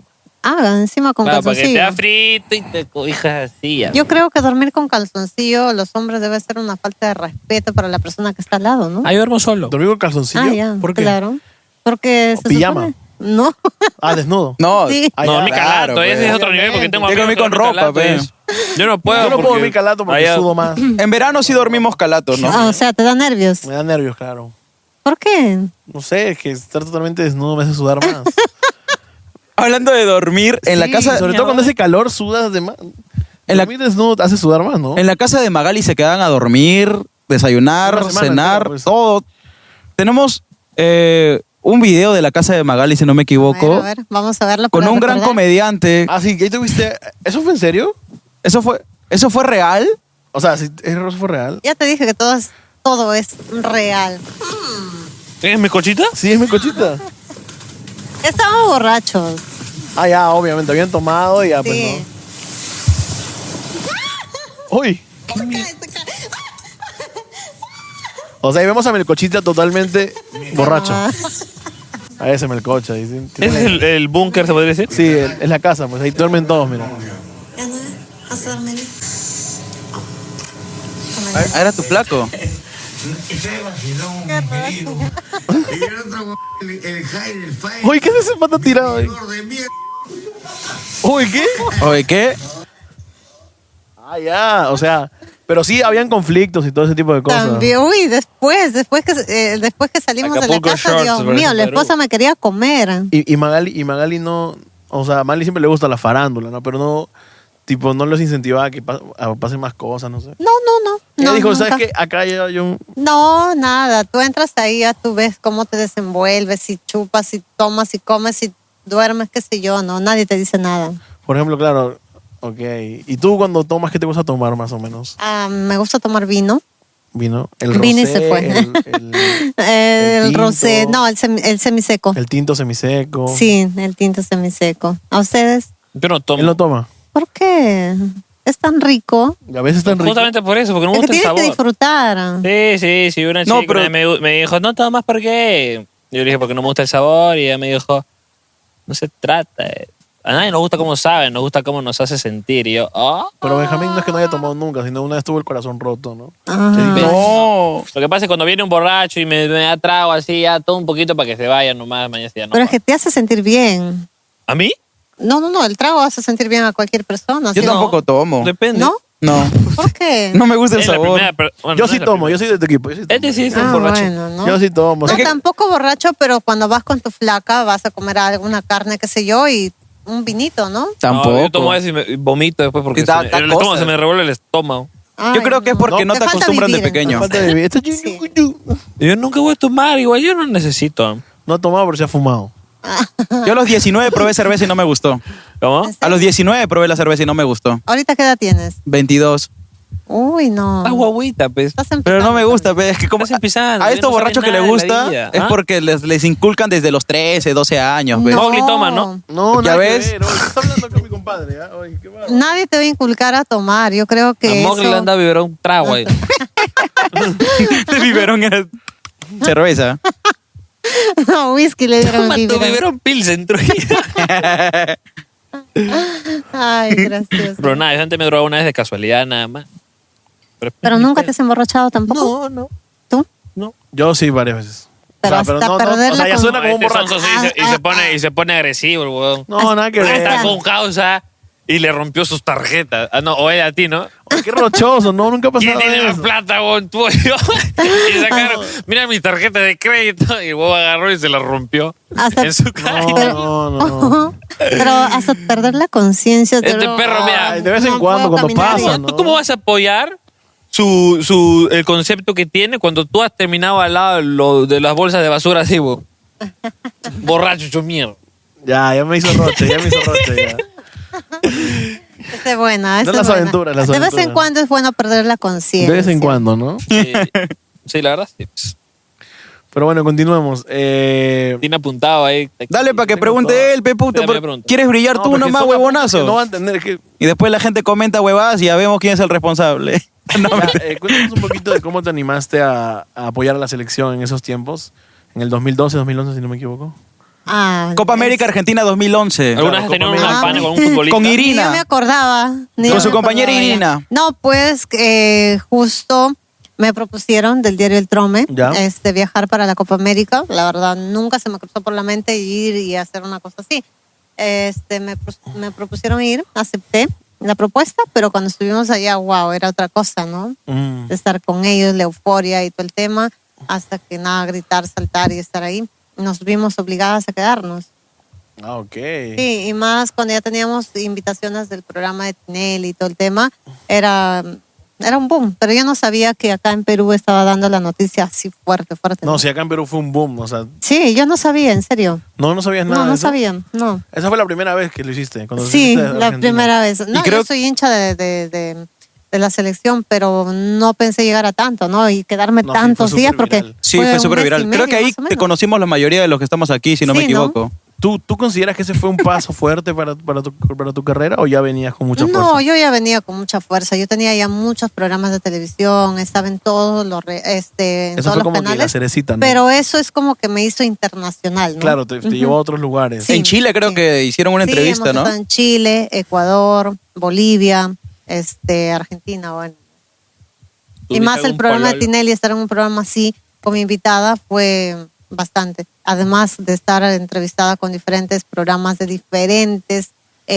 H: Ah, encima con
D: Claro, para que te
H: calzoncillo.
D: da frito y te cobijas así. ya.
H: Yo creo que dormir con calzoncillo, los hombres, debe ser una falta de respeto para la persona que está al lado, ¿no?
D: Ah, yo duermo solo.
B: ¿Dormí con calzoncillo?
H: Ah, ya,
B: ¿Por qué?
H: claro. Porque se
B: pijama?
H: supone- No,
B: Ah, desnudo.
C: No, pues.
H: Sí.
B: Ah,
D: no,
B: ya.
D: mi calato, ese es otro nivel porque pues. tengo
C: Yo dormí
D: amigos que
C: con
D: duermen
C: ropa,
D: calato,
C: pe.
D: es- pues. Yo no puedo.
B: Yo no puedo
D: porque
B: dormir calato porque
D: allá-
B: sudo más.
C: En verano sí dormimos calatos, Pues ¿no?
H: Ah, o sea, te da nervios.
B: Me da nervios, claro.
H: ¿Por qué?
B: No sé, es que estar totalmente desnudo me hace sudar más.
C: Hablando de dormir, en la
B: Sí,
C: casa.
B: Sobre todo cuando hace calor, sudas de más.
C: En la-
B: Dormir desnudo te hace sudar más, ¿no?
C: En la casa de Magali se quedan a dormir, desayunar,
B: Una semana
C: cenar,
B: entera, pues.
C: todo. Tenemos eh, un video de la casa de Magali, si no me equivoco,
H: A ver, vamos a verlo.
C: con
H: para
C: un gran
H: recordar.
C: comediante.
B: Ah, sí, ahí tuviste. ¿Eso fue en serio?
C: Eso fue, eso fue real.
B: O sea, si eso fue real.
H: Ya te dije que todo es, todo es real.
D: ¿Tienes mi cochita?
B: Sí, es mi cochita.
H: Estábamos borrachos.
B: Ah, ya, obviamente. Habían tomado y ya,
H: sí.
B: pues no. Uy. O sea, ahí vemos a Melcochita totalmente borracho.
H: Ah.
B: A ese Melcocha. y sí,
D: Ese es
B: tiene-
D: el, el búnker, se podría decir.
B: Sí, el- es la casa, pues ahí duermen todos, mira.
C: Ah, Era tu flaco.
K: Y el otro, el, el Jaime, el Fae,
B: Uy, ¿qué es ese pata tirado ahí?
K: gordo de mierda.
B: Uy, ¿qué?
C: Oye, ¿qué?
B: Ah, ya, o sea, pero sí habían conflictos y todo ese tipo de cosas.
H: También, uy, después, después que, eh, después que salimos
B: Acapulco
H: de la casa,
B: Shorts
H: Dios
B: versus
H: mío, la
B: Perú.
H: esposa me quería comer.
B: Y, y Magali, y Magali no, o sea, a Magali siempre le gusta la farándula, ¿no? Pero no, tipo, no los incentivaba a que pa- a- pasen más cosas, no sé.
H: No, no, no.
B: Ella
H: no,
B: dijo,
H: nunca.
B: ¿sabes qué? Acá ya hay un...
H: No, nada. Tú entras ahí, ya tú ves cómo te desenvuelves, si chupas, si tomas, si comes, si duermes, qué sé yo, no. Nadie te dice nada.
B: Por ejemplo, claro, ok. ¿Y tú cuando tomas, qué te gusta tomar más o menos?
H: Ah, me gusta tomar vino.
B: Vino, el
H: Vino y
B: rosé,
H: se fue.
B: el,
H: Eh, El,
B: tinto.
H: rosé, no, el, semi- el semiseco.
B: el tinto semiseco.
H: Sí, el tinto semiseco. ¿A ustedes?
D: Yo no tomo.
B: Él no toma.
H: ¿Por qué? Es tan rico.
B: Y a veces es tan rico.
D: Justamente por eso, porque no me
H: Es que
D: gusta el
H: tienes que
D: sabor.
H: disfrutar.
D: Sí, sí, sí. Una chica
H: No, pero-
D: una vez me, me dijo, no tomas por qué. Yo le dije, porque no me gusta el sabor. Y ella me dijo, no se trata. eh. A nadie nos gusta cómo saben, nos gusta cómo nos hace sentir. Y yo, ah.
B: Pero Benjamín no es que no haya tomado nunca, sino una vez tuvo el corazón roto, ¿no?
D: No. Lo que pasa es cuando viene un borracho y me, me da trago así, ya todo un poquito para que se vaya nomás, mañana sí ya no.
H: Pero es que te hace sentir bien.
D: ¿A mí?
H: No, no, no, el trago hace sentir bien a cualquier persona.
C: Yo
H: ¿sí?
C: tampoco tomo.
D: Depende.
H: ¿No?
C: No.
H: ¿Por qué?
C: No me gusta el
D: Es la
C: sabor.
D: primera, pero- bueno,
B: yo
D: no
B: sí
D: es la
B: tomo, yo soy de tu equipo. Yo sí tomo.
D: Este sí es un
H: Ah,
D: borracho.
H: bueno, ¿no?
B: Yo sí tomo.
H: No, tampoco borracho, pero cuando vas con tu flaca vas a comer alguna carne, qué sé yo, y un vinito, ¿no?
D: No, yo tomo eso y me- y vomito después porque
C: Y da-
D: se me-
C: da
D: el estómago
C: cosas.
D: se me revuelve el estómago.
H: Ay,
C: yo creo que es porque
H: no.
C: no,
H: Te
C: te
H: falta
C: acostumbran de
H: vivir,
C: pequeño.
B: Falta de vida. Este chico-
D: Yo nunca voy a tomar, igual yo no necesito.
B: No ha tomado, pero se ha fumado.
H: Ah,
C: Yo a los 19 probé cerveza y no me gustó.
D: ¿Cómo?
C: A los 19 probé la cerveza y no me gustó.
H: ¿Ahorita qué edad tienes?
C: 22.
H: Uy, no.
D: Estás guaguita, pues.
C: Pero no me gusta, pe, es que como a
D: ya no
C: estos
D: sabes
C: borrachos que
D: nada
C: les
D: de la
C: gusta
D: vida,
C: es
D: ¿ah?
C: porque les, les inculcan desde los 13, 12 años. pues. pe.
D: Pues, Mowgli toma, ¿no?
B: No,
C: ¿Ya
B: nada que
C: ves?
B: ver, oye, está hablando con mi compadre, ¿ah? Oye, qué bárbaro.
H: Nadie te va a inculcar a tomar. Yo creo
D: A
H: que
D: Mowgli le
H: eso...
D: anda a beber un trago ahí.
C: De biberón era cerveza.
H: whisky le dieron
D: Toma tu
H: vibra.
D: biberón pilsen,
H: Ay, gracioso.
D: Pero nada, yo antes me drogaba una vez de casualidad nada más.
H: Pero nunca te has emborrachado tampoco.
D: No, no.
B: Yo sí, varias veces.
H: Pero hasta perder
B: O sea,
H: la
B: ya
H: con-
B: suena como un
D: Este
B: borracho.
D: sonso sí se- y, se pone, y se pone agresivo el huevón.
B: ah, No, nada que ver.
D: Está con causa y le rompió sus tarjetas. Ah, no, o era a ti, ¿no?
B: Oye, Qué rochoso, no, Ah. nunca ha
D: ¿Quién
B: pasado
D: tiene más
B: eso.
D: plata, huevón? Tú o yo. y sacaron, mira mi tarjeta de crédito. Y el huevón agarró y se la rompió.
H: Hasta-
D: en su cara.
B: No, no, no.
H: Pero hasta perder la conciencia. te
D: Este
H: lo-
D: perro, mira.
B: Ay, de vez en
H: No
B: cuando,
H: puedo
B: cuando
H: caminar
B: pasa,
H: bien.
B: ¿no?
D: ¿Tú cómo vas a apoyar su, su, el concepto que tiene cuando tú has terminado al lado de lo- de las bolsas de basura así, bo? Borracho, yo mierda.
B: Ya, ya me hizo roche, ya me hizo roche. ya.
H: Esta es buena.
B: No,
H: esta es
B: las
H: buena.
B: aventuras, las
H: De vez
B: aventuras.
H: en cuando es bueno perder la
B: De
H: conciencia.
B: vez en cuando, ¿no?
D: Sí, sí, la verdad, sí. pues, Pss,
B: Pero bueno, continuemos. Eh,
D: Tiene apuntado ahí.
C: Dale para que pregunte él, pe puta,
D: Dale,
C: por-
D: me pregunta.
C: ¿Quieres brillar
B: no,
C: tú
B: pero es que
C: nomás,
B: son las preguntas que
C: huevonazo?
B: No va a entender. es que-
C: Y después la gente comenta huevadas y ya vemos quién es el responsable. No,
B: Ya, eh, cuéntanos un poquito de cómo te animaste a, a apoyar a la selección en esos tiempos. En el 2012, 2011, si no me equivoco.
H: Ah,
C: Copa
H: es-
C: América Argentina 2011.
D: ¿Alguna vez has tenido un
H: América.
D: campana con un futbolista?
C: Ah, Con
H: Ni yo me
C: Irina.
H: acordaba. ni
C: Con
H: yo
C: su
H: me
C: compañera
H: acordaba ya.
C: Irina.
H: No, pues eh, justo me propusieron del diario El Trome
B: Ya.
H: este, viajar para la Copa América. La verdad, nunca se me cruzó por la mente ir y hacer una cosa así. Este, me, pros- me propusieron ir, acepté la propuesta, pero cuando estuvimos allá, wow, era otra cosa, ¿no?
B: Mm.
H: de estar con ellos, la euforia y todo el tema, hasta que nada, gritar, saltar y estar ahí. Nos vimos obligadas a quedarnos.
B: Ah, ok.
H: Sí, y más cuando ya teníamos invitaciones del programa de Tinelli y todo el tema, era, era un boom. Pero yo no sabía que acá en Perú estaba dando la noticia así fuerte, fuerte.
B: No, si acá en Perú fue un boom. O sea,
H: Sí, yo no sabía, en serio.
B: no, no sabías nada.
H: No, no
B: de eso.
H: sabía, no.
B: Esa fue la primera vez que lo hiciste. cuando
H: Sí,
B: hiciste a
H: la
B: Argentina.
H: primera vez. No,
C: creo-
H: yo soy hincha de, de- de- de la selección, pero no pensé llegar a tanto, ¿no? Y quedarme
B: No, sí, fue
H: tantos días
B: superviral.
H: porque.
C: Sí, fue
H: un
C: súper
H: mes y
C: viral. Creo
H: medio,
C: que ahí
H: más o
C: te
H: menos.
C: conocimos la mayoría de los que estamos aquí, si no me
H: Sí, ¿no?
C: equivoco.
B: ¿Tú, ¿Tú consideras que ese fue un paso fuerte para, para, tu, para tu carrera o ya venías con mucha
H: No,
B: fuerza?
H: yo ya venía con mucha fuerza. Yo tenía ya muchos programas de televisión, estaba en todos los, re- este, en
B: Eso
H: todos
B: fue
H: los
B: como que la
H: canales.
B: cerecita, ¿no?
H: Pero eso es como que me hizo internacional, ¿no?
B: claro, te, te
H: Ujú.
B: llevó a otros lugares.
H: Sí.
C: en Chile creo que hicieron una
H: Sí,
C: entrevista,
H: hemos
C: ¿no?
H: estado en Chile, Ecuador, Bolivia, este, Argentina, bueno. Y
D: ¿Tuviste
H: más el
D: algún
H: programa de
D: pololo?
H: Tinelli, estar en un programa así como invitada fue bastante. Además de estar entrevistada con diferentes programas de diferentes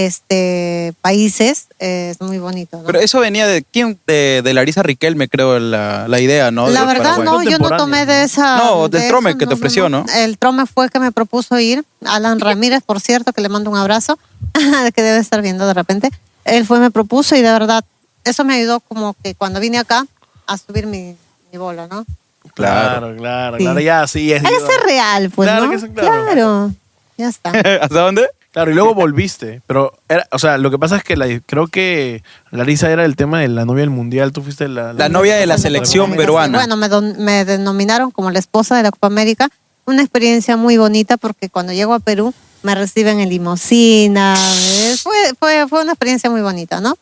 H: este, países, eh, es muy bonito. ¿no?
C: Pero eso venía de quién, de, de Larisa Riquelme, creo, la, la idea, ¿no?
H: La
C: De
H: verdad,
C: Paraguay.
H: no, yo no tomé de esa.
C: No, del
H: de
C: Trome
H: esa,
C: que te ofreció, ¿no?
H: El Trome fue que me propuso ir. Alan Ramírez, por cierto, que le mando un abrazo, que debe estar viendo de repente. él fue, me propuso y de verdad, eso me ayudó como que cuando vine acá a subir mi, mi bola, ¿no?
B: Claro, claro,
H: Sí.
B: claro, ya así es.
H: Hay que
B: digo.
H: ser real, pues,
B: Claro
H: ¿no?
B: que sí, claro.
H: Claro, ya está.
C: ¿Hasta dónde?
B: Claro, y luego volviste. Pero, era, o sea, lo que pasa es que la- creo que Larisa era el tema de la novia del mundial. Tú fuiste la.
C: La novia de la selección peruana.
H: Bueno, me, don- me denominaron como la esposa de la Copa América. Una experiencia muy bonita porque cuando llego a Perú me reciben en limosina. ¿ves? Fue, fue, fue una experiencia muy bonita, ¿no?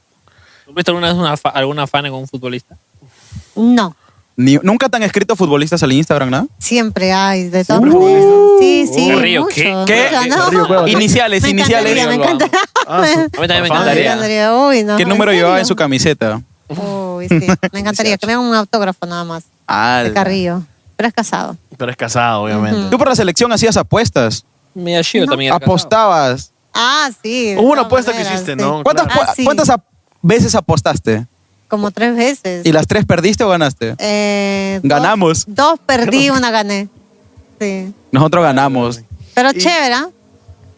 D: ¿Tú viste alguna vez una fa- alguna fan con un futbolista?
H: No,
C: Ni- ¿Nunca te han escrito futbolistas al Instagram, nada?
H: siempre hay, de todas maneras. Sí, sí.
C: Me río, ¿qué?
H: mucho,
C: ¿Qué?
H: mucho, ¿no?
C: Me río, claro. Iniciales,
H: Me
C: iniciales.
H: encantaría, Me encanta.
D: A mí también me
C: Fan.
D: encantaría.
H: Uy, no,
C: ¿Qué
H: ¿en
C: número llevaba en
H: serio?
C: su camiseta?
H: Uy, sí, me encantaría que me hagan un autógrafo nada más.
C: Al-
H: De Carrillo. Pero es casado.
B: Pero es casado, obviamente.
C: Tú por la selección hacías apuestas.
D: Mira, Shiro también era
C: Apostabas.
H: Ah, sí. de
B: Hubo una
H: todas
B: apuesta que
H: maneras,
B: hiciste,
H: sí.
B: ¿no?
C: ¿Cuántas,
H: Claro.
C: pu-
H: Ah, sí.
C: cuántas ap- veces apostaste?
H: Como tres veces.
C: ¿Y las tres perdiste o ganaste?
H: Eh, dos-
C: Ganamos.
H: Dos, perdí, una gané. Sí.
C: Nosotros ganamos.
H: Pero
B: Y-
H: chévere. ¿ah?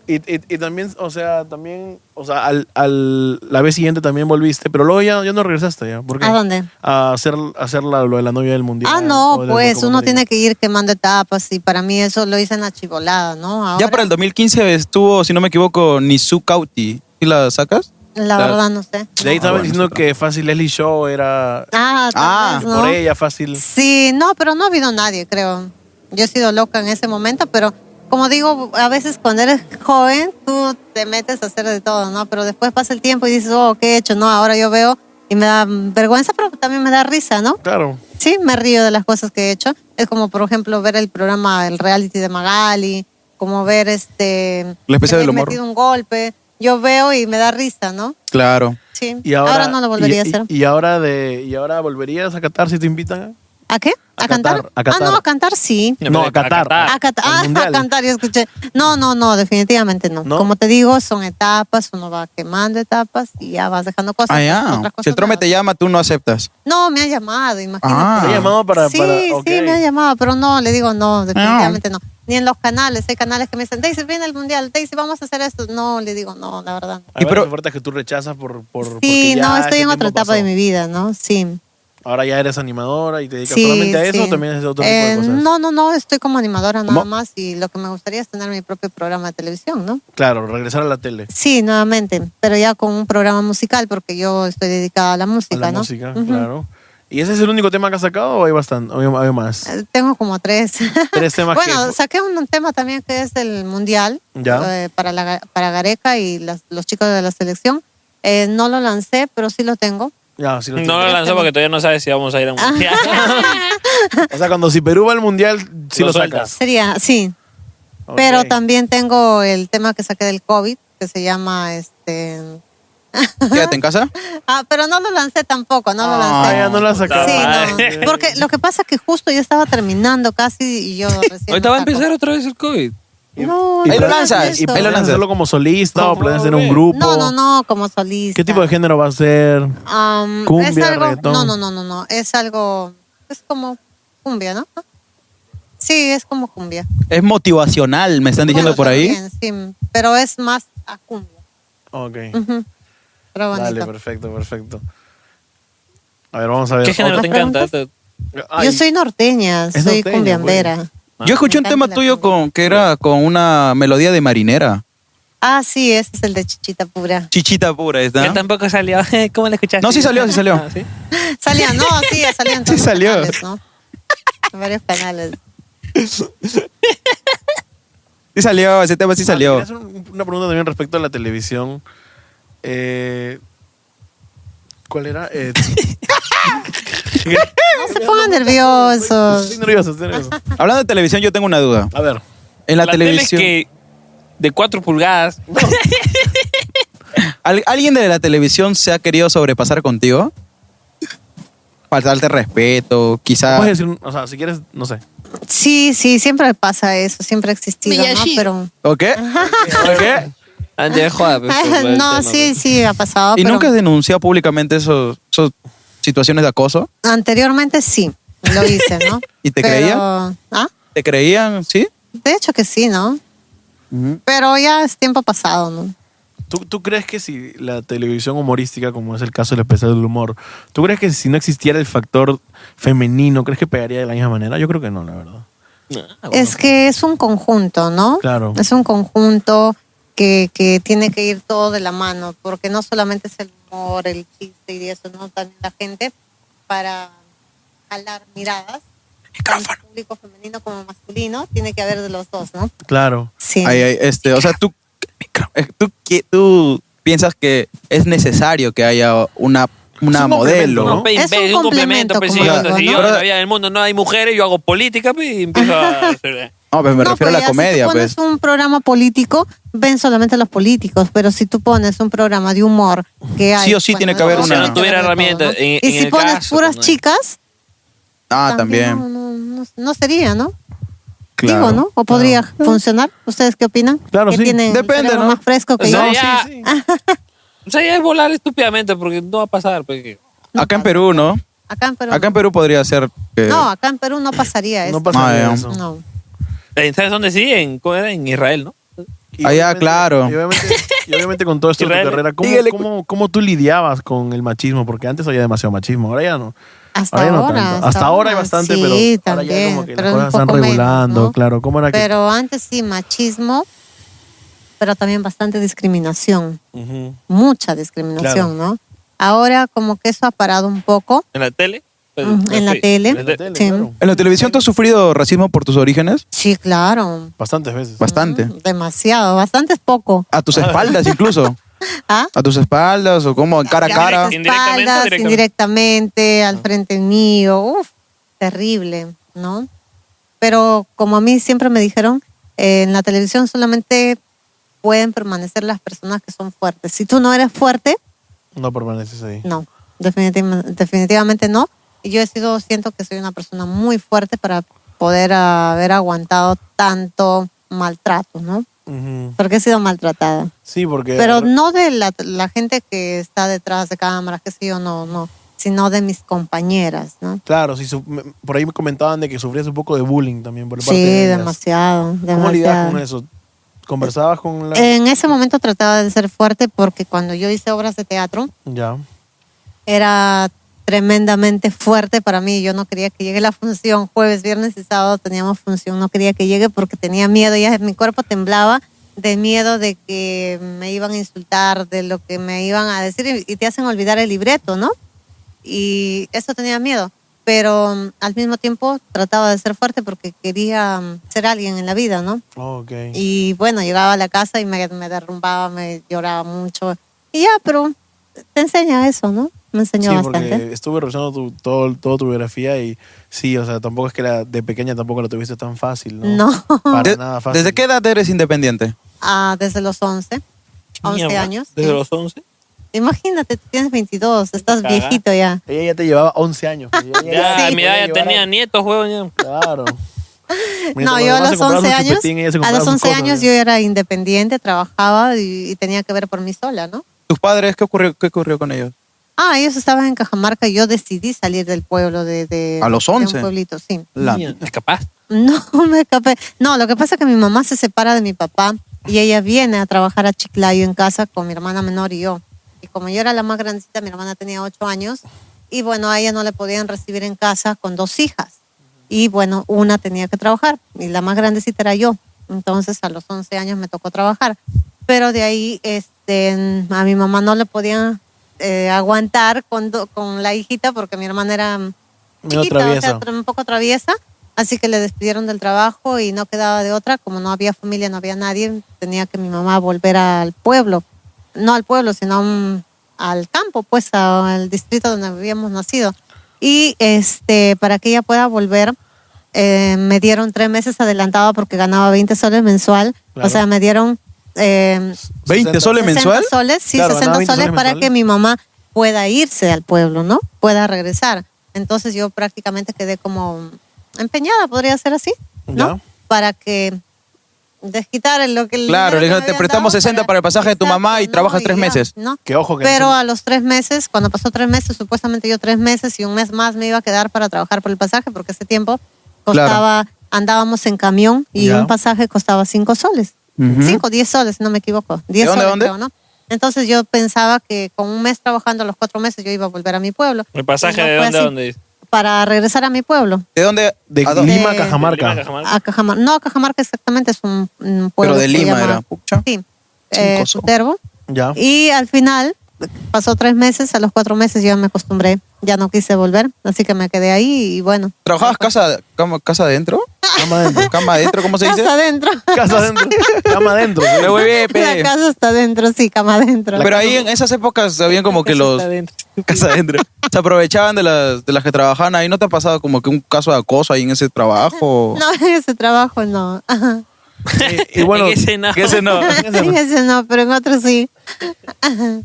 B: Y, y- y también, o sea, también, o sea, al, al- la vez siguiente también volviste, pero luego ya, ya no regresaste, ¿ya? ¿Por qué?
H: ¿A dónde?
B: A hacer, a hacer la- lo de la novia del mundial.
H: Ah, no,
B: o de la
H: pues
B: Copa
H: uno
B: América.
H: tiene que ir quemando etapas y para mí eso lo hice en la chivolada, ¿no? Ahora,
C: Ya para el 2015 estuvo, si no me equivoco, Nisu Kauti. ¿Y la sacas?
H: la verdad no sé.
B: De ahí
C: Ah,
B: estaban diciendo que Fácil Leslie Show era.
H: Ah, tal
B: Ah,
H: vez, ¿no?
B: por ella, pues. Fácil.
H: Sí, no, pero no ha habido nadie, creo. Yo he sido loca en ese momento, pero como digo, a veces cuando eres joven tú te metes a hacer de todo, ¿no? Pero después pasa el tiempo y dices, oh, ¿qué he hecho? No, ahora yo veo y me da vergüenza, pero también me da risa, ¿no?
B: Claro.
H: Sí, me río de las cosas que he hecho. Es como, por ejemplo, ver el programa, el reality de Magali, como ver este...
C: La especial
H: que
C: del
H: me he
C: humor.
H: metido un golpe. Yo veo y me da risa, ¿no?
C: Claro.
H: Sí.
B: Y ahora,
H: no lo volvería
B: y-
H: a hacer.
B: Y, y ahora de, y ahora volverías a Qatar si te invitan.
H: ¿A qué? ¿A,
B: cantar? A
H: Ah,
B: cantar.
H: no, a cantar sí.
B: No, a Qatar.
H: A, cata- ah, a
B: mundial.
H: cantar, yo escuché. No, no, no, definitivamente no. Como te digo, son etapas, uno va quemando etapas y ya vas dejando cosas.
C: Ah, ya.
H: otras
C: Si
H: cosas
C: el trome te llama, tú no aceptas.
H: No, me ha llamado, imagínate.
C: Ah. ¿Te ha llamado para-
H: Sí,
C: para-
H: sí,
C: ok.
H: me ha llamado, pero no, le digo no, definitivamente no. Ni en los canales, hay canales que me dicen, Daisy, viene el mundial, Daisy, vamos a hacer esto. No, le digo no, la verdad. no.
B: Hay pero, ofertas que tú rechazas por. por porque
H: Sí,
B: ya
H: no,
B: ese
H: estoy en
B: tiempo
H: otra etapa
B: pasó.
H: de mi vida, ¿no? Sí.
B: Ahora ya eres animadora y te dedicas
H: Sí,
B: solamente a eso
H: sí.
B: o también es otro
H: Eh,
B: tipo de cosas.
H: No, no, no, estoy como animadora nada
B: ¿Cómo?
H: más y lo que me gustaría es tener mi propio programa de televisión, ¿no?
B: Claro, regresar a la tele.
H: Sí, nuevamente, pero ya con un programa musical porque yo estoy dedicada a la música,
B: a la
H: ¿no?
B: música,
H: Ujú.
B: claro. ¿Y ese es el único tema que has sacado o hay bastante? o Hay, hay más.
H: Eh, Tengo como tres.
B: Tres temas
H: bueno,
B: que-
H: saqué un, tema también que es del Mundial
B: Ya.
H: eh, para, la, ga- para Gareca y las- los chicos de la selección. Eh, no lo lancé, pero sí lo tengo.
B: Ya, sí lo
D: No
B: tengo.
D: lo lanzó porque todavía no sabes si vamos a ir a un mundial.
B: O sea, cuando si Perú va al mundial, sí
D: Lo
B: lo,
D: sueltas.
B: sacas.
H: Sería, sí,
B: Ok.
H: Pero también tengo el tema que saqué del COVID, que se llama este.
C: Quédate en casa.
H: Ah, pero no lo lancé tampoco, no lo
B: Ah,
H: lancé.
B: ya no la sacas.
H: Sí, no. Porque lo que pasa es que justo yo estaba terminando casi y yo recién.
D: Ahorita va a
H: saco.
D: empezar otra vez el COVID.
H: No,
B: ¿Y
H: no
B: planeas-
H: hagas
B: ¿Y
H: eso.
B: planeas hacerlo como solista o planeas hacer un grupo?
H: No, no, no, como solista.
B: ¿Qué tipo de género va a ser?
H: Am,
B: Cumbia,
H: es algo,
B: reggaetón.
H: No, no, no, no, no. Es algo. Es como cumbia, ¿no? Sí, es como cumbia.
C: Es motivacional, me están diciendo
H: Bueno,
C: por ahí.
H: también, sí, pero es más a cumbia.
B: Ok.
H: Ujú. Pero bonito.
B: Dale, perfecto, perfecto. A ver, vamos a ver.
D: ¿Qué género te
B: Otra-
D: encanta?
H: Yo soy norteña,
B: Es
H: soy
B: norteña,
H: cumbiambera.
C: Yo escuché un
H: Me
C: tema
H: encanta la
C: tuyo con, que era con una melodía de marinera.
H: Ah, sí, ese es el de Chichita Pura.
C: Chichita pura, ¿está?
D: tampoco salió. ¿Cómo la escuchaste? Ah,
C: ¿Ah? No, sí salió, sí salió.
H: Salía, no, sí, salía en
C: Sí
H: todos los
C: salió.
H: canales, ¿no? En varios canales.
C: Sí salió, ese tema sí
B: Ah, quería
C: salió.
B: hacer un- una pregunta también respecto a la televisión. Eh, ¿Cuál era? Eh,
H: No se pongan nerviosos.
B: estoy nervioso, estoy nervioso.
C: Hablando de televisión, yo tengo una duda.
B: A ver.
C: En la,
D: La tele
C: televisión.
D: que de 4 pulgadas.
C: ¿Al- ¿Alguien de la televisión se ha querido sobrepasar contigo? Faltarte respeto, quizás.
B: Puedes decir, un- o sea, si quieres, no sé.
H: Sí, sí, siempre pasa eso, siempre ha existido, ¿no?
O: Miyashiro.
H: Pero.
C: ¿O qué? ¿O qué?
D: Antes de joda. pues, por el tema,
H: Ah, no, sí, sí, ha pasado.
C: ¿Y
H: pero
C: nunca has denunciado públicamente esos, esos situaciones de acoso?
H: Anteriormente sí, lo hice, ¿no?
C: ¿Y te
H: Pero-
C: creían?
H: ¿Ah?
C: ¿Te creían? ¿Sí?
H: De hecho que sí, ¿no?
C: Ujú.
H: Pero ya es tiempo pasado, ¿no?
B: ¿Tú, ¿Tú crees que si la televisión humorística, como es el caso del especial del humor, ¿tú crees que si no existiera el factor femenino, crees que pegaría de la misma manera? Yo creo que no, la verdad.
C: Ah,
H: Es que es un conjunto, ¿no?
B: Claro.
H: Es un conjunto que, que tiene que ir todo de la mano, porque no solamente es el humor, el chiste y eso, ¿no? También la gente para jalar miradas. Tanto público femenino como masculino, tiene que haber de los dos, ¿no?
B: Claro.
H: Sí.
C: Ahí, ahí, este, o sea, tú, eh, tú, qui- tú piensas que es necesario que haya una, una modelo.
D: No, pe- pe- un complemento, pe, sí,
C: como
D: Si
C: algo,
D: yo
C: ¿no?
D: en la vida del mundo no hay mujeres, yo hago política pe, y empiezo a hacer- eh.
C: No, pues me
H: No,
C: refiero a
H: pues,
C: la
H: ya, si
C: comedia,
H: tú
C: pues.
H: pones un programa político, ven solamente los políticos, pero si tú pones un programa de humor que hay...
C: Sí o sí tiene que haber
D: O sea,
C: una.
D: no tuviera herramientas. en-
H: Y
D: en
H: si
D: el
H: pones
D: caso,
H: puras
D: ¿no?
H: chicas,
C: Ah, también.
H: no, no, no, no sería, ¿no?
C: Claro.
H: Digo, ¿no? ¿O podría funcionar? ¿Ustedes qué opinan?
C: Claro,
H: ¿Que
C: sí.
H: tienen el
C: Depende,
H: cerebro
C: ¿no?
H: más fresco que
D: O sea,
H: yo?
D: ya- O sea, ya es volar estúpidamente porque no va a pasar. pe, que-
C: Acá en Perú, ¿no?
H: Acá en Perú.
C: Acá en Perú podría ser. que-
H: No, acá en Perú no pasaría eso.
C: pasaría Ah, ya. eso.
H: No.
D: Eh, ¿Sabes dónde sí? En, ¿cómo era? en Israel, ¿no?
C: Allá, claro.
B: Y obviamente, y obviamente con todo esto de tu
D: Israel.
B: carrera, ¿cómo,
D: Dígale,
B: cómo, cómo tú lidiabas con el machismo? Porque antes había demasiado machismo, ahora ya no.
H: Hasta
B: ahora,
H: ahora.
B: ya no tanto. Hasta, ahora hay bastante,
H: sí,
B: pero ahora ya
H: también,
B: como que
H: pero
B: las
H: un
B: cosas están
H: poco menos,
B: regulando,
H: ¿no?
B: claro. ¿Cómo era que
H: Pero antes sí, machismo, pero también bastante discriminación. Mucha discriminación, ¿no? Ahora como que eso ha parado un poco
D: En la tele. pues,
H: mm, en la
D: sí.
H: tele. sí.
C: ¿En la televisión tú has sufrido racismo por tus orígenes?
H: Sí, claro.
B: Bastantes veces.
C: Bastante.
H: Demasiado, bastante es poco.
C: A tus espaldas incluso.
H: ¿Ah?
C: A tus espaldas o como en cara a cara.
H: Las espaldas, indirectamente, al frente mío. Uf, terrible, ¿no? Pero como a mí siempre me dijeron, eh, en la televisión solamente pueden permanecer las personas que son fuertes. Si tú no eres fuerte,
B: no permaneces ahí?
H: no, definitiva- definitivamente no. Y yo he sido, siento que soy una persona muy fuerte para poder ah, haber aguantado tanto maltrato, ¿no?
B: Ujú.
H: Porque he sido maltratada.
B: Sí, porque.
H: Pero no de la, la gente que está detrás de cámaras, qué sé yo, no, no, sino de mis compañeras, ¿no?
B: Claro, sí, su- me- por ahí me comentaban de que sufrías un poco de bullying también por parte
H: Sí,
B: de ellas.
H: demasiado,
B: ¿Cómo lidias con
H: demasiado. Eh,
B: eso? ¿Conversabas con la.?
H: En ese momento trataba de ser fuerte porque cuando yo hice obras de teatro
B: Ya.
H: era tremendamente fuerte para mí. Yo no quería que llegue la función. Jueves, viernes y sábado teníamos función. No quería que llegue porque tenía miedo. Ya mi cuerpo temblaba de miedo de que me iban a insultar, de lo que me iban a decir y- y te hacen olvidar el libreto, ¿no? y eso tenía miedo. Pero mm, al mismo tiempo trataba de ser fuerte porque quería mm, ser alguien en la vida, ¿no?
B: Ok.
H: Y bueno, llegaba a la casa y me, me derrumbaba, me lloraba mucho. Y ya, pero te enseña eso, ¿no? Me enseñó
B: Sí,
H: bastante.
B: porque estuve revisando tu, todo, toda tu biografía y sí, o sea, tampoco es que la, de pequeña tampoco la tuviste tan fácil, ¿no?
H: No.
B: Para
C: De-
B: nada fácil.
C: ¿Desde qué edad eres independiente?
H: Ah, desde los 11, 11
B: Mierda.
H: años. Eh,
D: Desde los 11.
H: Imagínate, tú tienes 22, estás
B: Ajá.
H: viejito ya.
B: Ella ya te llevaba 11 años. pues, ella
D: Ya, a mi edad ya
B: llevar a-
D: tenía nietos, huevón.
B: Claro.
H: No,
B: Mientras
H: yo
B: los
H: a
B: demás se
H: los
B: compraban
H: 11
B: su
H: años,
B: chupetín, ella se
H: a
B: compraba
H: los
B: sus
H: 11
B: cosas,
H: años yo era independiente, trabajaba y- y tenía que ver por mí sola, ¿no?
C: ¿Tus padres qué ocurrió, qué ocurrió con ellos?
H: Ah, ellos estaban en Cajamarca y yo decidí salir del pueblo de... de-
C: ¿A los
H: de
C: 11?
H: un pueblito, sí.
C: La-
D: capaz.
H: No, me escapé. No, lo que pasa es que mi mamá se separa de mi papá y ella viene a trabajar a Chiclayo en casa con mi hermana menor y yo. Y como yo era la más grandecita, mi hermana tenía ocho años y bueno, a ella no le podían recibir en casa con dos hijas. Y bueno, una tenía que trabajar y la más grandecita era yo. Entonces a los 11 años me tocó trabajar. Pero de ahí este, a mi mamá no le podían eh, aguantar con, do- con la hijita porque mi hermana era
B: Medio
H: chiquita, o sea,
B: traviesa.
H: tra- un poco traviesa. Así que le despidieron del trabajo y no quedaba de otra. Como no había familia, no había nadie, tenía que mi mamá volver al pueblo. No al pueblo, sino a un- al campo, pues a- al distrito donde habíamos nacido. Y este, para que ella pueda volver, eh, me dieron tres meses adelantado porque ganaba 20 soles mensual.
C: Claro.
H: O sea, me dieron... eh,
C: 20 soles
H: 60
C: mensual.
H: soles, sí,
C: Claro,
H: 60
C: ganaba 20
H: soles
C: soles
H: para
C: mensuales.
H: que mi mamá pueda irse al pueblo, ¿no? Pueda regresar. Entonces yo prácticamente quedé como empeñada, podría ser así, ¿no?
C: Ya.
H: Para que desquitar lo que... el
C: Claro, le
H: dinero que me
C: dijeron, te
H: habían
C: prestamos 60 para el pasaje de tu mamá y trabajas tres meses.
H: ¿no?
B: Que ojo
H: Pero a los tres meses, cuando pasó tres meses, supuestamente yo tres meses y un mes más me iba a quedar para trabajar por el pasaje, porque ese tiempo costaba, andábamos en camión y
C: Ya.
H: un pasaje costaba cinco soles.
C: Ujú.
H: Cinco, diez soles, si no me equivoco. Diez
C: ¿De dónde,
H: soles,
C: dónde?
H: creo, ¿no? Entonces yo pensaba que con un mes trabajando, los cuatro meses, yo iba a volver a mi pueblo.
D: El pasaje
H: No
D: de
H: fue
D: dónde a
H: así.
D: dónde.
H: Para regresar a mi pueblo.
C: ¿De dónde?
B: De
H: ¿A dónde?
B: Lima,
H: De-
B: Cajamarca.
H: A Cajamarca. No, Cajamarca exactamente es un, un pueblo.
C: Pero de
H: que se
C: Lima
H: llama-
C: era. Pucha. Ah.
H: Sí. Eh,
C: Cincoso.
H: Cutervo.
B: Ya.
H: Y al final, pasó tres meses, a los cuatro meses yo me acostumbré. Ya no quise volver, así que me quedé ahí y bueno.
C: ¿Trabajabas casa, cama, casa adentro?
B: Cama adentro.
C: ¿Cama adentro? ¿Cómo se dice?
H: Casa adentro.
B: Casa adentro. Cama adentro.
C: Me voy bien, pe.
H: La casa está adentro, sí, cama adentro.
C: Pero ahí en esas épocas habían como que los... Casa adentro. Se aprovechaban de las, de las que trabajaban ahí. ¿No te ha pasado como que un caso de acoso ahí en ese trabajo?
H: No, en ese trabajo no. Ajá.
C: Y bueno,
B: que ese no.
H: en ese no, pero en otro sí. Ajá.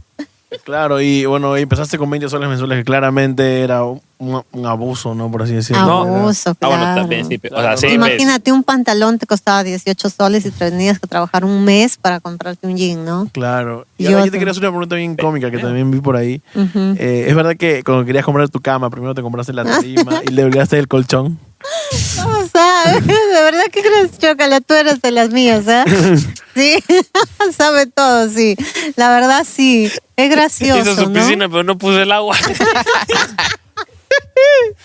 B: Claro, y bueno, y empezaste con 20 soles mensuales, que claramente era un, un abuso, ¿no? Por así decirlo.
H: Abuso,
A: Ah, bueno,
H: claro.
A: también sí. pe- O sea, sí. pues. pe-
H: Imagínate, un pantalón te costaba 18 soles y tenías que trabajar un mes para comprarte un jean, ¿no?
B: Claro. Y ahora yo
H: Yo
B: te
H: también.
B: quería hacer una pregunta bien cómica que también vi por ahí.
H: Ujú.
B: Eh, es verdad que cuando querías comprar tu cama, primero te compraste la tarima y le olvidaste el colchón.
H: O sea, de verdad que eres chocala, tú eres de las mías, ¿eh? Sí, sabe todo, sí. La verdad, sí. Es
D: Hizo
H: gracioso,
D: su
H: ¿no?
D: piscina, pero no puso el agua.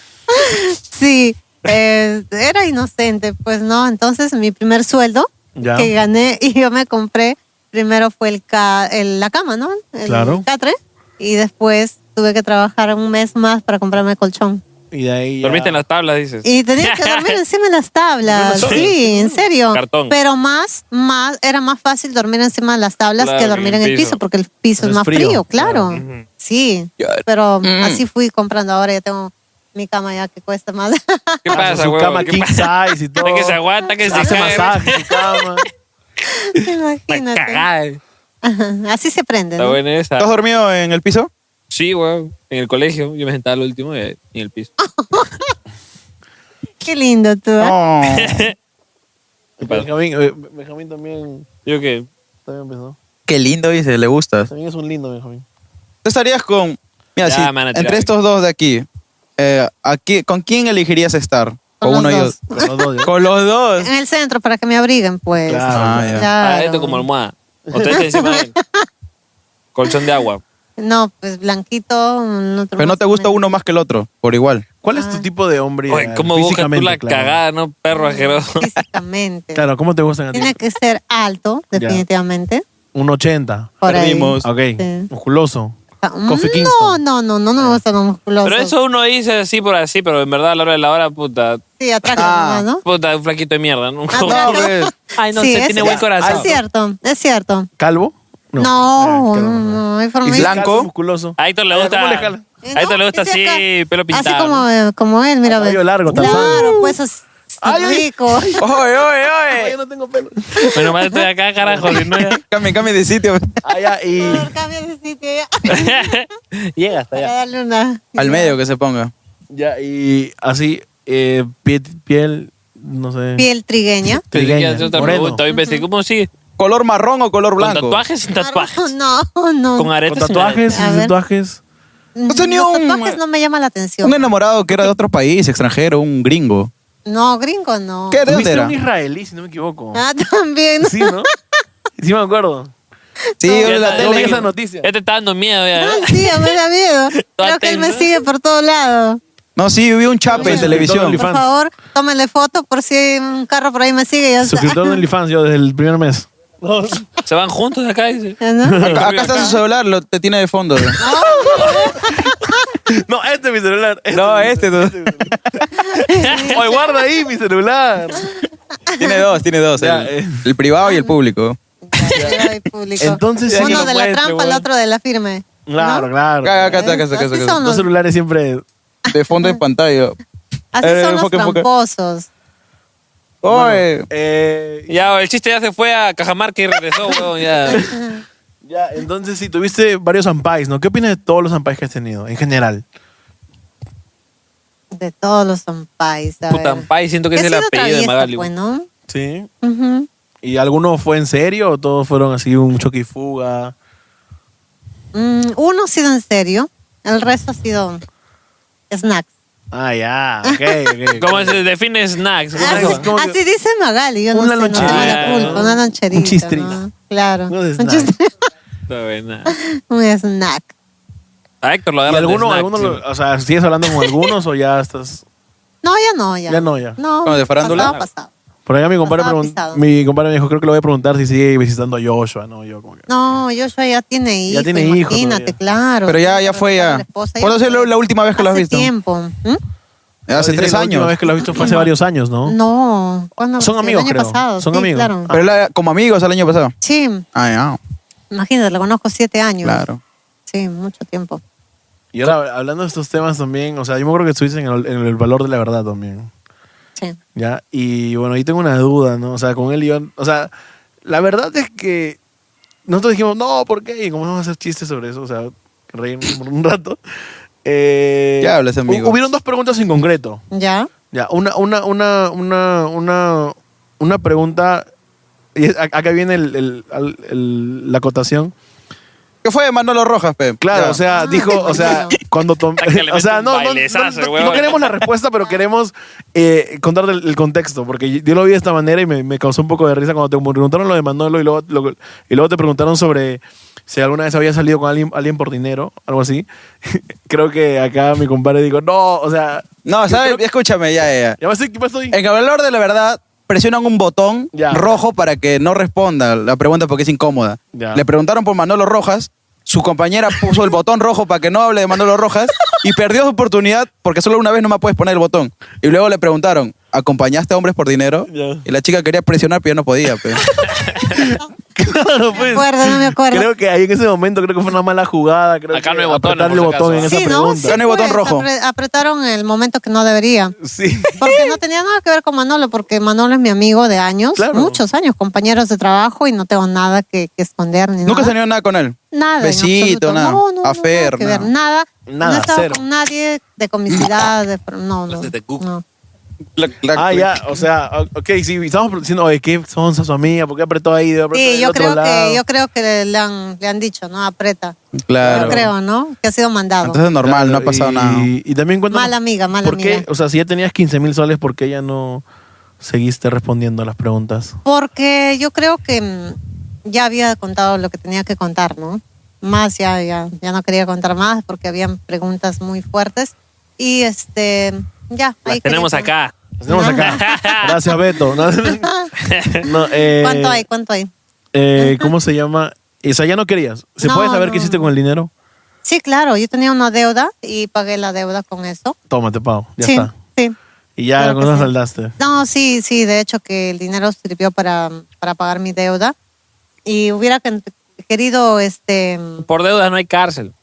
H: Sí, eh, era inocente, pues no. Entonces, mi primer sueldo
B: Ya.
H: que gané y yo me compré, primero fue el ca- el- la cama, ¿no? El
B: Claro.
H: catre. Y después tuve que trabajar un mes más para comprarme el colchón.
B: Y de ahí. ya-
D: Dormiste en las tablas, dices.
H: Y tenía que dormir encima de las tablas.
D: Cartón.
H: Sí, en serio.
D: Cartón.
H: Pero más, más, era más fácil dormir encima de las tablas
D: Claro,
H: que dormir en el piso, porque el piso es,
D: Es
H: más
D: frío,
H: frío, claro. Sí. Pero así fui comprando ahora, ya tengo mi cama ya que cuesta más.
D: ¿Qué pasa,
B: Ah, su
D: huevón?
B: cama
D: ¿Qué
B: king
D: pasa?
B: size y todo.
D: que se aguanta, que se
B: Hace
D: cae.
B: masaje en su cama.
H: Imagínate.
D: Cagada.
H: Ajá, así se prende.
D: Está
H: ¿no?
D: buena esa.
C: ¿Tú has dormido en el piso?
D: Sí, weón. En el colegio. Yo me sentaba al último y en el piso.
H: Ah. Qué lindo tú. ¿eh?
B: Benjamín, eh, Benjamín también,
D: Yo que
B: también empezó.
C: Qué lindo, dice. Le gustas.
B: También es un lindo Benjamín.
C: Tú estarías con... Mira,
D: Ya,
C: si
D: me van a tirar
C: entre
D: aquí.
C: estos dos de aquí, eh, aquí, ¿con quién elegirías estar? Con, uno
H: los Ah,
C: y otro.
B: Con los dos.
C: Con los dos.
H: En el centro para que me abriguen, pues.
C: Claro, Ah, ya.
H: Claro.
D: Ah, esto como almohada. O te echas encima de él. Colchón de agua.
H: No, pues blanquito. un otro
C: Pero no te gusta uno más que el otro, por igual.
B: ¿Cuál es tu tipo de hombre?
D: Oye,
B: eh,
D: ¿cómo buscas tú
B: físicamente,
D: la
B: claro?
D: cagada, no, perro asqueroso?
H: físicamente.
B: Claro, ¿cómo te gustan a ti?
H: Tiene que ser alto,
B: Ya.
H: definitivamente.
B: Un 80.
H: Por ahí. Perdimos.
B: Ok.
H: Sí.
B: Musculoso.
H: Ah,
B: Coffee
H: no,
B: Kingston.
H: no, no, no,
C: Ah.
H: no me gustan los musculosos.
D: Pero eso uno dice así por así, pero en verdad a la hora de la hora, puta.
H: Sí, atraca
C: Ah.
H: nomás, ¿no? Ah,
D: Puta, un flaquito de mierda, ¿no? pues.
H: Atraca.
D: Ay, no,
H: Sí,
D: se
H: es-
D: tiene buen corazón.
H: Es cierto, es cierto.
B: ¿Calvo?
C: Eh,
H: No, no, no, hay forma de-
B: Calvo, musculoso.
D: A Héctor le gusta.
B: ¿cómo le
D: A
B: jala?
H: Eh,
D: Héctor le gusta así, pelo pintado.
H: Así como, eh, como él, mira. ve.
B: Cabello largo, Tarzán.
H: Claro, pues es
B: Ay, ay.
H: rico.
B: Ah,
C: ¡Oye, oye,
B: Ay,
C: oye!
B: yo no tengo pelo.
D: ¿no? Menos mal estoy acá, carajo, si no ya.
C: Cambien, cambien de sitio.
B: Ah, ya, y
H: Cambia de sitio ya,
D: Llega hasta
H: para
D: allá.
H: darle una.
C: Al medio que se ponga.
B: ya, y así, eh, pie- piel, no sé.
H: Piel trigueña.
D: Pensé que iba a
B: trigueña,
D: hacer otra
B: moreno.
D: pregunta. Hoy pensé, ¿cómo sí?
C: ¿Color marrón o color
D: ¿Con
C: blanco?
D: tatuajes sin tatuajes?
H: No, no.
D: ¿Con aretes
B: Con
D: sin aretes?
B: tatuajes,
H: A
B: sin
H: ver.
B: tatuajes.
H: Los
C: tenía un-
H: tatuajes no me llama la atención.
C: Un enamorado que era de otro país, extranjero, un gringo.
H: No, gringo no.
C: ¿Qué? ¿De dónde
B: Tuviste
C: era?
B: un israelí, si no me equivoco.
H: Ah, también.
B: Sí, ¿no? Sí me acuerdo.
C: Sí, yo en
D: Ya
C: la
D: está,
B: No vi
C: tele.
B: esa noticia.
D: Este está dando miedo ya. ¿eh?
H: Ah, Sí, a mí me da miedo. Creo que él me
D: tensa.
H: sigue por todo lado.
C: No, sí, vi un chape en
B: Suscriptor de
C: televisión.
B: OnlyFans.
H: Por favor, tómenle foto por si un carro por ahí me sigue. Ya está.
B: Suscriptor de OnlyFans yo desde el primer mes.
D: Se van juntos de acá, dice.
H: ¿No?
C: Acá, acá está su celular, lo, te tiene de fondo.
B: Ah, No, este es mi celular. Este
C: No, este no.
B: Oye, guarda ahí mi celular.
C: Tiene dos, tiene dos.
B: Ya,
C: El,
B: eh.
C: el privado y el público.
H: Ay, público.
B: Entonces, sí,
H: uno
B: no
H: de la
B: muestre,
H: trampa, el
B: weón.
H: otro de la firme.
B: Claro,
H: ¿No?
B: claro.
C: Acá, acá, acá, acá, acá, acá,
H: Así
C: acá.
H: son
B: Los
H: los,
B: celulares siempre.
C: De fondo de
H: Ah.
C: pantalla.
H: así
C: Eh,
H: son los
C: enfoque, enfoque.
H: tramposos.
C: Oye,
B: Eh,
D: Ya, el chiste ya se fue a Cajamarca y regresó, weón. Ya.
B: ya, entonces sí, tuviste varios ampais, ¿no? ¿Qué opinas de todos los ampais que has tenido en general?
H: De todos los zampais. a
D: Puta
H: ver.
D: Ampay, siento que es
H: He
D: el
H: sido
D: apellido de
H: traviesa,
D: Magali.
H: pues,
D: weón.
H: ¿no?
B: Sí.
H: Ujú.
B: ¿Y alguno fue en serio o todos fueron así un choque y fuga?
H: Mm, uno ha sido en serio, el resto ha sido snacks.
B: Ah, ya, ok, ok.
D: ¿Cómo se define snacks? ¿Cómo se
H: Así,
D: llama?
B: ¿Cómo que-
H: así dice Magali, yo
B: Una
H: no sé, no tengo
B: loncherita,
H: la culpa,
B: ¿no?
H: una loncherita.
B: Un chistrita.
H: ¿no? Claro.
B: Unos
H: Un
B: snacks.
H: chistri-
D: No, buena.
H: Un snack.
D: A Héctor lo
B: ¿Y
D: agarra
B: alguno, alguno lo- o sea, sigues hablando con algunos o ya estás?
H: No, ya no, ya.
B: Ya no, ya.
H: No,
B: ¿Como de farándula?
H: pasado, pasado.
B: Por allá mi compadre,
H: Pasado
B: pregun-
H: pisado.
B: mi compadre me dijo, creo que lo voy a preguntar si sigue visitando a Joshua, ¿no? Yo como que-
H: No, Joshua ya tiene hijo.
B: Ya tiene hijo todavía.
H: Imagínate, claro.
C: Pero ya, ya fue ya.
H: La esposa ya
C: ¿Cuándo es la, la última vez que lo has
H: hace
C: visto?
H: tiempo.
C: Hace
H: ¿Mm?
B: Dice
C: tres
B: que La última
C: años.
B: vez que lo has visto fue hace varios años, ¿no?
H: No. ¿cuándo?
B: Son
H: El
B: amigos,
H: año
B: creo.
H: pasado,
B: Son
H: sí,
B: amigos.
H: Claro.
C: Ah. Pero él era como amigos el año pasado.
H: Sí,
C: Ah, ya.
H: imagínate, lo conozco siete años.
C: Claro.
H: Sí, mucho tiempo.
B: Y ahora, hablando de estos temas también, o sea, yo me acuerdo que estuviste en el, en el valor de la verdad también.
H: Sí.
B: ¿Ya? Y bueno, ahí tengo una duda, ¿no? O sea, con él y yo, o sea, la verdad es que nosotros dijimos, no, ¿por qué? Y cómo vamos a hacer chistes sobre eso, o sea, reírnos por un rato. Eh,
C: Ya hablas,
B: hu-
C: amigo.
B: Hubieron dos preguntas en concreto.
H: ¿Ya?
B: Ya, una, una, una, una, una, una pregunta. Y es- a- acá viene el- el- al- el- la acotación.
C: ¿Qué fue de Manolo Rojas, Pep?
B: Claro,
C: Ya.
B: o sea, dijo, o sea, cuando tom-
C: que le
B: o sea,
C: mete un
B: no, no- no,
C: bailezazo,
B: no-
C: huevón.
B: no queremos la respuesta, pero queremos eh, contarte el, el contexto, porque yo lo vi de esta manera y me, me causó un poco de risa cuando te preguntaron lo de Manolo y luego, lo- y luego te preguntaron sobre si alguna vez había salido con alguien, alguien por dinero, algo así. Creo que acá mi compadre dijo, no, o sea,
C: No, ¿sabes? Escúchame, ya, ya.
B: ya me estoy- ¿qué pasó ahí?
C: En el valor de la verdad, presionan un botón rojo para que no responda la pregunta porque es incómoda.
B: Ya.
C: Le preguntaron por Manolo Rojas, su compañera puso el botón rojo para que no hable de Manolo Rojas y perdió su oportunidad porque solo una vez no me puedes poner el botón. Y luego le preguntaron, ¿acompañaste a hombres por dinero?
B: Ya.
C: Y la chica quería presionar, pero ya no podía. pues. pe.
B: Claro, pues.
H: No me acuerdo, no me acuerdo.
B: Creo que ahí en ese momento creo que fue una mala jugada. Creo
D: Acá
B: que
D: no hay botones,
B: apretarle
D: por si
B: botón en
D: acaso.
B: esa
H: Sí, ¿no?
B: pregunta.
H: Sí, pues, apre- apretaron el momento que no debería.
B: Sí.
H: Porque no tenía nada que ver con Manolo, porque Manolo es mi amigo de años,
C: Claro.
H: muchos años, compañeros de trabajo y no tengo nada que, que esconder ni
C: Nunca
H: nada.
C: se unió nada con él.
H: Nada. en
C: Besito,
H: absoluto.
C: nada.
H: No, no, no,
C: Afer,
H: nada que
C: nada.
H: ver, nada.
C: Nada,
H: no estaba
C: cero.
H: con nadie de comicidad, de, no, no, no.
B: Ah, ya, o sea, o- ok, sí, estamos diciendo, oye, qué son su amiga, ¿por qué apretó ahí? ¿Por qué apretó
H: Sí,
B: del
H: yo
B: otro
H: creo,
B: lado?
H: que, yo creo que le han, le han dicho, ¿no? Aprieta. Yo
C: Claro.
H: creo, ¿no? Que ha sido mandado.
C: Entonces normal, no ha pasado
B: y,
C: nada.
B: Y también cuéntanos,
H: Mala amiga, mala
B: ¿por
H: amiga.
B: qué? O sea, si ya tenías 15 mil soles, ¿por qué ya no seguiste respondiendo a las preguntas?
H: Porque yo creo que mm, ya había contado lo que tenía que contar, ¿no? Más ya, ya, ya no quería contar más porque habían preguntas muy fuertes. Y este, ya. ahí quería
D: Tenemos
H: terminar.
D: acá.
B: Las tenemos acá. Gracias, Beto. No, no, eh,
H: Ah, ¿Cuánto hay? ¿Cuánto hay?
B: eh, ¿Cómo se llama? O sea, ya no querías. ¿Se
H: No,
B: puede saber qué
H: no.
B: hiciste con el dinero?
H: Sí, claro, yo tenía una deuda y pagué la deuda con eso.
B: Tómate, Pau, ya
H: sí,
B: está.
H: sí.
B: Y ya
H: Claro que
B: con eso
H: sí.
B: saldaste.
H: No, sí, sí, de hecho que el dinero sirvió para, para pagar mi deuda y hubiera que- querido, este,
D: Por deudas no hay cárcel.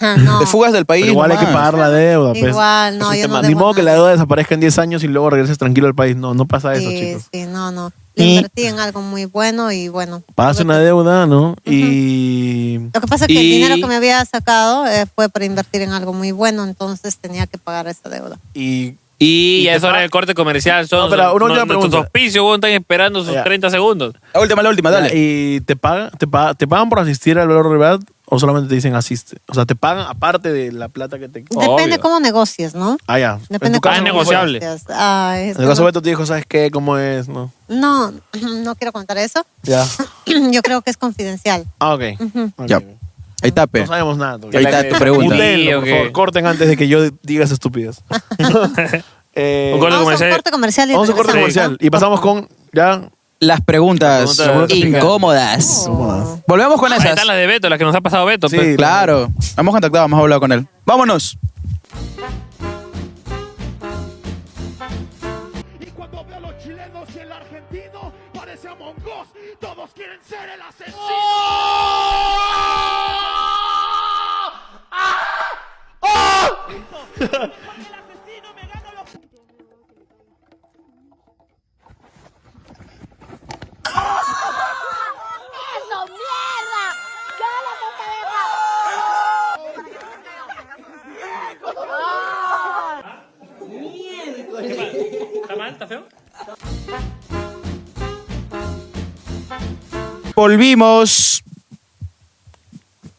H: no,
C: Te fugas del país.
B: Pero igual hay que
C: nomás.
B: pagar la deuda. pues.
H: Igual, no,
B: Es un
H: yo no
B: tema. Ni
H: debo
B: modo que la deuda desaparezca en 10 años y luego regreses tranquilo al país. No, no pasa eso,
H: sí,
B: chicos.
H: sí, no, no, le invertí en algo muy bueno y bueno.
B: Pagas una deuda, ¿no? Y.
H: Lo que pasa es que
B: Y-
H: el dinero que me había sacado eh, fue para invertir en algo muy bueno, entonces tenía que pagar esa deuda.
B: Y.
D: Y, ya es hora del corte comercial. Son
B: No, Ah, pero una
D: no-
B: última
D: nuestros
B: pregunta.
D: auspicios, weón, están esperando sus
B: Ya.
D: 30 segundos.
C: La última, la última, Ah, dale.
B: ¿Y te, pagan te, paga- te pagan por asistir al valor de verdad o solamente te dicen asiste? O sea, te pagan aparte de la plata que te.
H: Depende cómo negocies, ¿no?
B: Ah, ya. En
H: Depende
B: tu caso,
H: cómo
B: ¿cómo
H: negociables.
B: fue?
H: Ay, es
B: En el
H: que
B: caso
H: no-
B: de Beto te dijo, ¿sabes qué? ¿Cómo es? No.
H: No, no quiero contar eso.
B: Ya.
H: Yo creo que es confidencial.
B: Ah, ok.
H: Ujú.
B: Ok.
C: Ya. Ahí está, pe.
B: No sabemos nada. todavía.
C: Ahí está tu pregunta.
B: Mutéenlo, por
D: Sí, ok.
B: favor. Corten antes de que yo diga esas estúpidas. Eh,
D: Un corte
H: Vamos a
D: comercial.
H: un corte comercial y
B: Vamos a un corte
H: regresamos,
B: comercial. Y pasamos con ya.
C: Las preguntas,
B: Las preguntas
C: incómodas. Volvemos con
D: Ahí
C: esas.
D: están las de Beto, las que nos ha pasado Beto. pues. pe.
C: Claro. Hemos contactado, hemos hablado con él. Vámonos.
K: Y cuando veo a los chilenos y el argentino, parece a Mongos. Todos quieren ser el asesino.
P: ¡Eso, mierda! ¡Yo la puta verga!
D: ¿Está mal? ¿Está feo?
C: Volvimos.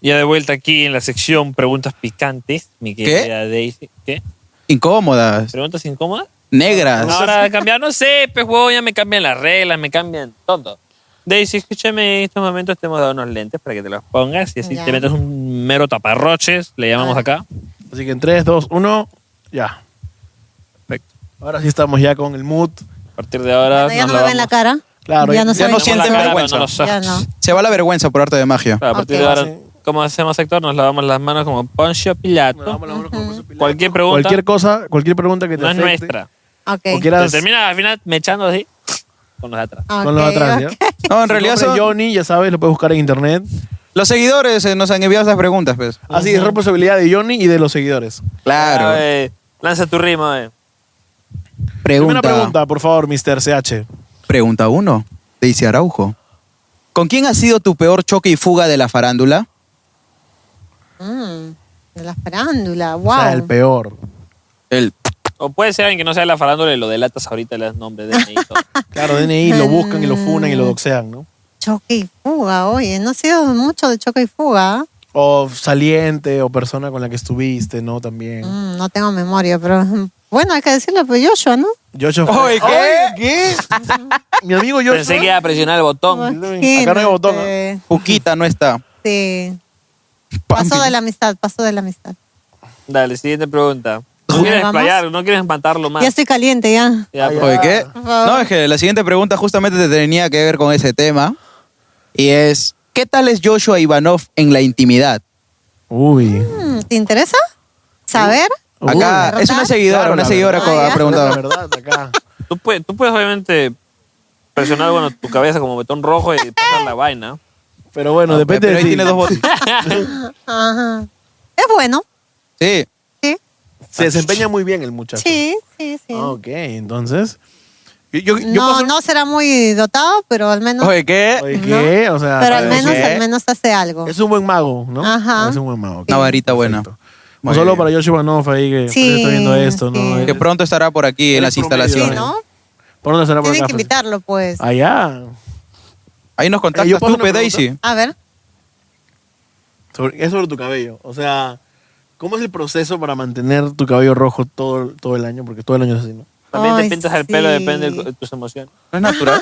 D: Ya de vuelta aquí en la sección preguntas picantes, mi querida Daisy. ¿Qué?
C: Incómodas.
D: ¿Preguntas incómodas?
C: Negras.
D: Ahora cambiar, no sé, pues huevón, ya me cambian las reglas, me cambian todo. Daisy, escúchame, en estos momentos te hemos dado unos lentes para que te los pongas y así
A: Ya.
D: te metes un mero taparroches, le llamamos acá.
B: Así que en 3, 2, 1, ya.
D: Perfecto.
B: Ahora sí estamos ya con el mood.
D: A partir de ahora.
H: Ya no me ven la cara.
B: Claro,
H: ya no,
C: ya
H: saben
C: no
H: cómo
C: sienten
H: se ve.
C: vergüenza.
D: no lo sabes.
H: Ya no.
C: Se va la vergüenza por arte de magia.
D: A partir de ahora, como hacemos actor, nos lavamos las manos como Poncio Pilato. Cualquier pregunta
B: Cualquier cosa, cualquier pregunta que te
D: no es
B: afecte,
D: nuestra.
B: O
H: Ok.
B: quieras-
D: Te termina al final mechando así con los de atrás.
B: con los de atrás, ¿ya?
C: No, en
B: Su nombre
C: realidad
B: es
C: son-
B: Johnny, ya sabes, lo puedes buscar en internet.
C: Los seguidores eh, nos han enviado esas preguntas, pues.
B: Así es responsabilidad de Johnny y de los seguidores.
D: Ah,
C: Claro.
D: eh, lanza tu rima, eh.
B: Primera pregunta, por favor, Mr. CH.
C: Pregunta 1. Daisy Araujo. ¿Con quién ha sido tu peor choque y fuga de la farándula?
H: Mm, de la farándula, wow.
B: O sea, el peor.
C: El.
D: O puede ser alguien que no sea de la farándula y lo delatas ahorita los nombres de
B: Claro, DNI
H: Mm.
B: lo buscan y lo funan y lo doxean, ¿no?
H: Choque y fuga, oye, no ha sido mucho de choque y fuga.
B: O saliente, o persona con la que estuviste, ¿no? También.
H: Mm, no tengo memoria, pero mm, bueno, hay que decirlo, pues Joshua, ¿no?
B: Joshua.
C: Oye, ¿qué?
B: Oye, ¿qué? Mi amigo Joshua.
D: Pensé que iba a presionar el botón.
B: Acá no hay botón. ¿ah?
H: Imagínate.
C: Fuquita no está.
H: Sí. Paso de la amistad, paso de la amistad.
D: Dale, siguiente pregunta. No quieres
H: ¿Vamos?
D: explayar, no quieres espantarlo más.
H: Ya estoy caliente, ya.
D: Ya, pues.
C: Oye, ¿qué?
H: Por favor.
C: No, es que la siguiente pregunta justamente te tenía que ver con ese tema. Y es, ¿qué tal es Joshua Ivanov en la intimidad?
B: Uy.
H: Mm, ¿Te interesa saber?
C: Acá
H: Uy.
C: es una seguidora,
B: Claro,
C: una
B: la
C: seguidora
H: verdad.
C: co-
H: Ah, ya.
C: ha
B: La
C: preguntado.
B: verdad, acá.
D: Tú, puedes, tú puedes obviamente presionar bueno, tu cabeza como botón rojo y pasar la vaina.
B: Pero bueno, depende
C: Pero
B: de
C: ahí
B: ti.
C: tiene dos votos.
H: Ajá. Es bueno.
C: Sí.
B: Se desempeña muy bien el muchacho.
H: Sí, sí, sí.
B: Ah, Ok, entonces. Yo, yo, yo
H: no,
B: paso-
H: no será muy dotado, pero al menos.
C: Oye, ¿qué?
B: Oye, eh, ¿qué? O sea,
H: pero al
B: ¿qué?
H: menos, al menos hace algo.
B: Es un buen mago, ¿no?
H: Ajá.
B: Es un buen mago.
C: Una varita buena.
B: No solo para Yoshi Ivanov ahí que
H: Sí,
B: que está viendo esto, ¿no?
H: sí.
C: Que pronto estará por aquí en
B: promedio,
C: las
H: Sí,
C: instalaciones.
H: ¿no?
B: ¿Por dónde será por
H: Tienen
B: acá?
H: que invitarlo, pues.
B: Ah, Allá.
C: Ahí
B: Eh,
C: nos
B: yo
C: contactas
B: paso
C: tú,
B: una
C: pe,
B: pregunta.
C: Daisy.
H: A ver.
B: Sobre- es sobre tu cabello. O sea, ¿cómo es el proceso para mantener tu cabello rojo todo, todo el año? Porque todo el año es así, ¿no?
D: También
H: Ay,
D: te pintas el pelo,
H: sí.
D: depende de tus emociones.
C: ¿No es natural?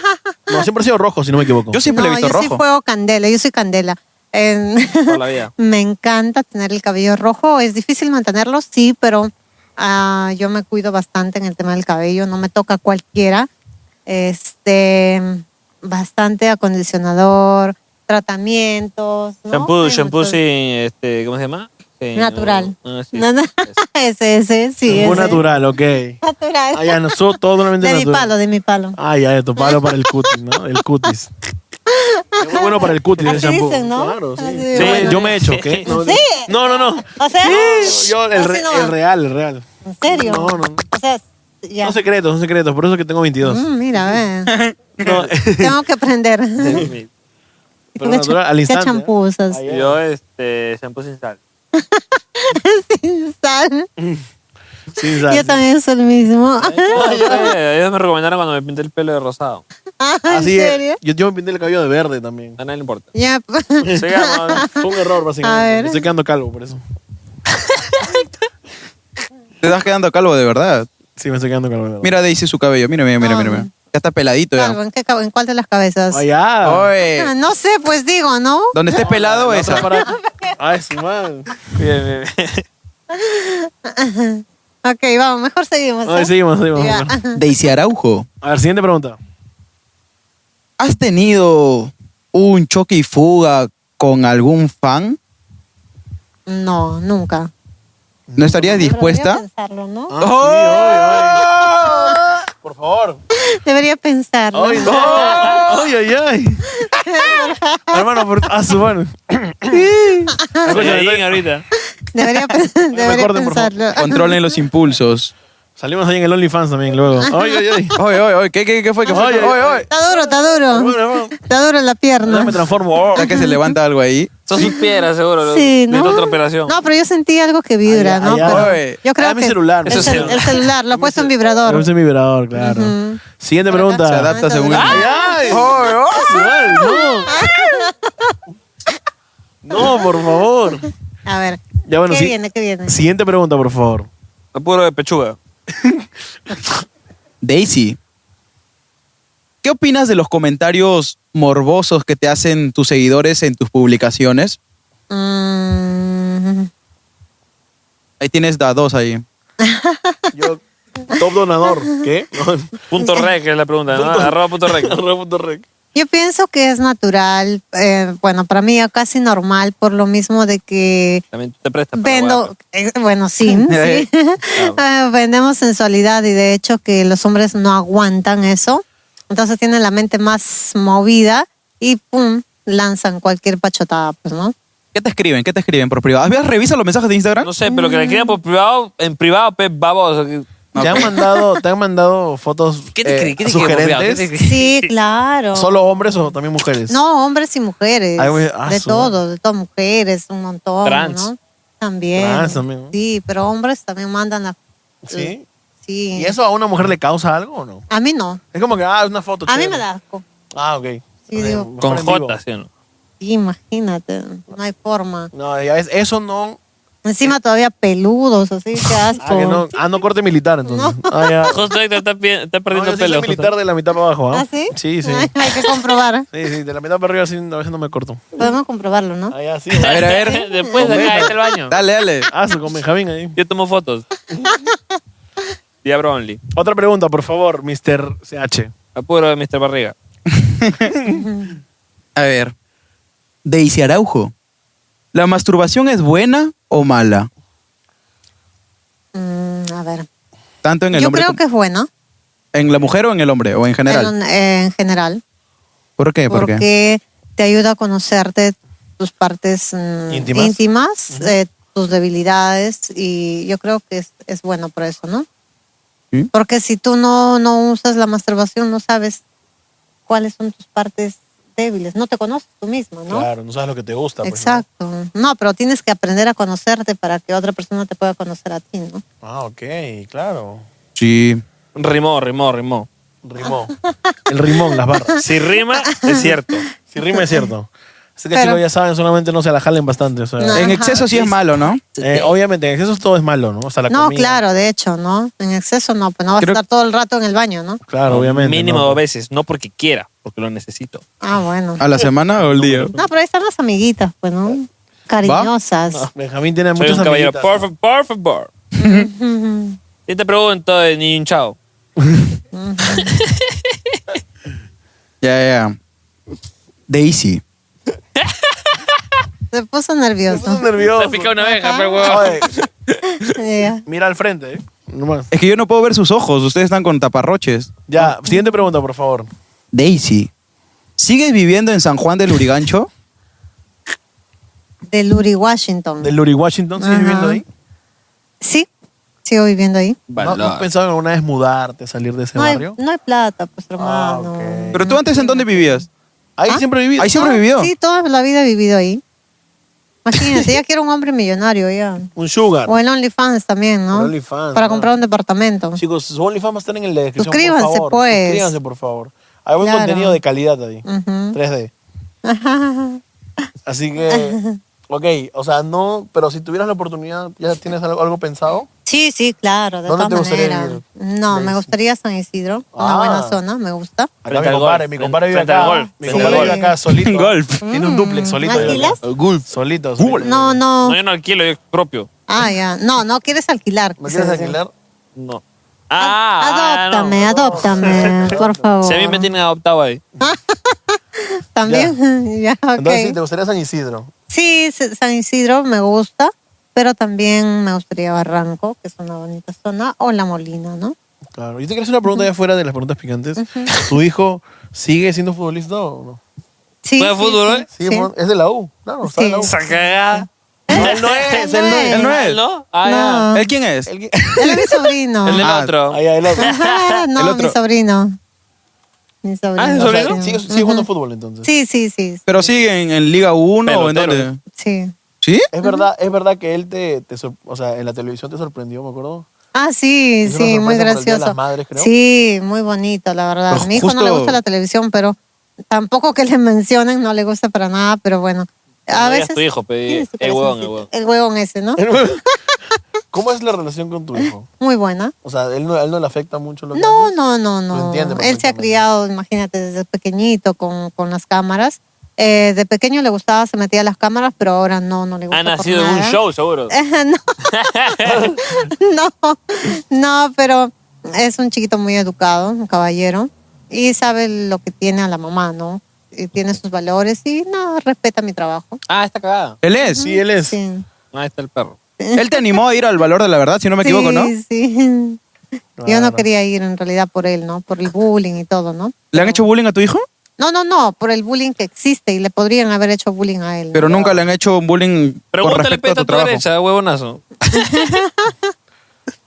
B: No, siempre ha sido rojo, si no me equivoco.
C: Yo siempre
H: no,
C: le he visto
H: yo sí
C: rojo.
H: juego candela, yo soy candela. En-
D: Por la vida.
H: me encanta tener el cabello rojo. Es difícil mantenerlo, sí, pero ah, yo me cuido bastante en el tema del cabello. No me toca cualquiera. Este, bastante acondicionador, tratamientos. ¿no?
D: Shampoo,
H: Ay,
D: shampoo
H: entonces-
D: sin, este, ¿cómo se llama? Sin-
H: Natural.
D: ah, sí.
H: No, no, ese, ese, sí.
B: Muy
H: ese.
B: natural, ok.
H: Natural.
B: Ah, ya, no, so- todo totalmente
H: de mi
B: natural.
H: palo, de mi palo.
B: Ah, ya, de tu palo para el cutis, ¿no? El cutis. Es muy bueno para el cutis el
H: Así
B: shampoo.
H: dicen, ¿no?
B: Claro, sí.
H: Así,
B: Sí,
H: bueno.
B: Yo me he hecho, ¿qué? No,
H: Sí.
B: no, no. no.
H: O sea,
B: Yo, el,
H: así
B: re-
H: nomás.
B: el real, el real.
H: ¿En serio?
B: No, no, no.
H: O sea, ya.
B: Son secretos, son secretos. Por eso que tengo 22.
H: Mm, mira, ve.
B: No,
H: Tengo que aprender. ¿Y tú
B: Pero
H: qué
B: natural,
H: cha-
B: al instante. ¿eh?
H: ¿Qué champú usas?
D: Yo, este, shampoo sin sal.
H: Sin sal.
B: Sin
H: Yo
B: sal.
H: también uso el mismo.
D: Eh, Ellos me recomendaron cuando me pinté el pelo de rosado.
H: Ah, ¿En
B: Así
H: serio?
B: es. Yo, yo me pinté el cabello de verde también.
D: A nadie le importa.
H: Ya.
D: Sigamos.
B: Fue un error,
H: A
B: básicamente.
H: ver.
B: Me estoy quedando calvo por eso.
C: Te estás quedando calvo de verdad.
B: Sí, me estoy quedando calvo. de verdad.
C: Mira Daisy su cabello. Mira, mira, mira,
H: Ah.
C: mira. mira. Ya está peladito
H: Calvo,
C: ya.
H: ¿En, qué cab- en cuál de las cabezas?
B: Allá.
C: Oye,
H: Ah, No sé, pues digo, ¿no?
C: donde estés pelado
B: La
C: esa.
B: otra para- Ay, su madre.
D: Bien, bien, bien.
H: Ok, vamos, mejor seguimos.
B: Ay,
H: ¿eh?
B: seguimos, seguimos.
H: Ya.
C: Daisy Araujo.
B: A ver, siguiente pregunta.
C: ¿Has tenido un choque y fuga con algún fan?
H: No, nunca.
C: ¿No estarías
H: Debería
C: dispuesta? ¡Oh!
H: pensarlo, ¿no?
B: Ah, sí, ay, ay. Por favor.
H: Debería pensarlo.
B: Ay, no. Ay, ay, ay. Hermano, por... a su mano.
D: Oye, bien ahorita.
H: Debería, pe- debería
B: Recuerden, por favor.
H: pensarlo.
C: Controlen los impulsos.
B: Salimos ahí en el OnlyFans también luego. Ay, ay, ay.
C: Oye, oye, oye, ¿qué, qué, qué fue? ¿Qué fue?
B: Oye,
C: Oye, oye.
H: Está duro, está duro.
B: Bueno,
H: Está duro la
B: no
H: pierna.
B: me transformo. Oh.
C: Ya que se levanta algo ahí.
D: Son sus piedras, seguro.
H: Sí,
D: de
H: ¿no?
D: otra operación.
H: No, pero yo sentí algo que vibra,
B: Ay,
H: ¿no?
B: ay, ay.
H: Pero
C: Oye,
H: yo creo
B: ah, mi
H: que
B: celular, mi
H: El, cel-
B: celular.
H: el celular, lo ha puesto en
B: Pero
H: vibrador.
B: Es un vibrador, claro. Siguiente
C: Se
B: pregunta.
C: adapta según el...
B: Ay, ay. oh.
C: Oye, oye.
B: A su madre, no. No, por favor.
H: A ver.
B: Ya, bueno,
H: ¿Qué
B: sí.
H: viene? ¿Qué viene?
B: Siguiente pregunta, por favor.
D: Apuro de pechuga.
C: Daisy, ¿Qué opinas de los comentarios morbosos que te hacen tus seguidores en tus publicaciones?
H: Mm,
C: Ahí tienes da dos ahí.
B: Top donador. ¿Qué?
D: punto rec es la pregunta, ¿no?
B: Punto-
D: Arroba punto rec.
B: Arroba punto rec.
H: Yo pienso que es natural, eh, bueno, para mí ya casi normal, por lo mismo de que
D: También te prestas. para la
H: vendo, eh, bueno, sí, sí. Eh, vendemos sensualidad y de hecho que los hombres no aguantan eso, entonces tienen la mente más movida y pum, lanzan cualquier pachotada, pues, ¿no?
C: ¿Qué te escriben? ¿Qué te escriben por privado? ¿Has visto- ¿Revisas los mensajes de Instagram?
D: No sé, pero que le escriban por privado, en privado, pues, baboso.
B: ¿Te han mandado, te han mandado fotos
D: pues. ¿Qué te
B: eh,
D: cree? ¿Qué te cree, golpeado? ¿Qué te
B: sugerentes?
D: cree?
H: Sí, claro.
B: ¿Solo hombres o también mujeres?
H: No, hombres y mujeres.
B: Ay, güey, ah,
H: de
B: su
H: todo, de todas mujeres, un montón.
B: Trans.
H: ¿no? También.
B: Trans también, ¿no?
H: Sí, pero hombres también mandan la.
B: ¿Sí?
H: Sí.
B: ¿Y eso a una mujer le causa algo o no?
H: A mí no.
B: Es como que, ah, es una foto.
H: A mí
B: chévere.
H: me da asco.
B: Ah, ok.
H: Sí, digo,
D: Con
B: Mejor en
D: J, ¿sí o no?
H: sí, imagínate, no hay forma.
B: No, ya ves, eso no.
H: Encima todavía peludos, así que asco.
B: Ah, que no, ah, no corte militar, entonces. Ah, ya.
D: José te está, pi- está
B: No,
D: perdiendo
B: yo sí soy
D: pelo. José.
B: militar de la mitad para abajo. ¿ah?
H: ¿Ah, sí?
B: Sí, sí.
H: Ay, hay que comprobar.
B: Sí, sí, de la mitad para arriba sí, a veces no me corto.
H: Podemos comprobarlo, ¿no?
D: Ah,
C: A ver, a ver.
D: Después de acá, está el baño.
C: Dale, dale.
B: Ah, su con Benjamín ahí.
D: Yo tomo fotos. Diablo Only.
B: Otra pregunta, por favor, Mr. CH.
D: Apuro de Mr. Barriga.
C: A ver. Daisy Araujo. ¿La masturbación es buena o mala?
H: Mm, a ver.
C: Tanto en el
H: Yo
C: hombre
H: creo
C: como-
H: que es bueno,
C: en la mujer o en el hombre o en general.
H: en, en general,
C: ¿Por qué? ¿Por qué?
H: porque te ayuda a conocerte tus partes mm,
C: Íntimas.
H: íntimas, eh, tus debilidades, y yo creo que es, es bueno por eso, ¿no? Porque si tú no, no usas la masturbación, no sabes cuáles son tus partes débiles, no te conoces tú mismo, ¿no?
B: Claro, no sabes lo que te gusta. pues, ¿no?
H: Exacto. No, pero tienes que aprender a conocerte para que otra persona te pueda conocer a ti, ¿no?
B: Ah, ok, claro.
C: Sí.
D: Rimó, rimó, rimó.
B: Rimó. El rimón, las barras.
D: Si rima, es cierto.
B: Si rima es cierto. Así que
D: Pero-
B: chicos ya saben, solamente no se la jalen bastante. o sea. eh,
H: No, En ajá. exceso sí es
C: malo, ¿no?
B: obviamente, en exceso todo es malo, ¿no? Hasta la
H: no,
B: comida.
H: claro, de hecho, ¿no? En exceso no, pues no vas
B: Creo-
H: a estar todo el rato en el baño, ¿no?
B: Claro, obviamente.
D: Mínimo dos veces, no porque quiera, porque lo necesito.
H: Ah, bueno.
C: ¿A la semana o el día?
H: No, pero ahí están las amiguitas, pues, ¿no? Cariñosas.
B: Ah, Benjamín tiene
D: Soy
B: muchas
D: un caballero. Por,
B: amiguitas.
D: fa- por favor.
H: Ujú.
D: Y te pregunto de ni un chao.
C: Ya, ya. Daisy.
H: Se puso nervioso. Ah.
B: Estás nervioso.
D: Te pica una abeja, pero
B: Oye,
D: huevón.
H: Ya.
B: Mira al frente, ¿eh? Nomás.
C: Es que yo no puedo ver sus ojos. Ustedes están con taparroches.
B: Ya, siguiente pregunta, por favor.
C: Daisy. ¿Sigues viviendo en San Juan del Urigancho?
H: Del Uri Washington.
B: ¿Del Luri Washington sigues
H: Ajá.
B: viviendo ahí?
H: Sí, sigo viviendo ahí.
B: ¿No, ¿No has pensado en alguna vez mudarte, salir de ese
H: No hay,
B: barrio?
H: no hay plata, pues,
B: Ah,
H: hermano.
C: Pero tú antes en dónde vivías?
B: Ahí siempre he vivido.
C: Ahí siempre
H: Ah,
C: vivió.
H: Sí, toda la vida he vivido ahí. Imagínate, ya quiero un hombre millonario, ya.
B: Un sugar.
H: O el OnlyFans también, ¿no?
B: El OnlyFans,
H: Para
B: ¿no?
H: comprar un departamento.
B: Chicos, sus OnlyFans van a estar en la descripción.
H: Suscríbanse,
B: por favor.
H: pues.
B: Suscríbanse, por favor. Hay buen
H: Claro.
B: contenido de calidad ahí.
H: Ujú.
B: 3D.
H: Ajá.
B: Así que, ok, o sea, no, pero si tuvieras la oportunidad, ¿ya tienes algo, algo pensado?
H: Sí, sí, claro, de
B: ¿Dónde te
H: todas
B: gustaría
H: maneras.
B: vivir?
H: No, me gustaría San Isidro,
B: Ah.
H: una buena zona, me gusta.
B: Acá
D: Frente
B: mi
D: al
B: compadre,
D: golf,
B: mi compadre vive
D: frente al
B: acá.
D: golf,
B: mi
D: frente
B: compadre
D: al
B: vive
D: golf.
B: acá solito.
C: Golf.
B: Tiene un duplex solito.
H: Mm, ¿Alquilas?
B: Golf. Solito. solito.
H: No, no.
D: No, yo no alquilo, yo propio.
H: Ah, ya. No, no quieres alquilar.
B: ¿No
H: quise
B: quieres
H: decir.
B: alquilar?
D: No. Ah, ah,
H: Adóptame, adóptame, por
D: no. Si a mí
H: favor.
D: me tienen adoptado ahí.
H: También, ya, ok.
B: Entonces, sí, ¿te gustaría San Isidro?
H: Sí, S- San Isidro me gusta, pero también me gustaría Barranco, que es una bonita zona, o La Molina, ¿no?
B: Claro. Yo te quiero hacer una pregunta ya fuera de las preguntas picantes. ¿Tu hijo sigue siendo futbolista o no?
H: Sí,
D: ¿Juega
H: sí,
D: fútbol,
H: sí,
D: eh?
B: Sí,
H: sí.
B: bueno, es de la U. Claro, está de la U.
D: Esa cagada.
B: Él no es, él no es.
C: ¿Él no es?
D: ¿No?
H: No.
C: ¿Él quién es?
H: Él es mi sobrino.
D: Ah, El del
C: Ah,
D: otro.
B: Ahí, ahí, ahí.
H: Ajá,
C: El
H: no,
C: otro.
H: mi sobrino. Mi sobrino.
D: Ah, ¿es
B: O sea,
D: sobrino?
B: sigue, sigue jugando fútbol entonces.
H: Sí, sí, sí,
C: ¿Pero sigue en, en Liga 1 o en
D: Pelotero.
C: dónde?
H: sí.
C: ¿Sí?
B: Es verdad, es verdad que él te, te sor- o sea, en la televisión te sorprendió, me acuerdo.
H: Ah, sí,
B: Es una
H: sí,
B: sorpresa por
H: muy
B: el Día de
H: gracioso.
B: las Madres, creo.
H: Sí, muy bonito, la verdad.
C: Pero
H: a mi hijo no le
C: justo-
H: gusta la televisión, pero tampoco que le mencionen, no le gusta para nada, pero bueno. A
D: No digas
H: veces
D: tu hijo, pedí.
H: tiene su
D: El huevón, el
H: corazoncito.
D: huevón.
H: El huevón ese, ¿no?
B: ¿Cómo es la relación con tu hijo?
H: Muy buena.
B: O sea, él no, a él no le afecta mucho lo que
H: No,
B: haces?
H: no, no, no.
B: Lo entiende
H: Él se ha criado, imagínate, desde pequeñito con, con las cámaras. Eh, de pequeño le gustaba, se metía a las cámaras, pero ahora no, no le gusta.
D: Ha
H: por
D: nacido en un
H: nada.
D: show, seguro.
H: no, no, no, pero es un chiquito muy educado, un caballero, y sabe lo que tiene a la mamá, ¿no? Y tiene sus valores y no, respeta mi trabajo.
D: Ah, está cagada.
C: ¿Él es?
B: Sí, él es.
D: Ahí está el perro.
C: Él te animó a ir al valor de la verdad, si no me equivoco, ¿no?
H: Sí, sí. Yo no quería ir en realidad por él, ¿no? Por el bullying y todo, ¿no?
C: ¿Le han hecho bullying a tu hijo?
H: No, no, no, por el bullying que existe y le podrían haber hecho bullying a él.
C: Pero nunca le han hecho un bullying con
D: Pregúntale,
C: respecto a
D: peta
C: tu
D: a tu
C: trabajo.
D: derecha, huevonazo.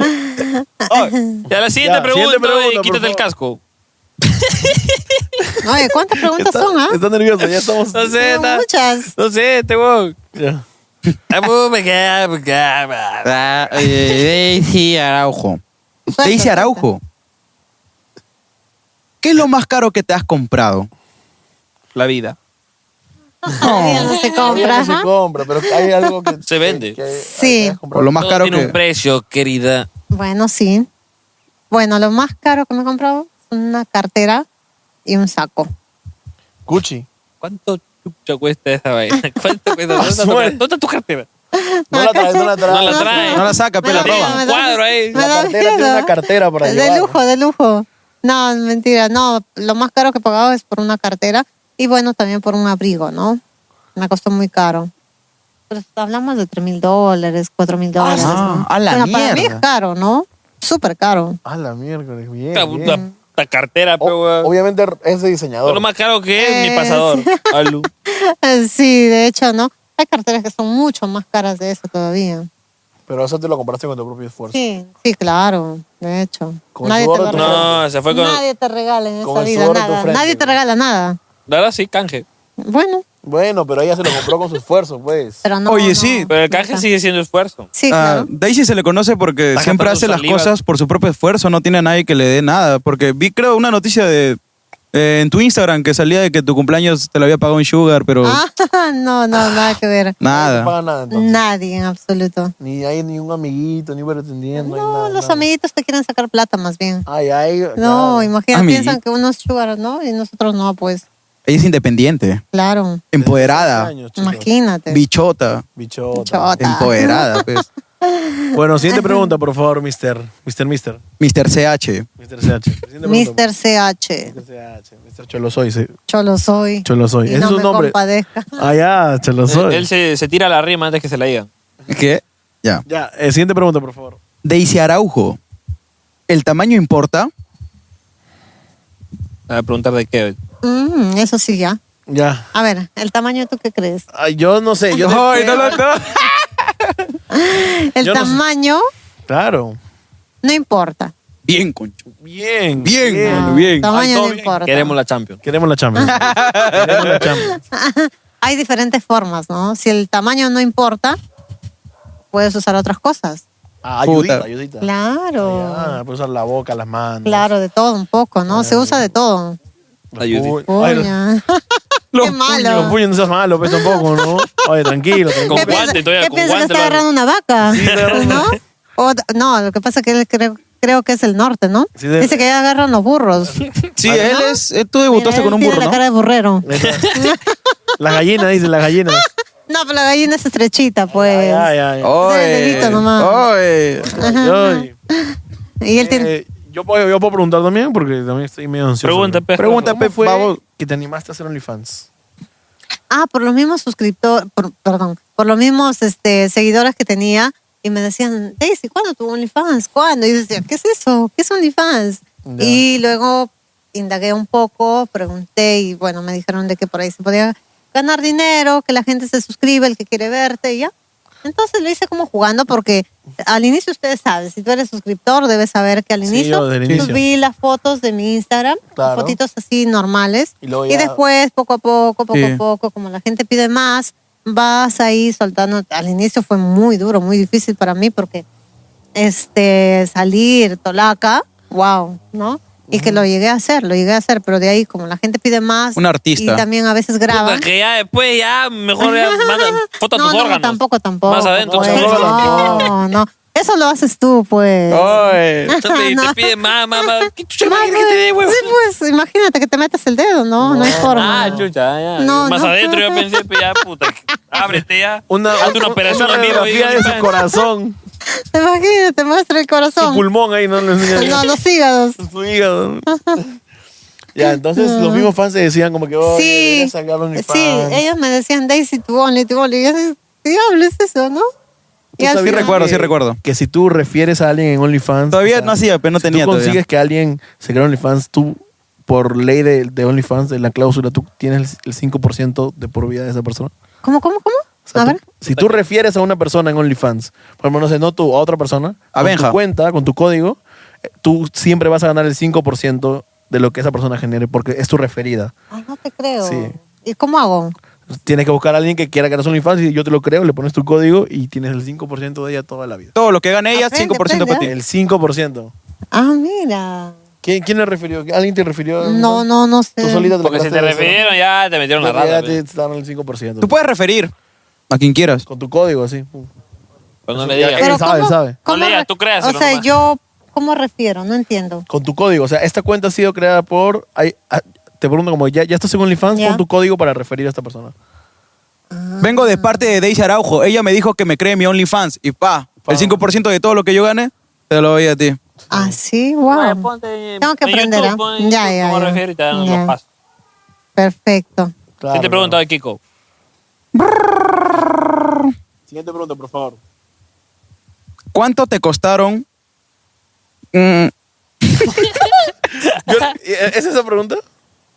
D: Y a la siguiente
B: Ya,
D: pregunta,
B: siguiente pregunta,
D: y
B: por
D: quítate el
B: favor.
D: casco.
H: Oye, ¿cuántas preguntas son, ah?
B: Está nervioso, ya estamos.
D: No sé,
H: Son
D: está-
H: muchas.
D: no sé, este huevón.
B: Ya.
D: Ah, pues, me queda- me queda-
C: Ah, eh, Daisy Araujo. Daisy Araujo. ¿Qué es lo más caro que te has comprado?
D: La vida.
H: Todavía no se compra. ¿ah?
B: No se
H: ajá.
B: compra, pero hay algo que.
D: Se vende.
H: Sí.
C: O lo más
D: Todo
C: caro
D: tiene
C: que.
D: un precio, querida.
H: Bueno, sí. Bueno, lo más caro que me he comprado es una cartera y un saco.
B: Gucci.
D: ¿Cuánto chucha cuesta esa vaina? ¿Cuánto cuesta? ¿Dónde está tu-
B: Suerte.
D: ¿Dónde está tu cartera?
B: No la traes, no la traes.
D: No la trae.
C: No la saca, pero la
H: Me da
C: roba.
H: miedo, me
D: Un
H: da-
D: cuadro ahí.
H: me
B: La
H: da
B: cartera tiene
H: miedo.
B: una cartera para
H: de
B: llevar.
H: lujo, de lujo. No, mentira, no. Lo más caro que he pagado es por una cartera y bueno, también por un abrigo, ¿no? Me costó muy caro. Pero hablamos de 3 mil dólares, 4 mil dólares. ¿no?
C: a la
H: Bueno, para mí
C: mierda.
H: es caro, ¿no? Súper caro.
B: Ah, la miércoles, bien.
D: La
B: bien. Oh,
D: puta la cartera,
B: O-
D: pe, huevón.
B: obviamente es de
D: Todo Lo
B: diseñador.
D: más caro que es mi
H: Eh,
D: pasador. Alu.
H: Sí, de hecho, ¿no? Hay carteras que son mucho más caras de eso todavía.
B: Pero eso te lo compraste con tu propio esfuerzo.
H: Sí, sí, claro, de hecho.
B: Con
H: nadie,
B: el
H: te
B: sudor
H: lo
B: de tu
H: regala.
D: No, se fue con.
H: nadie te regala en
B: con
H: esta
B: el
H: vida
B: sudor de tu
H: nada.
B: frente,
H: nadie te
B: güey.
H: regala nada.
D: La verdad sí, canje.
H: Bueno,
B: Bueno, pero ella se lo compró con su esfuerzo, pues.
H: pero no.
C: Oye,
H: no.
C: sí.
D: Pero el canje sigue siendo esfuerzo.
H: Sí,
C: Ah,
H: claro.
C: Daisy se le conoce porque
D: Está
C: siempre
D: gastando
C: hace las
D: saliva.
C: cosas por su propio esfuerzo, no tiene a nadie que le dé nada. Porque vi, creo, una noticia de eh, en tu Instagram que salía de que tu cumpleaños te lo había pagado un sugar, pero
H: Ah, no, no, nada que ver.
B: No
C: nada.
B: paga nada entonces.
H: Nadie en absoluto.
B: Ni hay ni un amiguito, ni un pretendiente. hay
H: No,
B: nada,
H: los
B: nada.
H: amiguitos te quieren sacar plata más bien.
B: Ay, ay.
H: No,
B: claro.
H: imagínate,
C: Amiguito.
H: piensan que uno es sugar, ¿no? Y nosotros no, pues.
C: Ella es independiente,
H: Claro,
C: empoderada,
B: Años, chicos.
H: imagínate.
C: bichota,
B: Bichota.
H: Bichota.
C: empoderada. Pues.
B: Bueno, siguiente pregunta, por favor, mister. Mister, mister.
C: Mr. CH.
B: Mister CH. Siguiente pregunta.
H: Mr. CH,
B: Mister CH. Mister Cholo Soy. sí.
H: yo lo soy.
B: Cholo Soy.
H: Y
B: Ese
H: no
B: es un
H: me
B: nombre.
H: compadezca.
B: Ah, ya, Cholo
D: Él,
B: Soy.
D: él se, se tira la rima antes que se la digan.
C: ¿Qué? Ya.
B: Ya, eh, siguiente pregunta, por favor.
C: Daisy Araujo. ¿El tamaño importa?
D: A preguntar de qué.
H: Mm, eso sí, ya.
B: Ya.
H: A ver, el tamaño, ¿tú qué crees?
B: Ay, yo no sé. Yo
C: Ay, no, no, no.
H: El
B: Yo no sé.
H: tamaño
B: Claro.
H: no importa.
C: Bien, concho.
B: Bien.
C: Bien, mano,
H: El
C: bien.
H: tamaño
B: todo
H: no
B: bien.
H: importa.
D: Queremos la Champions.
B: Queremos la Champions. Queremos la Champions.
H: Hay diferentes formas, ¿no? Si el tamaño no importa, puedes usar otras cosas.
B: Ah, ayudita,
C: Puta.
B: ayudita.
H: Claro.
B: Ah, puedes usar la boca, las manos.
H: Claro, de todo un poco, ¿no? Se usa de todo.
B: Los
D: Ayudita.
B: pu- Ay, los-
H: Coña.
B: los
H: Qué malo.
B: puños, los puños no seas malo, pues tampoco, ¿no? Oye, tranquilo. tranquilo.
D: Con
H: ¿Qué
D: guante,
H: piensa-
D: todavía
H: ¿qué
D: con
H: piensa que
D: guante
H: está
D: lo-
H: agarrando una vaca?
B: pero-
H: ¿No? O- no, lo que pasa es que él creo, creo que es el norte, ¿no?
B: Sí, de-
H: Dice que ya agarran los burros.
C: Sí, él es. eh, Tú debutaste
H: Mira, él
C: con un
H: tiene
C: burro,
H: la
C: ¿no?
H: cara de burrero.
B: Las gallinas, dice, las gallinas.
H: No, pero la gallina es estrechita,
B: Ay,
H: pues.
B: ay, ay.
H: Del dedito nomás.
C: oye.
B: Ay.
H: Y él tiene...
B: Eh, yo, puedo, yo puedo preguntar también porque también estoy medio ansioso.
D: Pregunta,
B: ¿no?
D: pe,
B: Pregunta,
D: ¿cómo
B: pe, fue
C: vamos?
B: que te animaste a hacer OnlyFans.
H: Ah, por los mismos suscriptores, perdón, por los mismos este, seguidores que tenía y me decían, Daisy, ¿cuándo tu OnlyFans? ¿Cuándo? Y yo decía, ¿qué es eso? ¿Qué es OnlyFans?
B: Ya.
H: Y luego indagué un poco, pregunté y bueno, me dijeron de que por ahí se podía ganar dinero, que la gente se suscribe, el que quiere verte y ya. Entonces lo hice como jugando porque al inicio ustedes saben, si tú eres suscriptor debes saber que al
B: Sí,
H: inicio,
B: yo desde el inicio.
H: subí las fotos de mi Instagram, las
B: Claro.
H: fotitos así normales
B: Y luego
H: y
B: ya-
H: después pues, poco a poco, poco
C: Sí.
H: a poco, como la gente pide más, vas ahí soltando. Al inicio fue muy duro, muy difícil para mí porque este salir, tolaca, wow, ¿no? Y que lo llegué a hacer, lo llegué a hacer, pero de ahí como la gente pide más
C: Un artista.
H: y también a veces graba.
D: Puta, que ya después ya mejor ya manda foto a
H: No,
D: tus
H: no, no,
D: órganos.
H: tampoco, tampoco.
D: Más adentro.
H: pues, no, no. Eso lo haces tú, pues.
D: Ay. Oh, Te, te
H: No.
D: pide más, más, más. ¿Qué chucha
H: No,
D: más quieres
H: pues,
D: que te dé, huevo?
H: Sí, pues imagínate que te metas el dedo, ¿no? No, hay forma.
D: Ah, chucha, ya.
H: No,
D: más
H: no.
D: adentro yo pensé, pues ya, puta. Ábrete ya.
B: Una,
D: Hazte una operación
B: una
D: amigo.
B: radiografía de su corazón,
H: Te imaginas, te muestra el
B: su
H: corazón.
B: pulmón ahí, no le enseñan.
H: No, los hígados.
B: Su hígado. Ya, entonces los mismos fans se decían como que, oye,
H: Sí,
B: deberías sacar OnlyFans.
H: sí, ellos me decían Daisy, tu only, tu only. Y yo decía, diablo, es eso, ¿no?
B: ¿Tú
H: al
B: sabías
H: final-
C: recuerdo, sí recuerdo.
B: Que si tú refieres a alguien en OnlyFans.
C: Todavía no hacía, pero no
B: si
C: tenía
B: Tú
C: todavía.
B: consigues que alguien se crea OnlyFans, tú, por ley de, de OnlyFans, de la cláusula, tú tienes el, el 5% de por vida de esa persona.
H: ¿Cómo, cómo, cómo? a ver.
B: Si tú refieres a una persona en OnlyFans, por ejemplo, no sé, no tú, a otra persona,
C: A
B: con
C: Benja.
B: tu cuenta, con tu código, eh, tú siempre vas a ganar el 5% de lo que esa persona genere, porque es tu referida.
H: Ah, no te creo.
B: Sí.
H: ¿Y cómo hago?
B: Tienes que buscar a alguien que quiera crear su OnlyFans y yo te lo creo, le pones tu código y tienes el 5% de ella toda la vida.
C: Todo lo que gane ella, 5% para ti.
B: El 5%.
H: Ah, mira.
B: ¿Quién, quién le refirió? ¿Alguien te refirió?
H: No, no, no sé.
B: Tú solita te
D: Porque si te refirieron ya te metieron la rata.
B: Ya
D: pues.
B: te estaban el
H: ¿eh?
B: 5%.
C: Tú puedes referir a quien quieras.
B: Con tu código, así.
D: Pues no le
B: Ya,
D: digas.
B: él sabe, sabe.
D: No le digas,
H: re-
D: tú creas.
H: O sea, yo, ¿cómo refiero? No entiendo.
B: Con tu código. O sea, esta cuenta ha sido creada por... hay- ah, te pregunto como, ¿ya, ya estás en OnlyFans?
H: Ya.
B: Pon tu código para referir a esta persona.
H: Ah.
C: Vengo de parte de Daisy Araujo. Ella me dijo que me cree mi OnlyFans. Y pa, el 5% de todo lo que yo gane, te lo doy a ti.
H: Ah, sí, wow. Tengo que
D: en
H: aprender.
D: YouTube,
H: ¿ah?
D: pon en
H: Ya,
D: YouTube
H: ya.
D: cómo
H: ya.
D: refiero y te dan los
H: Ya.
D: pasos.
H: Perfecto.
D: Si te pregunto, ay, Kiko.
B: Siguiente pregunta, por favor.
C: ¿Cuánto te costaron? Mm,
B: ¿Es esa pregunta?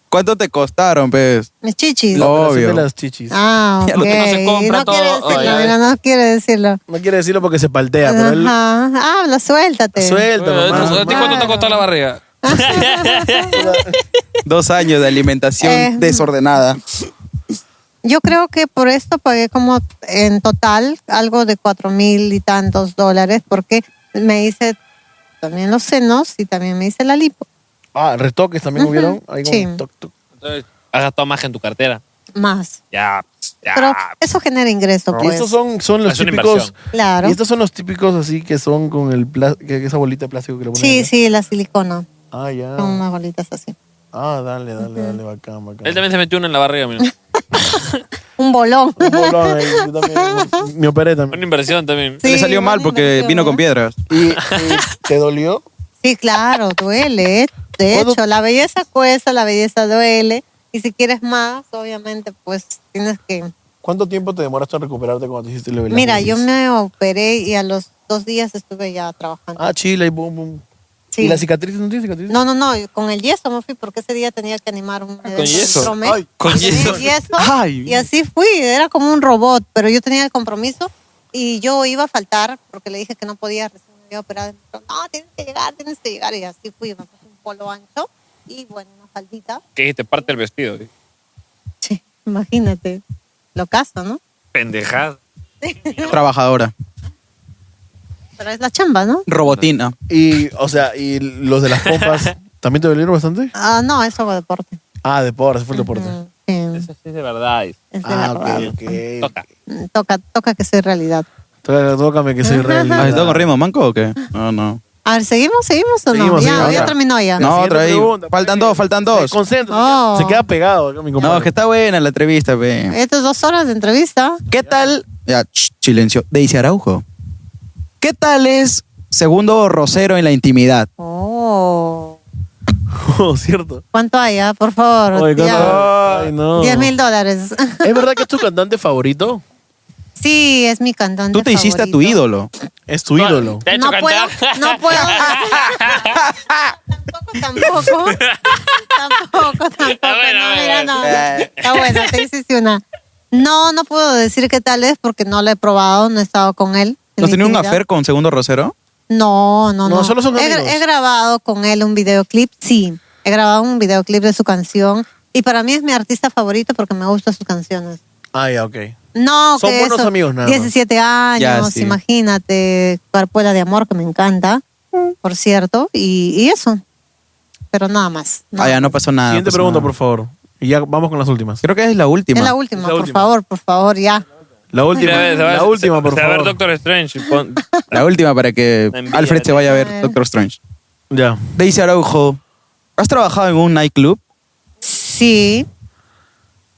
C: ¿Cuánto te costaron, pues?
H: Mis chichis.
B: La operación
C: Obvio.
B: de las chichis.
H: Ah,
C: Ya
H: ok.
C: lo que no
D: se
H: No,
D: compra
H: quiere
D: todo.
H: decirlo,
D: Oh, ya.
H: mira, no quiere decirlo.
B: No quiere decirlo porque se paltea, pero él...
H: Ajá. Habla, suéltate.
B: Suelta,
D: Oye,
B: mamá.
D: ¿A ti cuánto te costó la barriga?
C: Dos años de alimentación
H: Eh.
C: desordenada.
H: Yo creo que por esto pagué como en total algo de cuatro mil y tantos dólares porque me hice también los senos y también me hice la lipo.
B: Ah, retoques también
H: Ujú,
B: hubieron. Ahí como
H: sí.
B: toc, toc.
D: Entonces, Has gastado más que en tu cartera.
H: Más.
D: Ya, ya.
H: Pero eso genera ingreso,
B: Y
H: pues.
B: pues. estos son, son los
D: Es una
B: típicos.
D: inversión.
H: Claro.
B: Y estos son los típicos así que son con el pla- que, que esa bolita de plástico que le ponen.
H: Sí,
B: acá.
H: sí, la silicona.
B: Ah, ya.
H: Son unas bolitas así.
B: Ah, dale, dale, dale, bacán, bacán.
D: Él también se metió uno en la barriga, mira.
H: Un bolón.
B: Un bolón ahí, yo también, me operé también.
D: Una inversión también.
H: Sí,
C: Le salió mal
H: buena
C: porque
H: inversión,
C: vino
H: ¿eh?
C: con piedras.
B: ¿Y, y te dolió?
H: Sí, claro, duele. ¿eh? De
B: ¿Cuándo-
H: hecho, la belleza cuesta, la belleza duele. Y si quieres más, obviamente, pues tienes que...
B: ¿Cuánto tiempo te demoraste en recuperarte cuando te hiciste el velado?
H: Mira, yo me operé y a los dos días estuve ya trabajando.
B: Ah, chile, y boom, boom.
H: Sí.
B: ¿Y la cicatriz no tiene cicatriz?
H: No, no, no, con el yeso me fui porque ese día tenía que animar un
D: Ah, yeso.
H: compromiso.
D: Ay, con
H: Tenía
D: yeso.
C: Ay.
H: Y así fui, era como un robot, pero yo tenía el compromiso y yo iba a faltar porque le dije que no podía, recién me había operado. y me dijo, no, tienes que llegar, tienes que llegar. Y así fui, me puse un polo ancho y bueno, una faldita.
D: Que te parte el vestido. ¿sí?
H: Che, imagínate, lo caso, ¿no?
D: Pendejada.
C: Trabajadora.
H: Pero es la chamba, ¿no?
C: Robotina.
B: Y, o sea, y los de las pompas, ¿también te dolieron bastante?
H: Ah, no, es algo de deporte.
B: Ah, deporte, fue el deporte.
H: Mm, sí,
D: Eso sí es de verdad. es-
H: es de
B: Ah,
H: verdad.
B: ok, ok.
D: Toca.
H: Mm, Toca, toca que soy realidad.
B: Tó- Tócame que soy real.
C: Ah, ¿Está con ritmo manco o qué? No, no.
H: A ver, ¿seguimos, seguimos o no?
B: Seguimos,
H: ya,
B: seguimos,
H: ya
B: ya.
H: terminó ya.
C: No,
B: siguiente
C: otra ahí.
B: pregunta, pues.
C: Faltan dos, faltan dos.
B: Concentra,
H: Oh.
B: se queda pegado acá, mi compadre.
C: No, que está buena la entrevista, pe.
H: Estas dos horas de entrevista.
C: ¿Qué tal? Ya, ch, silencio. Daisy Araujo. ¿Qué tal es segundo rosero en la intimidad?
H: Oh.
B: Oh, cierto.
H: ¿Cuánto hay, ah? Por favor.
B: Oye, ¿cuánto-
H: ya.
B: Ay, no. Em
H: 10 mil dólares.
B: ¿Es verdad que es tu cantante favorito?
H: sí, es mi cantante.
C: Tú te hiciste a tu
H: favorito.
C: ídolo.
B: Es tu ídolo.
D: Te ha hecho
H: No puedo,
D: cantar.
H: no puedo. tampoco, tampoco. Tampoco, tampoco.
D: bueno,
H: no,
D: bueno.
H: mira, no. Está bueno, te hiciste una. No, no puedo decir qué tal es porque no lo he probado, no he estado con él. en
C: ¿No tenía un
H: intimidad.
C: affair con segundo rosero?
H: No, no,
B: No,
H: no.
B: solo son
H: he,
B: amigos.
H: he grabado con él un videoclip, sí. He grabado un videoclip de su canción y para mí es mi artista favorito porque me gustan sus canciones.
B: Ah, ya, ok.
H: No,
B: Son
H: que
B: buenos
H: eso,
B: amigos, nada más.
H: 17 años,
C: Ya, sí.
H: imagínate, Carpuela de Amor, que me encanta, por cierto, y, y eso. pero nada más.
C: Ah, ya no pasó nada.
B: Siguiente
C: pasó
B: pregunta,
C: nada.
B: por favor. Y ya vamos con las últimas.
C: Creo que es la última.
H: Es la última, por favor, por favor, ya.
B: La última.
D: Mira, a ver, se va-
B: la última,
D: se-
B: por
D: se va A ver,
B: favor.
D: Doctor Strange. pon-
C: La última para que
D: envidia,
C: Alfred se
D: ¿no?
C: vaya a
H: A
C: ver
H: ver.
C: Doctor Strange.
B: Ya.
C: Daisy Araujo, ¿has trabajado en un nightclub?
H: Sí.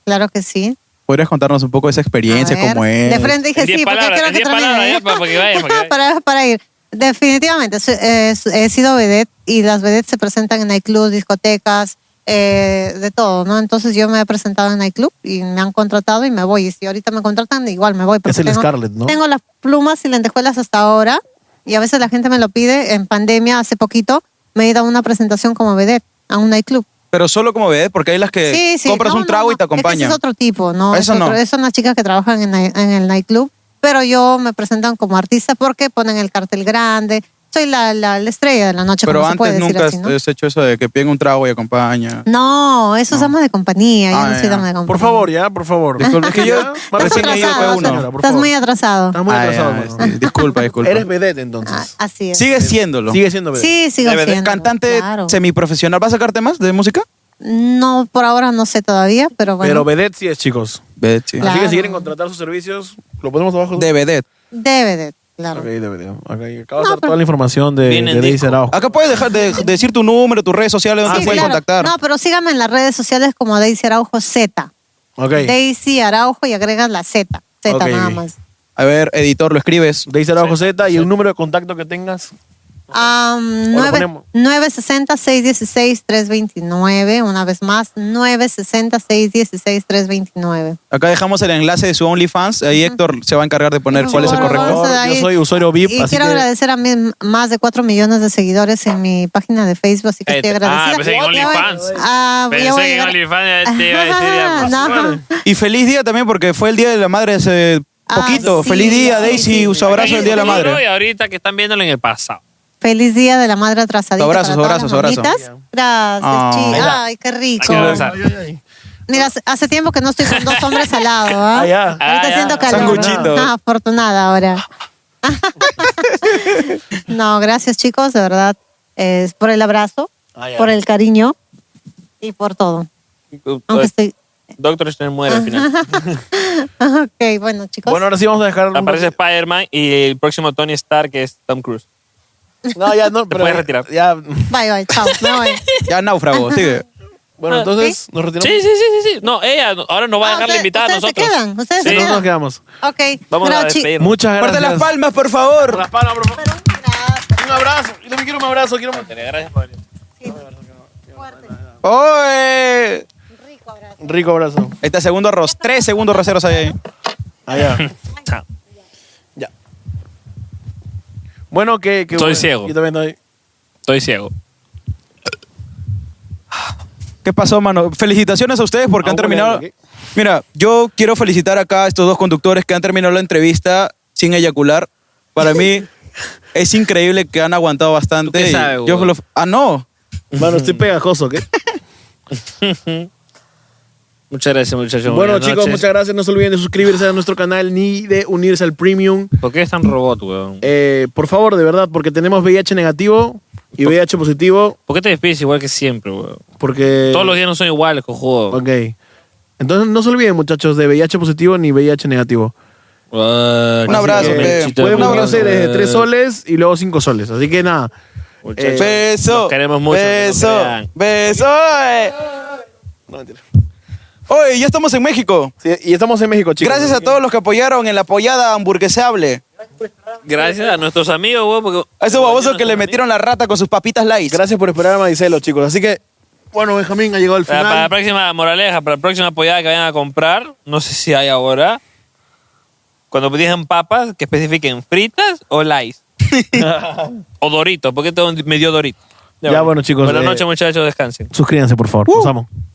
H: Claro que sí.
C: ¿Podrías contarnos un poco de esa experiencia,
H: A ver,
C: cómo es?
H: De frente dije
D: En diez
H: sí, porque
D: palabras,
H: quiero
D: en
H: que
D: diez palabras,
H: termine.
D: ya, para- para que vaya, para que vaya.
H: Para- para ir. Definitivamente, su- eh, su- he sido vedette y las vedettes se presentan en nightclubs, discotecas, eh, de todo, ¿no? Entonces yo me he presentado en nightclub y me han contratado y me voy. Y si ahorita me contratan, igual me voy. porque
B: Es el
H: tengo-
B: Scarlett, ¿no?
H: Tengo las plumas y lentejuelas hasta ahora y a veces la gente me lo pide. En pandemia, hace poquito, me he ido a una presentación como vedette a un nightclub.
C: Pero solo como bebé, porque hay las que
H: Sí, sí.
C: compras
H: No,
C: un
H: no,
C: trago
H: no.
C: y te
H: Es que
C: acompañan.
H: ese es otro tipo, ¿no?
C: Eso
H: Es otro-
C: no.
H: esas son las chicas que trabajan en, ni- en el nightclub, pero yo me presentan como artista porque ponen el cartel grande. Soy la, la- la estrella de la noche,
C: Pero
H: como se
C: antes
H: puede decir
C: nunca
H: así, ¿no?
C: has hecho eso de que piden un trago y acompaña.
H: No, eso es ama de compañía. Yo
C: Ah,
H: no soy
C: ya.
H: dama de compañía.
B: Por favor, ya, por favor.
C: Disculpe, es que yo recién he ido fue uno.
B: señora, por
H: Estás
B: favor.
H: muy atrasado. Ah,
B: Estás muy
C: Ah,
B: atrasado,
C: ya,
B: hermano.
C: sí, disculpa, disculpa.
B: Eres vedette,
D: Ah,
B: entonces.
H: Así es.
C: Sigue siéndolo.
B: Sigue siendo vedette.
H: Sí, sigo
C: De verdad,
H: siendo.
C: Cantante
H: claro.
C: semiprofesional. ¿Vas a sacar temas de música?
H: No, por ahora no sé todavía, pero bueno.
B: Pero vedette sí es, chicos.
C: Vedette, sí.
B: Así que
H: Claro.
B: si quieren contratar sus servicios, lo ponemos abajo.
C: De vedette.
H: Debe de, claro.
B: Ok, de vedette. Ok, acabo de dar toda la información de,
D: Viene en
B: de Daisy
D: disco.
B: Araujo.
C: Acá puedes dejar de, de decir tu número, tus redes sociales, donde te
H: Sí,
C: pueden
H: claro.
C: contactar.
H: No, pero síganme en las redes sociales como Daisy Araujo Z.
B: Ok.
H: Daisy Araujo y agregas la Z. Z
B: Ok,
H: nada
B: ok.
H: más.
C: A ver, editor, lo escribes.
B: Daisy Araujo Z y el número de contacto que tengas.
H: Am,
B: O lo
H: nueve-
B: ponemos.
H: 960-616-329. Una vez más, 960-616-329.
C: Acá dejamos el enlace de su OnlyFans. Ahí Héctor se va a encargar de poner
H: Por
C: cuál es el
H: favor,
C: correcto.
H: vamos a dar
B: Yo
H: ahí.
B: soy usuario VIP,
H: Y
B: así
H: quiero
B: que-
H: agradecer a mis más de 4 millones de seguidores en mi página de Facebook, así que
D: Eh,
H: estoy
D: ah,
H: agradecida.
D: pensé que en
H: Ya voy-
D: OnlyFans.
H: Ah, ya voy a
D: Pensé que en
H: llegar-
D: OnlyFans te iba a decir ya,
H: Ajá,
D: pues.
H: no.
C: Y feliz día también, porque fue el Día de la Madre hace
H: Ah,
C: poquito.
H: sí,
C: feliz día,
H: sí,
C: Daisy.
H: sí.
C: Su abrazo el Día de la
D: Ahorita Y
C: Madre.
D: ahorita que están viéndolo en el pasado.
H: Feliz día de la madre atrasadita.
C: Abrazos,
H: para todas
C: abrazos,
H: las
C: abrazos.
H: mamitas.
C: Ah.
H: Gracias, chi.
C: Mira.
H: Ay, qué rico.
D: Hay que abrazar.
H: Mira, hace- hace tiempo que no estoy con dos hombres al lado. ¿ah?
B: Ah, ya.
H: Ahorita
D: Ah, ya.
H: siento calor.
C: Sanguchito.
H: Ah, afortunada ahora. no, gracias chicos, de verdad, es por el abrazo,
B: Ah, ya.
H: por el cariño y por todo. Aunque
D: Pues-
H: estoy...
D: Doctor Strange muere al final.
H: ok, bueno chicos.
B: Bueno, ahora sí vamos a dejar. un-
D: Aparece Spider-Man y el próximo Tony Stark es Tom Cruise.
B: No, ya no.
D: Te puedes retirar.
B: Ya.
H: Bye, bye, chao. Me voy. Ah,
C: Ya náufrago, sigue.
B: Bueno, entonces nos retiramos.
D: Sí, sí, sí, sí, sí. No, ella no- ahora nos va a
H: Ah,
D: dejar la
H: ustedes-
D: invitada a
H: ustedes se
D: nosotros.
H: quedan, ustedes se
D: Sí.
B: Nosotros nos quedamos.
H: Ok.
D: Vamos a
H: Gra- chi-
D: despedirnos.
B: Muchas gracias.
C: Fuerte las palmas, por favor.
B: Las palmas, por favor.
H: Pero, gracias.
B: Un abrazo. Yo también quiero un abrazo. Quiero un...
D: Gracias por venir.
C: ¡Oye!
B: Rico abrazo.
C: Ahí está, segundo arroz. Tres segundos roceros hay ahí.
B: Allá.
D: Chao.
B: ya. Bueno, que. que
D: Estoy
B: bueno.
D: ciego.
B: Yo también estoy.
D: Estoy ciego.
C: ¿Qué pasó, mano? Felicitaciones a ustedes porque
B: Ah,
C: han
B: bueno,
C: terminado.
B: ¿qué?
C: Mira, yo quiero felicitar acá a estos dos conductores que han terminado la entrevista sin eyacular. Para mí es increíble que han aguantado bastante.
D: ¿Tú qué
C: y
D: sabes,
C: yo
D: huevón?
C: lo- ah, no.
B: Bueno, estoy pegajoso, ¿qué?
D: Muchas gracias, muchachos.
B: Bueno,
D: Buenas
B: chicos,
D: noches.
B: muchas gracias. No se olviden de suscribirse a nuestro canal ni de unirse al premium.
D: ¿Por qué es tan robot, weón?
B: Eh, por favor, de verdad, porque tenemos VIH negativo y VIH positivo.
D: ¿Por qué te despides igual que siempre, weón?
B: Porque.
D: Todos los días no son iguales, cojudo.
B: Ok. Entonces, no se olviden, muchachos, de VIH positivo ni VIH negativo.
D: Ah,
C: Un abrazo, pe.
B: Pueden
C: Un
B: conocer
D: Eh,
B: desde 3 soles y luego 5 soles. Así que nada.
D: Muchachos,
B: Eh,
C: beso.
D: los queremos mucho, que
C: Beso.
D: nos crean.
C: Beso. eh. Oye, ya estamos en México.
B: sí, y estamos en México, chicos.
C: Gracias a todos los que apoyaron en la apoyada hamburguesable.
D: Gracias a nuestros amigos, weón. Porque
C: A esos babosos que le metieron la rata con sus papitas light.
B: Gracias por esperar a Maricelo, chicos. Así que, bueno, Benjamín ha llegado al
D: Para,
B: final.
D: para la próxima moraleja, para la próxima apoyada que vayan a comprar, no sé si hay ahora. Cuando digan papas, que especifiquen fritas o lice. o doritos, porque todo me dio dorito.
B: Ya, bueno, chicos,
D: Buenas
B: eh,
D: noches, muchachos, descansen.
C: Uh.
B: Suscríbanse, por favor. Nos amo.